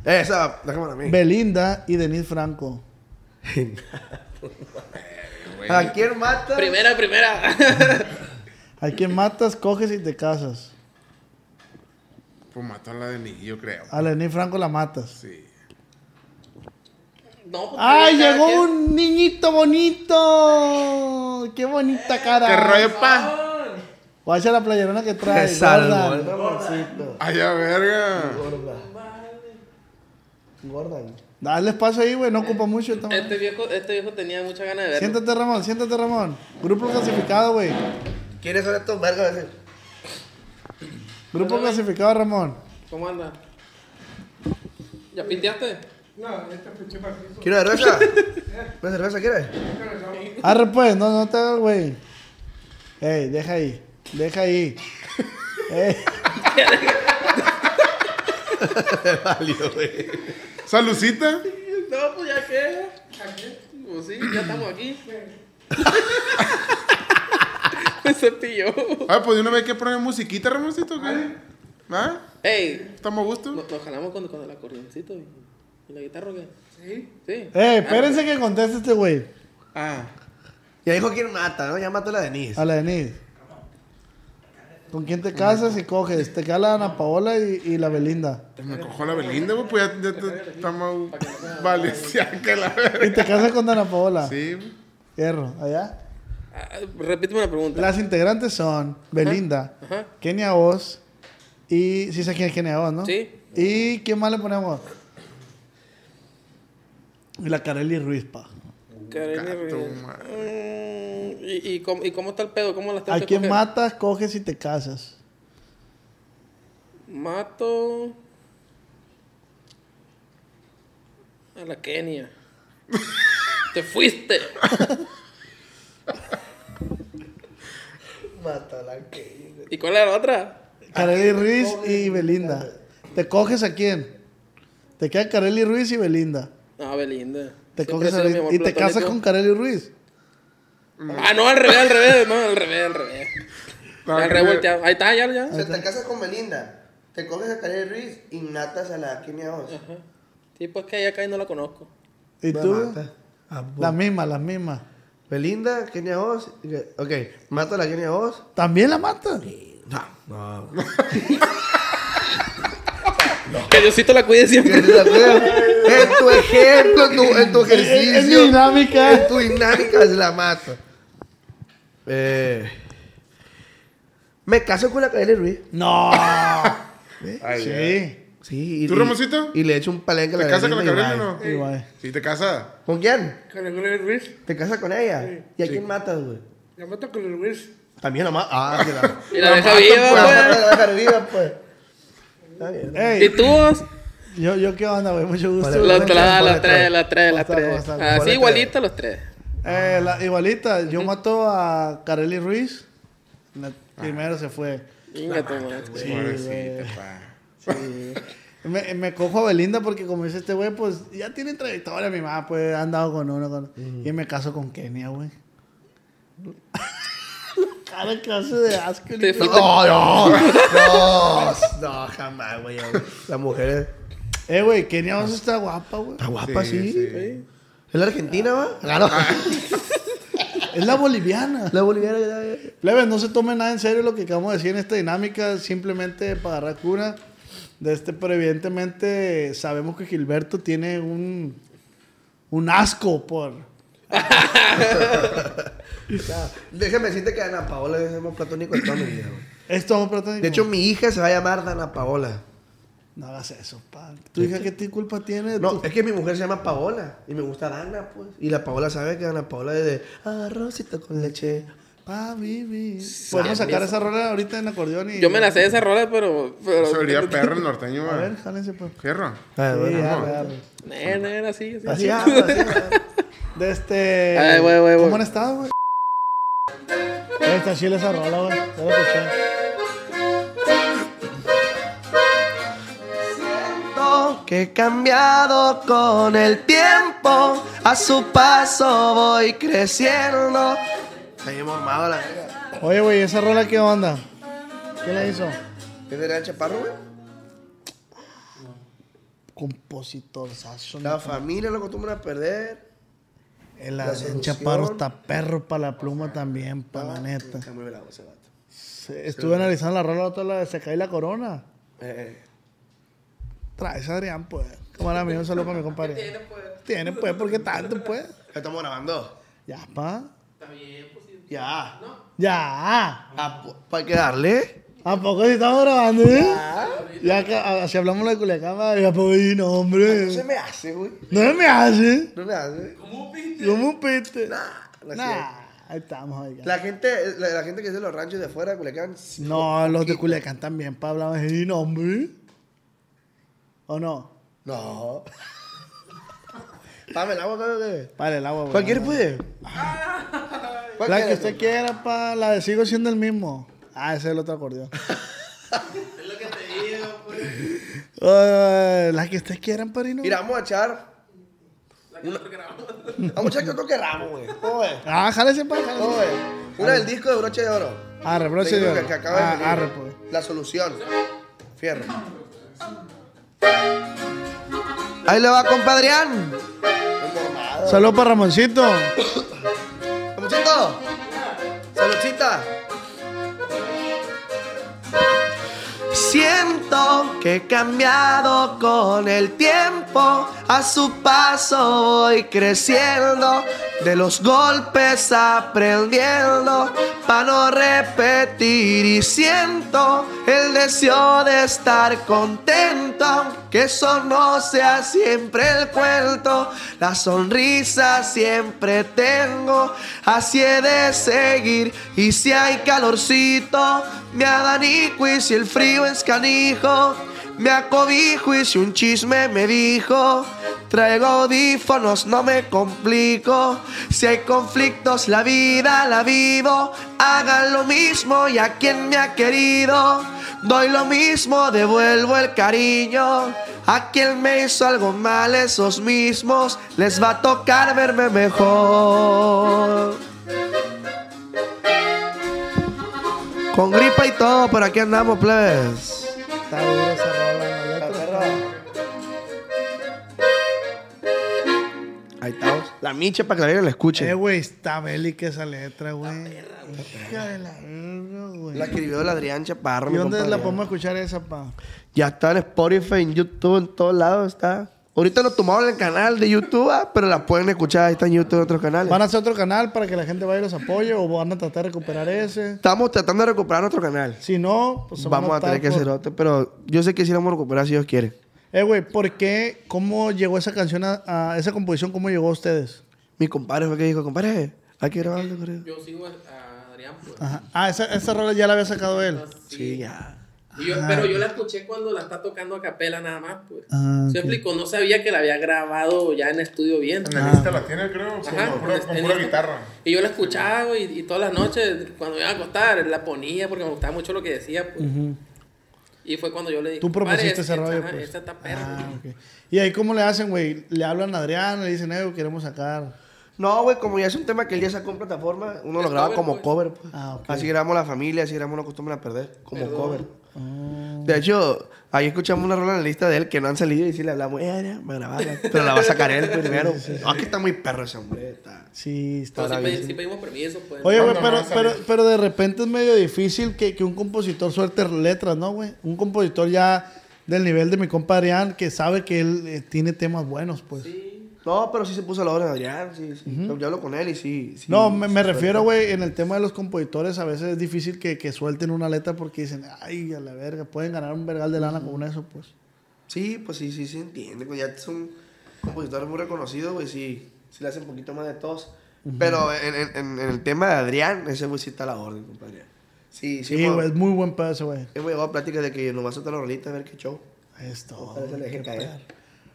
B: Eh, Esa, déjame a mí.
C: Belinda y Denise Franco.
B: ¿A quién mata?
D: Primera, primera.
C: ¿A quién matas? Coges y te casas.
E: Pues mató a la de Niggi, yo creo.
C: A la Denise Franco la matas.
E: Sí.
D: no, pues,
C: ¡Ay,
D: cada
C: llegó
D: quien-
C: un niñito bonito! ¡Qué bonita cara!
E: ¿Qué rollo, pa?
C: Guacha la playerona que trae.
B: Qué salvo,
C: gorda.
B: eh. Ramoncito.
E: Ay, a verga.
B: Gorda, güey.
C: Dale espacio ahí, güey. No ocupa mucho. toma.
D: Este viejo, este viejo tenía muchas ganas de verlo.
C: Siéntate, Ramón. Siéntate, Ramón. Grupo clasificado, güey.
B: ¿Quiénes son estos vergas? Ese-
C: Grupo clasificado, Ramón.
D: ¿Cómo anda? ¿Ya pinteaste?
B: ¿Quiere cerveza? ¿Una cerveza quiere?
C: Arre, pues. No, no te hagas, güey. Ey, deja ahí. Deja ahí. Ey.
E: ¿Salucita?
D: No, pues ya qué. Pues sí, ya estamos aquí. Me cepilló.
E: Ah, pues de una vez que poner musiquita, Ramoncito, ¿qué? ¿Ah?
D: Ey,
E: ¿Estamos a gusto?
D: nos, nos jalamos con, con el acordeoncito y, y la guitarra, o ¿qué? Sí. Sí.
C: Ey, espérense que conteste este, güey.
E: Ah.
B: Ya dijo quién mata, ¿no? Ya mató a la Denise.
C: A la Denise. ¿Con quién te casas y coges? Te queda la Ana Paola y, y la Belinda.
E: Me cojo la Belinda, güey, pues ya, ya te- estamos valenciaca la
C: Y
E: verga.
C: te casas con Ana Paola.
E: Sí, güey.
C: Hierro, allá.
D: Ah, repíteme la pregunta.
C: Las integrantes son Belinda,
D: Ajá.
C: Kenia Oz y. Sí, sé quién es Kenia Oz, ¿no?
D: Sí.
C: ¿Y quién más le ponemos? Y la Kareli Ruiz, pa.
D: Karen y
E: Gato,
D: Rubén.
E: madre.
D: Mm, ¿Y, y, cómo, ¿Y cómo está el pedo? ¿Cómo las tengo
C: ¿A
D: que
C: quién
D: coger?
C: matas, coges y te casas?
D: Mato. A la Kenia. Te fuiste.
B: Mata a la que.
D: ¿Y cuál era la otra?
C: Kareli Ruiz y Belinda. ¿Te coges a quién? Te queda Kareli Ruiz y Belinda.
D: No, Belinda. Siempre
C: Te coges
D: ha
C: a
D: sido mi
C: Belinda.
D: amor
C: Y te casas
D: platónico.
C: con Kareli Ruiz.
D: Ah, no, al revés, al revés, no, al revés, al revés.
E: No,
D: Ya
E: que-
D: revolteado. Ahí está, ya, ya.
B: O sea, te casas con Belinda, te coges a Karen Ruiz y natas a la Kimia Oz.
D: Ajá. Sí, pues que ahí acá y no la conozco.
C: ¿Y
B: Me
C: tú?
B: mata. Ah, bu-
C: Las mismas, las mismas.
B: Belinda, Kenia Oz. Ok, mata a la Kenia Oz.
C: ¿También la matan?
B: No, no.
D: Que Diosito la cuide siempre.
B: en tu ejemplo, en tu, en tu ejercicio.
C: Es mi dinámica.
B: En tu dinámica se la mata. Eh, me caso con la Karen Ruiz.
C: No. sí.
B: Sí, y,
E: ¿Tú,
B: y-
E: Ramoncito?
B: Y le echo un palenque a la
E: ¿Te casas con
B: Belinda
E: la
B: y bye.
E: Gabriela o no?
C: Sí, guay.
E: Sí, te casas.
B: ¿Con quién?
F: Con el Gloria Ruiz.
B: ¿Te casas con ella? ¿Y a quién matas, güey?
F: La mato con el Ruiz.
B: También la matas. Ah, que la.
D: Y la deja
B: Pues, la
D: viva,
B: vas a dejar viva, pues. Está bien.
D: pues. ¿Y
C: Ey,
D: tú? vos?
C: yo, yo qué onda, güey. Mucho gusto.
B: Vale,
D: Los
B: ponle
D: tres,
B: tres,
D: los tres, los tres, los
C: Bastante,
D: tres.
C: bastante.
D: Así
B: Ponle
D: igualito los tres.
C: Eh, la- igualita, yo mato a Kareli Ruiz. La- primero se fue.
D: Venga, tu madre.
E: Sí, Pobrecita, pa.
C: Sí. me, me cojo a Belinda porque como dice este güey, pues ya tiene trayectoria mi mamá, pues ha andado con uno. Con... Y me caso con Kenia, güey. La cara que hace de asco.
D: Te
C: ni-
D: falta-
B: No, no, no, no, jamás, güey. La mujer es-
C: Eh, güey, Kenia vos está guapa, güey.
B: está guapa, sí. Ah.
E: Sí, sí.
B: ¿Es la argentina, va? Claro.
C: Es la boliviana.
B: La boliviana. ya-
C: Plebes, no se tome nada en serio lo que acabamos de decir en esta dinámica, simplemente para agarrar cura. De este, pero evidentemente sabemos que Gilberto tiene un, un asco por.
B: ya. Déjame decirte que Ana Paola es amor platónico de toda mi vida, güey.
C: Esto es platónico.
B: De hecho, mi hija se va a llamar Ana Paola.
C: no hagas eso, padre. ¿Tu hija qué ti- culpa tiene? de
B: No, eh.
C: tu-
B: es que mi mujer se llama Paola y me gusta Dana, pues. Y la Paola sabe que Ana Paola es de arrocito con leche.
C: Pa, vivi. Podemos sacar esa rola ahorita en acordeón y.
D: Yo me la sé de esa rola, pero. pero
E: Se olía perro el norteño,
C: A ver,
E: güey.
C: jálense, pues.
E: Fierro.
B: Ah,
C: Sí,
B: bueno,
C: ya,
B: no.
C: ya.
D: Nena, nena, así, así.
C: ah,
B: Así habla, así habla.
C: pues, De este.
D: Ay, güey, güey,
C: ¿Cómo
D: güey.
C: han estado, güey? Ahí Está chile esa rola, güey. Ya lo escuché.
B: que he cambiado con el tiempo. A su paso voy creciendo. Seguimos mamado la verga.
C: Oye, güey, ¿esa rola qué onda? ¿Quién la hizo?
B: ¿Quién era el chaparro, güey?
C: Compositor, Sasso.
B: La familia lo acostumbra a perder.
C: El
B: la
C: Adrián
B: solución.
C: Chaparro está perro para la pluma también, para
D: Ah,
C: la neta.
B: Está muy bravo ese vato.
C: Se- Estuve analizando la rola la otra, la de Se cae la corona.
B: Eh,
C: Traes a Adrián, pues. Cámara mío, un saludo para mi compadre. Tiene, pues. Tiene, pues, ¿por qué tanto, pues?
B: ¿qué estamos grabando?
C: Ya, pa.
B: Ya. Ah,
C: Ya.
B: ¿Para qué darle?
C: ¿A poco si estamos grabando, eh? Ya, que, ah, si hablamos de Culiacán, va, ya, pues, no,
B: Ah, No se
C: hombre.
B: me hace, güey.
C: No me hace.
B: No me hace.
C: Como un piste.
B: Nah, no es cierto.
C: Nah, ahí estamos, oiga.
B: La gente, la, la gente que es de los ranchos de afuera, Culiacán. sí.
C: No, los de Culiacán también, para hablar más de nombre. ¿O no?
B: No. Dame el agua, dame, dame.
C: Para el agua, güey.
B: Cualquier puede.
C: La que usted quiera, pa. La de sigo siendo el mismo. Ah, ese es el otro acordeón. es lo que te digo, pues. la que ustedes quieran, parino.
B: pues. Mira, vamos a echar. Una- Vamos a echar que otro que ramo, güey. ¿Cómo ves?
C: Ah, jálese, pa.
B: ¿Cómo ves?
C: Jálese.
B: Una del disco de broche de oro.
C: Arre, bro,
B: Del
C: se
B: disco
C: dio.
B: Que, que acaba de
C: Ah,
B: salir.
C: arre, pues.
B: La solución. Fierro. Ahí le va, compadrián.
C: Saludos para Ramoncito.
B: Saludcito. Saludcita. Siento que he cambiado con el tiempo, a su paso voy creciendo, de los golpes aprendiendo, para no repetir y siento el deseo de estar contento, aunque eso no sea siempre el cuento, la sonrisa siempre tengo, así he de seguir y si hay calorcito, me abanico y si el frío es canijo. Me acobijo y si un chisme me dijo, traigo audífonos, no me complico. Si hay conflictos, la vida la vivo. Hagan lo mismo y a quien me ha querido. Doy lo mismo, devuelvo el cariño. A quien me hizo algo mal, esos mismos, les va a tocar verme mejor. Con gripa y todo, pero aquí andamos, plebes.
C: Está dura esa rola, la letra está-
B: Ahí estamos. La micha para que la gente la
C: Eh,
B: escuche.
C: güey, está bélica esa letra, güey. Hija de la verga, güey.
B: La escribió el Adrián Chaparro.
C: ¿Y
B: mi
C: dónde
B: compa
C: la
B: Adrián.
C: podemos escuchar esa, pa?
B: Ya está en Spotify, en YouTube, en todos lados está. Ahorita lo tomaron en el canal de YouTube, ah, pero la pueden escuchar. Ahí está en YouTube en otros canales.
C: ¿Van a hacer otro canal para que la gente vaya y los apoye o van a tratar de recuperar ese?
B: Estamos tratando de recuperar otro canal.
C: Si no, pues
B: Vamos a tener que hacer
C: otro.
B: otro, pero yo sé que sí lo vamos a recuperar si Dios quiere.
C: Eh, güey, ¿por qué? ¿Cómo llegó esa canción a, a esa composición? ¿Cómo llegó a ustedes?
B: Mi compadre fue que dijo, compadre, hay que grabar algo, creo.
D: Yo sigo a Adrián, pues.
C: Ajá. Ah, esa, esa rola ya la había sacado él.
B: Sí, ya.
D: Y yo- pero yo la escuché cuando la está tocando a capela nada más, pues.
C: Ah,
D: Se
C: ok.
D: explicó, no sabía que la había grabado ya en estudio bien.
E: En el Insta la tiene, creo. sí,
D: Ajá,
E: con pura,
D: en-
E: con
D: en
E: pura
D: esta-
E: guitarra.
D: Y yo la escuchaba, güey, y todas las noches, cuando me iba a acostar, la ponía porque me gustaba mucho lo que decía, pues. Y fue cuando yo le dije,
C: Tú propusiste
D: "Compadre,
C: ese
D: esta-
C: rollo,
D: ajá,
C: pues".
D: Esta está perra.
C: Ah, ok. ¿Y ahí cómo le hacen, güey? Le hablan a Adrián, le dicen, eh, güey, queremos sacar.
B: No, güey, como ya es un tema que él ya sacó en plataforma, uno lo
D: Es
B: graba
D: cover,
B: como
D: pues.
B: cover. pues.
C: Ah, ok.
B: Así grabamos la familia, así grabamos la costumbre a perder, como cover.
C: Ah.
B: De hecho, ahí escuchamos una rola en la lista de él que no han salido y sí le hablamos, eh, Adrián, va a grabarla", Pero la va a sacar él primero. No, es Ah, que está muy perro ese hombre. Está.
C: Sí, está.
D: Entonces, Pues sí,
B: Maravilla.
D: pedi- sí pedimos permiso, pues.
C: Oye, güey,
E: Cuando
C: pero,
E: más
C: pero,
E: salió.
C: pero de repente es medio difícil que, que un compositor suelte letras, ¿no, güey? Un compositor ya del nivel de mi compa Adrián, que sabe que él eh, tiene temas buenos, pues.
B: No, pero sí se puso a la hora de Adrián, sí, sí. Yo hablo con él y sí. sí
C: no, me, me
B: sí,
C: refiero, güey, en el tema de los compositores, a veces es difícil que, que suelten una letra porque dicen, ay, a la verga, pueden ganar un vergal de lana con eso, pues.
B: Sí, pues sí, sí se entiende. güey, Ya es un compositor muy reconocido, güey. Sí, sí le hace un poquito más de tos. Pero en, en- en- en el tema de Adrián, ese güey sí está a la orden, compadre. Sí, sí.
C: Sí,
B: hemos-
C: güey, es muy buen pedo ese, güey.
B: Hemos llegado a pláticas de que nos va a soltar la rolita a ver qué show.
C: Esto.
B: Ojalá se le deje caer.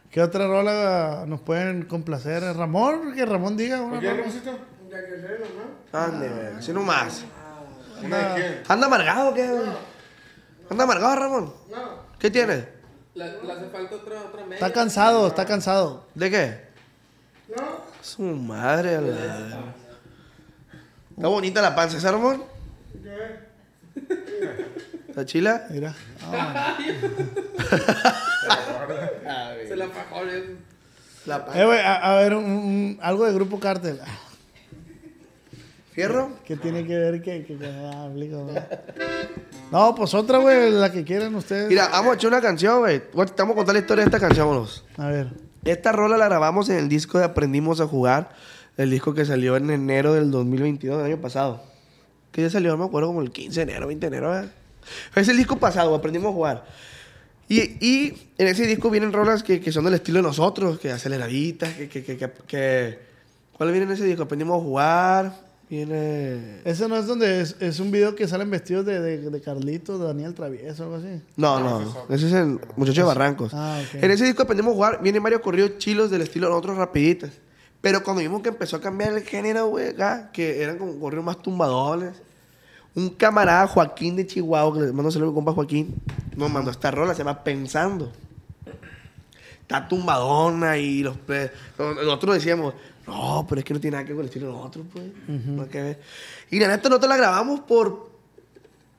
C: ¿Qué otra rola nos pueden complacer? Ramón, que Ramón diga una
E: ¿Por qué,
C: rola.
E: Ramoncito?
B: Ande,
C: Ah.
B: güey. Si no más.
E: ¿Una de qué?
B: ¿Anda amargado o qué, güey? ¿Anda amargado, Ramón?
D: No,
B: ¿Qué tienes?
D: la, la hace falta otra, otra media.
C: Está cansado, está cansado.
B: ¿De qué? No. Su madre, a la... Está bonita la panza, ¿esa, Ramón? ¿Está chila?
C: Mira.
D: Se la fajó, güey.
B: La
C: Eh, güey, a, a ver, un- un- algo de Grupo Cártel.
B: ¿Fierro?
C: ¿Qué tiene que ver que, que, que ah, aplico, güey? No, pues otra, güey, la que quieran ustedes.
B: Mira, vamos a echar una canción, güey. Bueno, Te vamos a contar la historia de esta canción, vámonos.
C: A ver.
B: Esta rola la grabamos en el disco de Aprendimos a Jugar, el disco que salió en enero del 2022, del año pasado. Que ya salió, no me acuerdo, como el 15 de enero, 20 de enero. ¿verdad? Es el disco pasado, Aprendimos a Jugar. Y, y en ese disco vienen rolas que, que son del estilo de nosotros, que aceleraditas, que... que, que, que, que- ¿Cuál viene en ese disco? Aprendimos a Jugar, viene...
C: Ese no es donde es, es un video que salen vestidos de, de, de Carlitos, de Daniel Travieso, algo así.
B: No, no, ese es el Muchacho de Barrancos.
C: Ah, ok.
B: En ese disco aprendimos a jugar, vienen varios corridos chilos del estilo de nosotros rapiditas. Pero cuando vimos que empezó a cambiar el género, güey, acá, que eran como corridos más tumbadones. Un camarada, Joaquín de Chihuahua, que le mando un saludo a mi compa Joaquín, nos mandó esta rola, se llama Pensando. Está tumbadona y los... pre- Nosotros decíamos, no, pero es que no tiene nada que ver con el estilo de nosotros, pues. Nada que ver. Y la neta, nosotros la grabamos por,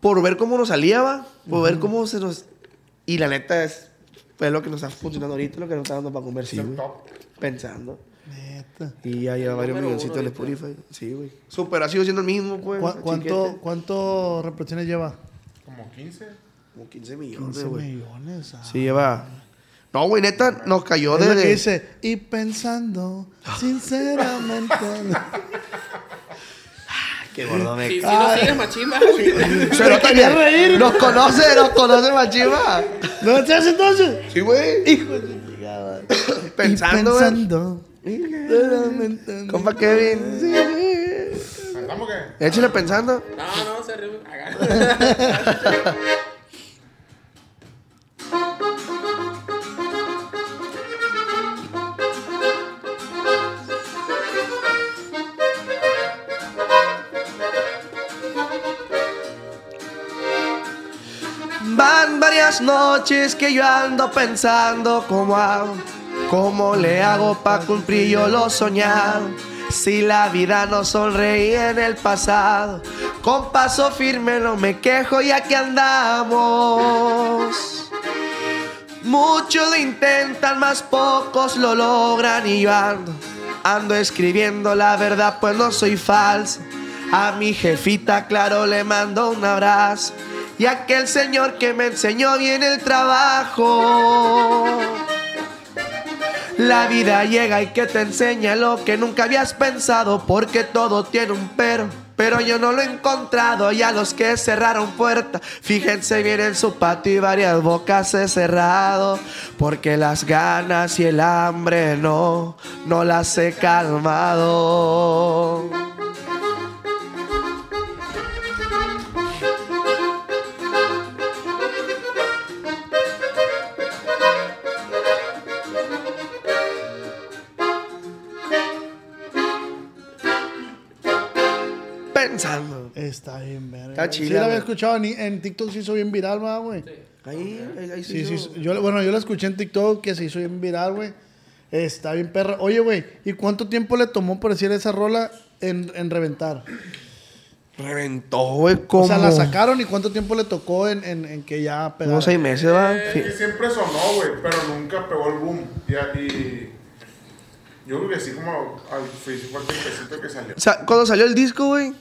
B: por ver cómo nos salía, va, por ver cómo se nos... Y la neta es, pues, lo que nos está funcionando ahorita, lo que nos está dando para comer, sí, güey.
E: top.
B: Pensando.
C: Neta.
B: Y ya lleva varios
D: número
B: milloncitos en
D: uno
B: Spotify. Sí, güey. Super, ha sido siendo el mismo, pues.
C: ¿Cu- ¿Cuánto,
B: chiquete.
C: ¿Cuánto reproducciones lleva?
E: Como 15.
B: Como 15 millones,
C: 15
B: güey.
C: millones. ah.
B: Sí, lleva... No, güey, neta, nos cayó
C: Es lo que
B: desde...
C: dice, y pensando, sinceramente.
B: Qué gordo me
D: Si, si no sigues machimba, güey.
B: Se nota
C: quería
B: que
C: reír.
B: Nos conoce, nos conoce Machiva.
C: ¿No te haces entonces?
B: Sí, güey. Hijo de
C: y
B: Pensando, güey.
C: pensando, sinceramente.
B: Compa Kevin. Sí, güey.
E: ¿Andamos qué?
B: Échale pensando.
D: No, no, se rió. Agarra.
B: Van varias noches que yo ando pensando cómo hago, cómo le hago pa' cumplir yo lo soñado. Si la vida no sonreía en el pasado, Con paso firme no me quejo ya que andamos. Muchos lo intentan, más pocos lo logran y yo ando, ando escribiendo la verdad, pues no soy falso. A mi jefita, claro, le mando un abrazo. Y a aquel señor que me enseñó bien el trabajo. La vida llega y que te enseña lo que nunca habías pensado, porque todo tiene un pero. Pero yo no lo he encontrado y a los que cerraron puerta, fíjense bien en su patio y varias bocas he cerrado, porque las ganas y el hambre no, no las he calmado. Pensando.
C: Está bien, verga.
B: Está
C: güey.
B: chila,
C: Sí, la había
B: güey.
C: escuchado en, en TikTok, se hizo bien viral, ¿verdad, güey.
B: Ahí, ahí, ahí
C: Sí,
B: se
C: sí.
B: hizo.
C: Yo, bueno, yo la escuché en TikTok que se hizo bien viral, güey. Está bien perra. Oye, güey, ¿y cuánto tiempo le tomó por decir esa rola en, en reventar?
B: Reventó, güey, como...
C: O sea, la sacaron y cuánto tiempo le tocó en, en, en que ya pegara.
B: Unos seis meses, va.
C: eh,
E: Es que siempre sonó, güey, pero nunca pegó el boom. Y, y yo creo que así como al fue el tiempecito que salió.
B: O sea, cuando salió el disco, güey,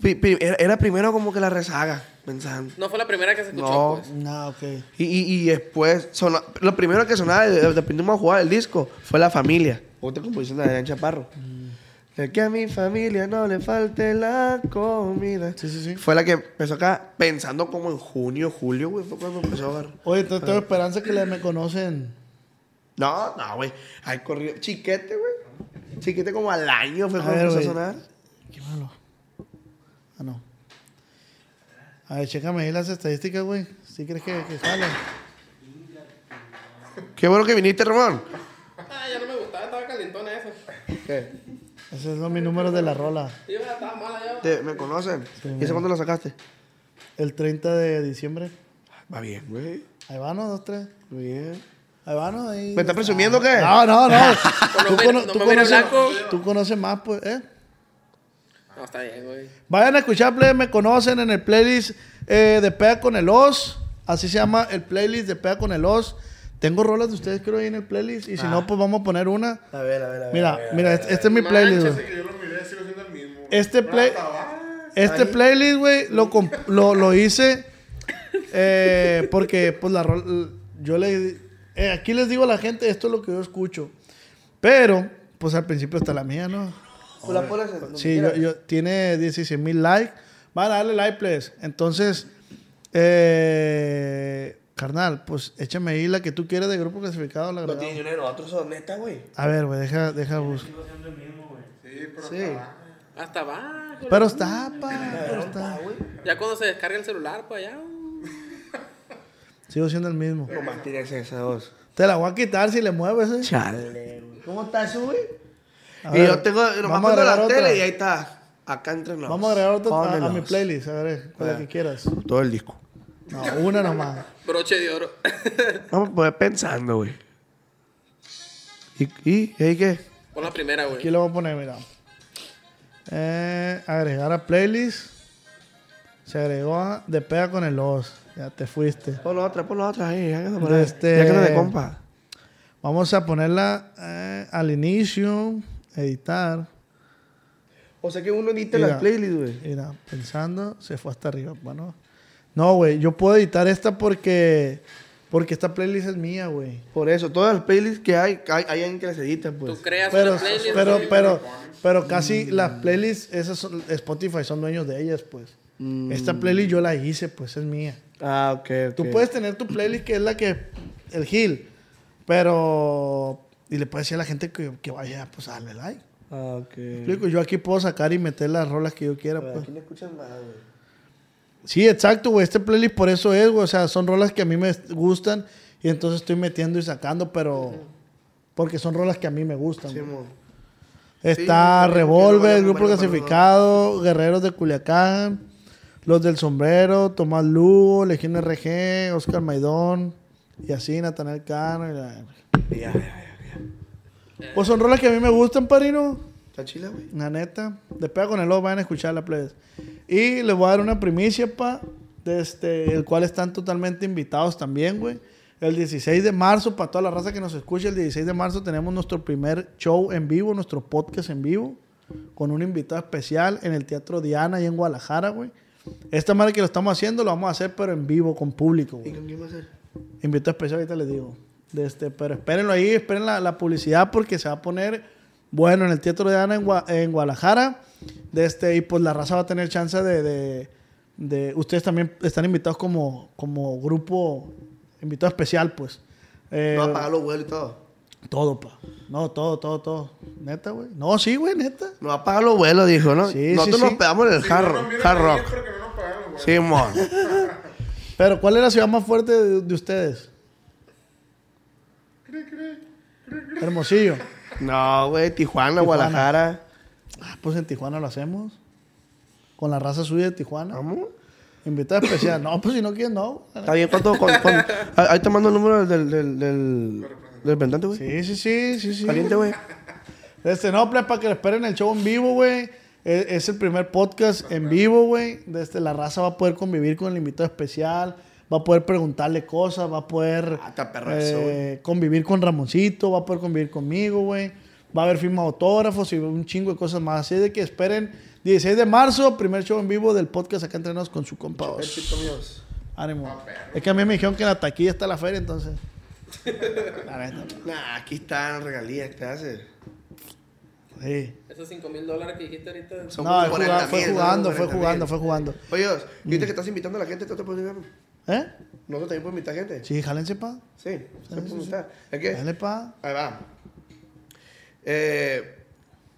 B: fi- pi- era, era primero como que la rezaga, pensando.
D: No fue la primera que se escuchó,
B: No.
D: pues.
C: No, Ah, ok.
B: Y, y- y después, sona- lo primero que sonaba, de- de- depende de jugar el disco, fue La Familia. Otra composición de Adrián Chaparro.
C: Mm.
B: De que a mi familia no le falte la comida.
C: Sí, sí, sí.
B: Fue la que empezó acá, pensando como en junio, julio, güey, fue cuando empezó a agarrar.
C: Oye, te- tengo esperanza que le me conocen.
B: No, no, güey. Ahí corrió. Chiquete, güey. Chiquete como al año fue
C: A
B: cuando
C: ver,
B: empezó a
C: güey.
B: sonar.
C: Qué malo. Ah, no. A ver, chécame ahí las estadísticas, güey. Si crees que, que sale.
B: Qué bueno que viniste, Ramón.
D: Ah, ya no me gustaba, estaba calentona esa.
B: ¿Qué?
C: Esos son mis números de la rola.
D: Yo ya estaba mala ya.
B: Te- ¿Me conocen? ¿Y ese cuándo lo sacaste?
C: El 30 de diciembre.
B: Va bien, güey.
C: Ahí van, ¿no? Dos, tres.
B: Muy bien.
C: Ahí van, ¿no? Ahí-
B: ¿Me estás presumiendo o qué?
C: No, no, no.
D: Por lo
C: tú,
D: menos,
C: cono-
D: no
C: tú
D: me viene
C: conoces,
D: blanco.
C: tú conoces más, pues, ¿eh?
D: No, está bien, güey.
C: Vayan a escuchar Play Me Conocen en el playlist eh, de Pega con el Oz. Así se llama el playlist de Pega con el Oz. Tengo rolas de ustedes, creo, ahí en el playlist. Y si no, pues vamos a poner una.
B: A ver, a ver, a ver.
C: Mira, mira, este, este es mi playlist,
D: Manches,
C: güey.
E: Que yo lo miré, sigo siendo el mismo.
C: Este, play,
E: Tabá.
C: este playlist, güey, lo, comp- lo, lo hice eh, porque, pues, la rol- Yo le. eh, aquí les digo a la gente, esto es lo que yo escucho. Pero, pues al principio está la mía, ¿no?
B: Tú la pones en donde
C: Sí, yo,
B: quieras.
C: yo- tiene 16 mil likes. Van a darle like, please. Entonces, eh, carnal, pues échame ahí la que tú quieres de grupo clasificado.
B: No
C: La agregamos.
B: tiene dinero, otros son neta, güey.
C: a ver, güey, deja, deja buscar.
B: Sí.
D: Hasta abajo.
C: Pero está, pa, pero está.
D: Ya cuando se descarga el celular, pues allá.
C: Sigo siendo el mismo.
B: Nomás tienes esa dos.
C: Te la voy a quitar si le mueves, eh.
B: Chale, güey. ¿Cómo está eso, güey?
C: A
B: Y
C: ver,
B: yo tengo, nomás
C: vamos a
B: mando la
C: agregar otra.
B: tele y ahí está. Acá entre nosotros.
C: Vamos a agregar otra a- a,
B: Pónmelos.
C: mi playlist, a ver, con la que quieras.
B: Todo el disco.
C: No, una nomás.
D: Broche de oro.
B: Vamos a poder pensando, güey. ¿Y, y, ¿Y ahí qué?
D: Pon la primera,
C: Aquí
D: güey.
C: lo voy a poner, mira. Eh, agregar a playlist. Se agregó a De Pega con el Oz. Ya te fuiste.
B: Ponlo otra, ponlo otra ahí. Ya que no pones-
C: Este-
B: ya que no de compa.
C: Vamos a ponerla eh, al inicio. Editar.
B: O sea que uno edita
C: Mira.
B: las playlists, güey.
C: Mira, pensando, se fue hasta arriba. Bueno. No, güey. Yo puedo editar esta porque. Porque esta playlist es mía, güey.
B: Por eso, todas las playlists que hay, hay, hay alguien que las edita,
D: Tú
B: pues.
D: creas
C: Pero,
D: una playlist.
C: pero,
D: güey.
C: pero, pero casi las playlists, esas son- Spotify son dueños de ellas, pues. Esta playlist yo la hice, pues es mía.
B: Ah, ok, Mm. ok.
C: Tú puedes tener tu playlist que es la que. El Gil. Pero. Y le puedes decir a la gente que, que vaya, pues a darle like.
B: Ah, ok.
C: Explico, yo aquí puedo sacar y meter las rolas que yo quiera.
B: Pero
C: Pues.
B: aquí no escuchan nada, güey.
C: Sí, exacto, güey. Este playlist por eso es, güey. O sea, son rolas que a mí me gustan. Y entonces estoy metiendo y sacando, pero. Porque son rolas que a mí me gustan. güey.
B: Simón.
C: Está
B: Sí, sí,
C: Revolver,
B: sí,
C: Grupo
B: bueno,
C: Clasificado, Guerreros de Culiacán, Los del Sombrero, Tomás Lugo, Legión RG, Oscar Maidón, y así, Natanel Cano. y la-
B: Ya, ya, ya, ya.
C: Pues son rolas que a mí me gustan, parino.
B: Está chila, güey.
C: La neta. De pega con el O, vayan a escuchar la playlist. Y les voy a dar una primicia, pa, de este, el cual están totalmente invitados también, güey. El 16 de marzo, para toda la raza que nos escucha, el 16 de marzo tenemos nuestro primer show en vivo, nuestro podcast en vivo, con un invitado especial en el Teatro Diana y en Guadalajara, güey. Esta madre que lo estamos haciendo, lo vamos a hacer, pero en vivo, con público,
B: ¿Y
C: güey.
B: con quién va a ser?
C: Invito especial, ahorita les digo. De este, pero espérenlo ahí, esperen la, la publicidad porque se va a poner bueno en el Teatro de Ana en, Gua- en Guadalajara. De este, y pues la raza va a tener chance de. de- de- ustedes también están invitados como, como grupo, invitado especial, pues. Eh,
B: No, va a pagar los vuelos y todo.
C: todo, pa. No, todo, todo, todo. Neta, güey. No, sí, güey, neta.
B: No va a pagar los vuelos, dijo, ¿no?
C: Sí,
B: Nosotros
C: sí,
B: nos
C: sí.
B: pegamos en el hard
E: no nos
B: rock.
E: vienen
B: Hard
E: a venir
B: rock.
E: porque no nos pagaron, güey.
B: Simón.
C: Pero, ¿cuál es la ciudad más fuerte de, de ustedes? Hermosillo.
B: No, güey, Tijuana, Guadalajara.
C: Ah, pues en Tijuana lo hacemos. Con la raza suya de Tijuana.
B: Vamos.
C: Invitado especial. No, pues si no quieres, no.
B: Está bien, ¿cuánto? Con, con- ahí- ahí te mando el número del, del, del, del representante, güey.
C: Sí, sí, sí, sí, sí.
B: Caliente, güey.
C: Este, no, pues para que lo esperen el show en vivo, güey. Es, es el primer podcast en vivo, güey. Desde la raza va a poder convivir con el invitado especial. Va a poder preguntarle cosas, va a poder eh,
B: Ah, está perro eso,
C: convivir con Ramoncito, va a poder convivir conmigo, güey. Va a haber firma de autógrafos y un chingo de cosas más. Así de que esperen 16 de marzo, primer show en vivo del podcast acá entrenados con su compa. Oz. Ánimo.
B: Ah,
C: es que a mí me dijeron que en la taquilla está la feria, entonces. La neta,
B: Nah, aquí están regalías, ¿qué haces?
C: sí.
D: Esos 5 mil dólares que dijiste ahorita.
B: Son
C: No,
B: como
C: él jugaba-
B: 40,000,
C: fue
B: ¿no?
C: jugando, fue
B: 40,000.
C: jugando, fue jugando.
B: Oye, Oz,
C: Mm.
B: y ahorita que estás invitando a la gente, ¿tú te puedes invitar?
C: ¿Eh?
B: ¿Nosotros también podemos invitar gente?
C: Sí, jálense, pa.
B: Sí, se puede invitar. ¿Es que?
C: Dale, pa.
B: Ahí va. Eh,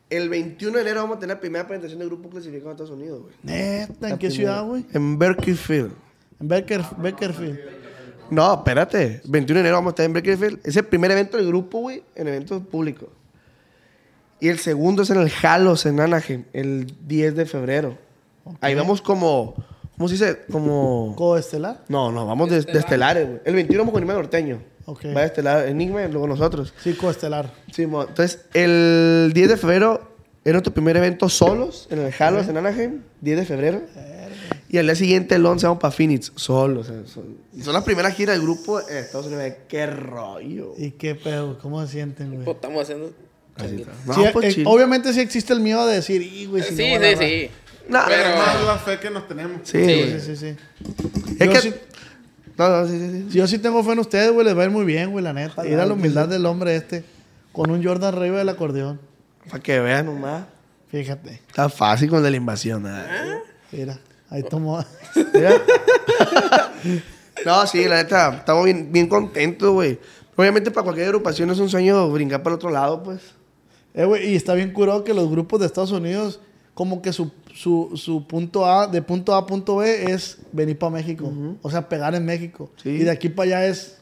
B: el 21 de enero vamos a tener la primera presentación de grupo clasificado en Estados Unidos, güey.
C: Neta, ¿en
B: La
C: qué
B: primera.
C: ciudad, güey?
B: En Berkeleyfield.
C: En Baker, Bakerfield.
B: No, espérate. 21 de enero vamos a estar en Berkeleyfield. Es el primer evento del grupo, güey, en eventos públicos. Y el segundo es en el Halos, en Anaheim, el 10 de febrero. Ahí vamos como, ¿cómo se dice? Como...
C: ¿Coestelar?
B: No, no, vamos de, de estelares, güey. El 21 vamos con Enigma Norteño.
C: Ok.
B: Va de estelar, Enigma y luego nosotros.
C: Sí, coestelar.
B: Sí, mo- entonces el 10 de febrero era nuestro primer evento solos en el Halos en Anaheim, 10 de febrero. Y al día siguiente, el 11, vamos para Phoenix, solos. o sea, son, y son las primeras giras del grupo en Estados Unidos. ¡Qué rollo!
C: ¿Y qué pedo? ¿Cómo se sienten, güey?
D: Pues estamos haciendo. changuito.
B: No,
C: Sí,
B: pues,
C: eh,
B: chill.
C: obviamente sí existe el miedo de decir, "Y, güey, si
D: Sí,
C: no
D: sí,
C: van a
D: sí,
C: agarrar".
B: No, no,
E: Pero es
B: no.
E: más la fe que nos tenemos.
B: Sí, güey.
C: Sí, sí, sí.
B: Es
C: Yo
B: que...
C: sí-
B: No, no, sí, sí, sí.
C: Yo sí tengo fe en ustedes, güey. Les va a ir muy bien, güey, la neta. Mira la humildad del hombre este. Con un Jordan arriba del acordeón.
B: Para que vean nomás.
C: Fíjate.
B: Está fácil con la de la invasión. ¿eh?
C: Mira. Ahí tomó.
B: Mira. no, sí, la neta, estamos bien, bien contentos, güey. Obviamente para cualquier agrupación es un sueño brincar para el otro lado, pues.
C: Eh, güey, y está bien curado que los grupos de Estados Unidos, como que su, su, su punto A, de punto A a punto B, es venir para México. O sea, pegar en México.
B: Sí.
C: Y de aquí para allá es.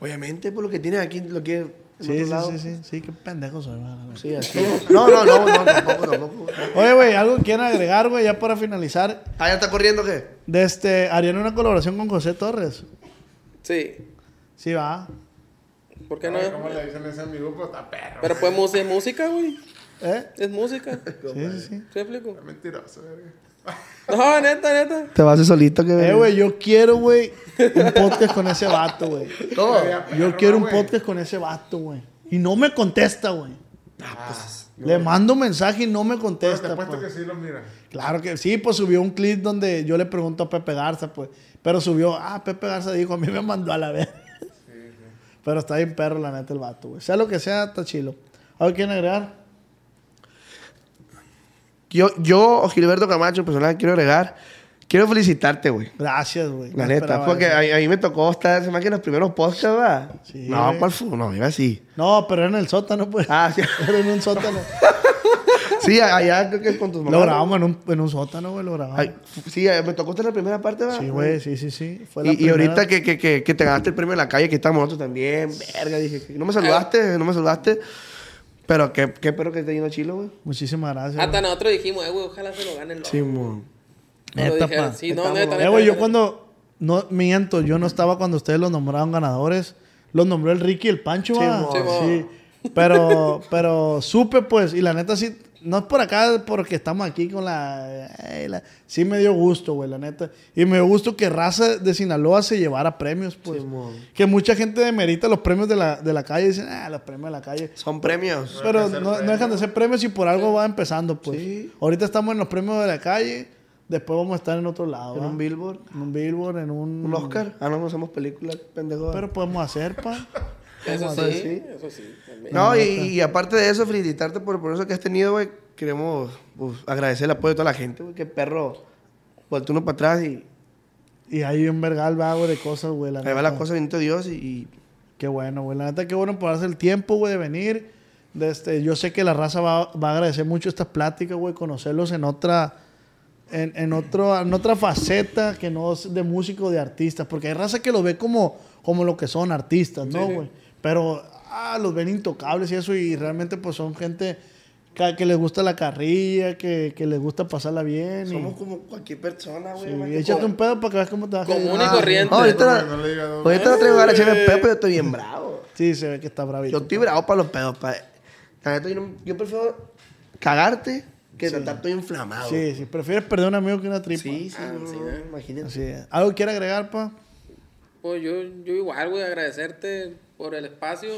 B: Obviamente, por lo que tienen aquí, lo que en otro
C: Sí, sí,
B: lado.
C: sí, sí, sí, qué pendejo soy, man.
B: Sí, así. No, no, no, no, tampoco, tampoco.
C: Oye, güey, algo que quieran agregar, güey, ya para finalizar.
B: Ah, ya está corriendo, ¿qué?
C: De este, harían una colaboración con José Torres.
D: Sí.
C: Sí, va.
D: ¿Por qué no?
E: Ay, ¿Cómo le dicen a ese amigo? Pues está perro.
D: Pero podemos es música, güey.
C: ¿Eh?
D: Es música.
C: Sí, sí, sí.
D: ¿Te explico?
E: Está mentiroso, verga.
D: No, neta, neta.
B: Te vas a hacer solito, ¿qué?
C: Eh, güey, yo quiero, güey, un podcast con ese vato, güey.
B: ¿Cómo?
C: Yo quiero un
E: güey.
C: podcast con ese vato, güey. Y no me contesta, güey. pues, Le mando mensaje y no me
E: Ah, Pero te
C: contesta.
E: apuesto
C: pues.
E: que sí lo mira.
C: Claro que sí, pues subió un clip donde yo le pregunto a Pepe Garza, pues. Pero subió, ah, Pepe Garza dijo, a mí me mandó a la vez. Pero está bien perro, la neta, el vato, güey. Sea lo que sea, está chilo. ¿Algo quieren agregar?
B: Yo, yo, Gilberto Camacho, personal, quiero agregar. Quiero felicitarte, güey.
C: Gracias, güey.
B: La
C: No
B: neta,
C: esperaba
B: porque
C: eso.
B: a, a mí me tocó estar, se me hace que en los primeros podcasts, ¿verdad?
C: Sí,
B: No,
C: güey.
B: ¿cuál fue? No, iba así.
C: No, pero era en el sótano, pues.
B: Ah, sí.
C: Era en un sótano.
B: Sí, allá creo que con tus
C: lo
B: mamás.
C: grabamos en un, en un sótano, güey, lo grabamos.
B: Ay, f- sí, eh, me tocó estar en la primera parte, ¿verdad?
C: sí, güey, sí, sí, sí. Fue la
B: Y, y ahorita
C: primera-
B: que, que, que, que te ganaste el premio en la calle, que estamos nosotros también, verga, dije, que no me saludaste, no me saludaste. Pero qué, qué perro que está yendo chilo, güey.
C: Muchísimas gracias.
D: Hasta
C: güey.
D: nosotros dijimos, eh, güey, ojalá se lo ganen los.
B: mon.
D: Pero
C: Neta,
D: dijeron,
C: pa.
D: sí, no,
B: Estamos
D: neta,
B: locos.
D: neta,
C: Eh, güey, yo
D: neta.
C: cuando. No, miento, yo no estaba cuando ustedes los nombraron ganadores. Los nombró el Ricky y el Pancho, ¿va?
B: Sí,
D: mo.
C: Sí. Pero, pero supe, pues, y la neta sí, no es por acá porque estamos aquí con la, eh, la- Sí me dio gusto, güey, la neta. Y me dio gusto que raza de Sinaloa se llevara premios, pues.
B: Simón.
C: que mucha gente demerita los premios de la, de la calle. Dicen, ah, los premios de la calle.
B: Son premios.
C: Pero no, no dejan de ser premios y por algo va empezando, pues. Ahorita estamos en los premios de la calle. Después vamos a estar en otro lado.
B: Ah. En
C: ¿va?
B: un billboard.
C: En un Billboard, en un...
B: Un Oscar. Ah, no, no hacemos películas, pendejo.
C: Pero podemos hacer, pa.
D: Eso
B: Vamos a ver, sí.
D: sí, eso sí. también.
B: No, y, y aparte de eso, felicitarte por el proceso que has tenido, güey. Queremos pues, agradecer el apoyo de toda la gente, güey. Qué perro. Volta uno para atrás y
C: Y hay un vergal vago de cosas, güey. la
B: ahí va
C: neta.
B: la cosa bendito Dios. Y, y
C: Qué bueno, güey. La neta, qué bueno por darse el tiempo, güey, de venir. De este, yo sé que la raza va, va a agradecer mucho estas pláticas, güey. Conocerlos en otra... En, en otro, en otra faceta que no es de músico, de artistas. Porque hay raza que lo ve como, como lo que son artistas, ¿no, güey? Pero ah, los ven intocables y eso. Y realmente, pues, son gente que, que les gusta la carrilla, que, que les gusta pasarla bien. y-
B: somos como cualquier persona, güey.
C: Sí,
B: más que
C: échate
B: como-
C: un pedo para que veas cómo te va a
D: Común y
C: quedar.
D: corriente.
B: No, ahorita,
E: No le digas, no.
B: ahorita no traigo ganas de
D: Eh.
B: echarme pedo, pero yo estoy bien bravo.
C: Sí, se ve que está
B: Yo
C: bravito.
B: estoy bravo para los pedos. pa- La neta, yo, no- yo prefiero cagarte que tratar todo inflamado.
C: Sí, sí, prefieres perder un amigo que una tripa.
B: Sí, sí,
D: Ah,
B: no, no,
D: ¿eh?
B: no, imagínate.
C: Así es. ¿Algo quiere agregar, pa?
D: Pues yo, yo igual, güey, agradecerte por el espacio.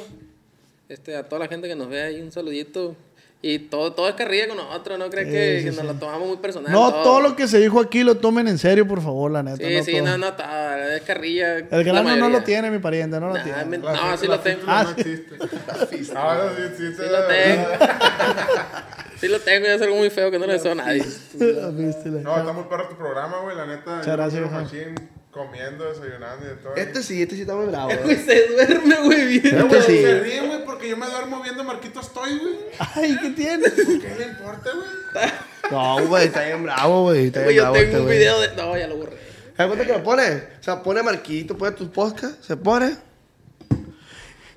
D: Este, a toda la gente que nos ve ahí, un saludito. Y todo, todo es carrilla con nosotros, no crees
C: Sí,
D: que,
C: sí,
D: que
C: sí.
D: nos lo tomamos muy personal.
C: No, todo lo que se dijo aquí lo tomen en serio, por favor, la neta.
D: Sí,
C: no
D: sí,
C: todo.
D: no, no, está, es carrilla.
C: El grano no lo
D: tiene
C: tiene, mi pariente, no lo
D: Nah,
C: tiene.
D: men-
E: La
D: no,
E: fis-
D: sí
E: la
D: lo tengo.
E: fístula
C: Ah,
E: no existe. Ahora sí existe.
D: Sí lo tengo. sí lo tengo, ya es algo muy feo que no le deseo a nadie.
C: Viste, la-
E: No, está muy perro tu programa, güey, la neta.
C: Muchas
E: yo
C: gracias,
E: quiero
C: Juan.
E: machín, comiendo, desayunando y de todo.
B: Este sí, este sí está muy bravo.
D: Güey, se duerme, güey, bien.
E: Eh, güey,
B: este sí.
E: Se ríe, güey, porque yo me duermo viendo Marquito Estoy, güey.
C: Ay, ¿qué tiene?
E: ¿Qué le importa, güey?
B: No, güey, está bien bravo, güey. Está
D: Güey,
B: bien
D: yo
B: bravo
D: tengo
B: este,
D: un
B: güey.
D: video de. No, ya lo borré.
B: ¿Te das cuenta que lo pone? O sea, pone Marquito, pone tus podcasts, se pone.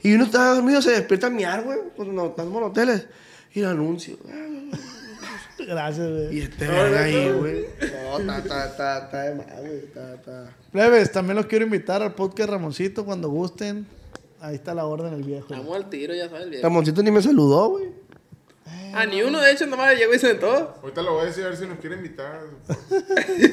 B: Y uno está dormido, se despierta a miar, güey, cuando estamos en hoteles. Y el anuncio.
C: Gracias, güey.
B: Y este verga ahí, güey. No, está, está, está, está de más, güey. Está, está.
C: Plebes, también los quiero invitar al podcast Ramoncito cuando gusten. Ahí está la orden, el viejo.
D: Estamos al tiro, ya sabes el video.
B: Ramoncito ni me saludó, güey.
D: Ah, ni uno, de hecho, nomás llegó y se sentó.
E: Ahorita lo voy a decir a ver si nos quiere invitar.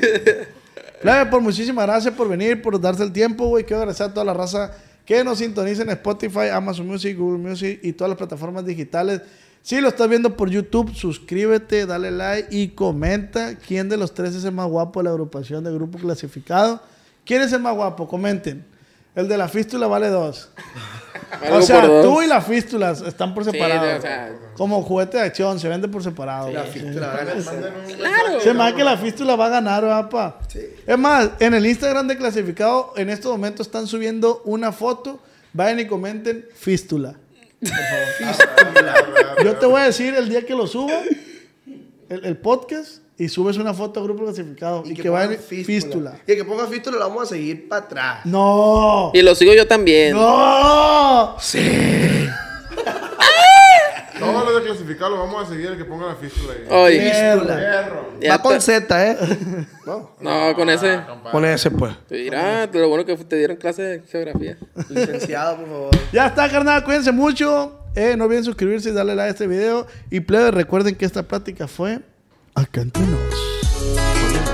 C: Plebe, por muchísimas gracias por venir, por darse el tiempo, güey. Quiero agradecer a toda la raza que nos sintoniza en Spotify, Amazon Music, Google Music y todas las plataformas digitales. Si lo estás viendo por YouTube, suscríbete, dale like y comenta quién de los tres es el más guapo de la agrupación de grupo clasificado. ¿Quién es el más guapo? Comenten. El de la fístula vale dos.
D: Algo
C: O sea,
D: por dos.
C: tú y las fístulas están por
D: Sí,
C: separado.
D: o sea,
C: Como juguete de acción, se vende por separado. güey.
D: Claro.
C: Se me hace que la fístula va a ganar, ¿verdad, pa? Es más, en el Instagram de Clasificado, en estos momentos están subiendo una foto. Vayan y comenten fístula. Yo te voy a decir el día que lo suba, el, el podcast, y subes una foto a Grupo Clasificado. Y, que, vayan
B: pongan
C: fístula.
B: Y el que ponga fístula lo vamos a seguir para atrás.
C: ¡No!
D: Y lo sigo yo también.
C: ¡No!
E: Todos los de clasificado lo vamos a seguir el que ponga la fístula ahí.
D: Oye,
C: Mierda.
E: Perro.
D: ya
B: Va con
D: te-
B: Z, ¿eh? no.
D: Ah, No, con ese.
B: Pone ese, pues.
D: Te dirá, lo bueno que te dieron clase de geografía.
B: Licenciado, por favor.
C: Ya está, carnal. Cuídense mucho. Eh, no olviden suscribirse y darle like a este video. Y plebe, recuerden que esta plática fue acá entre nos.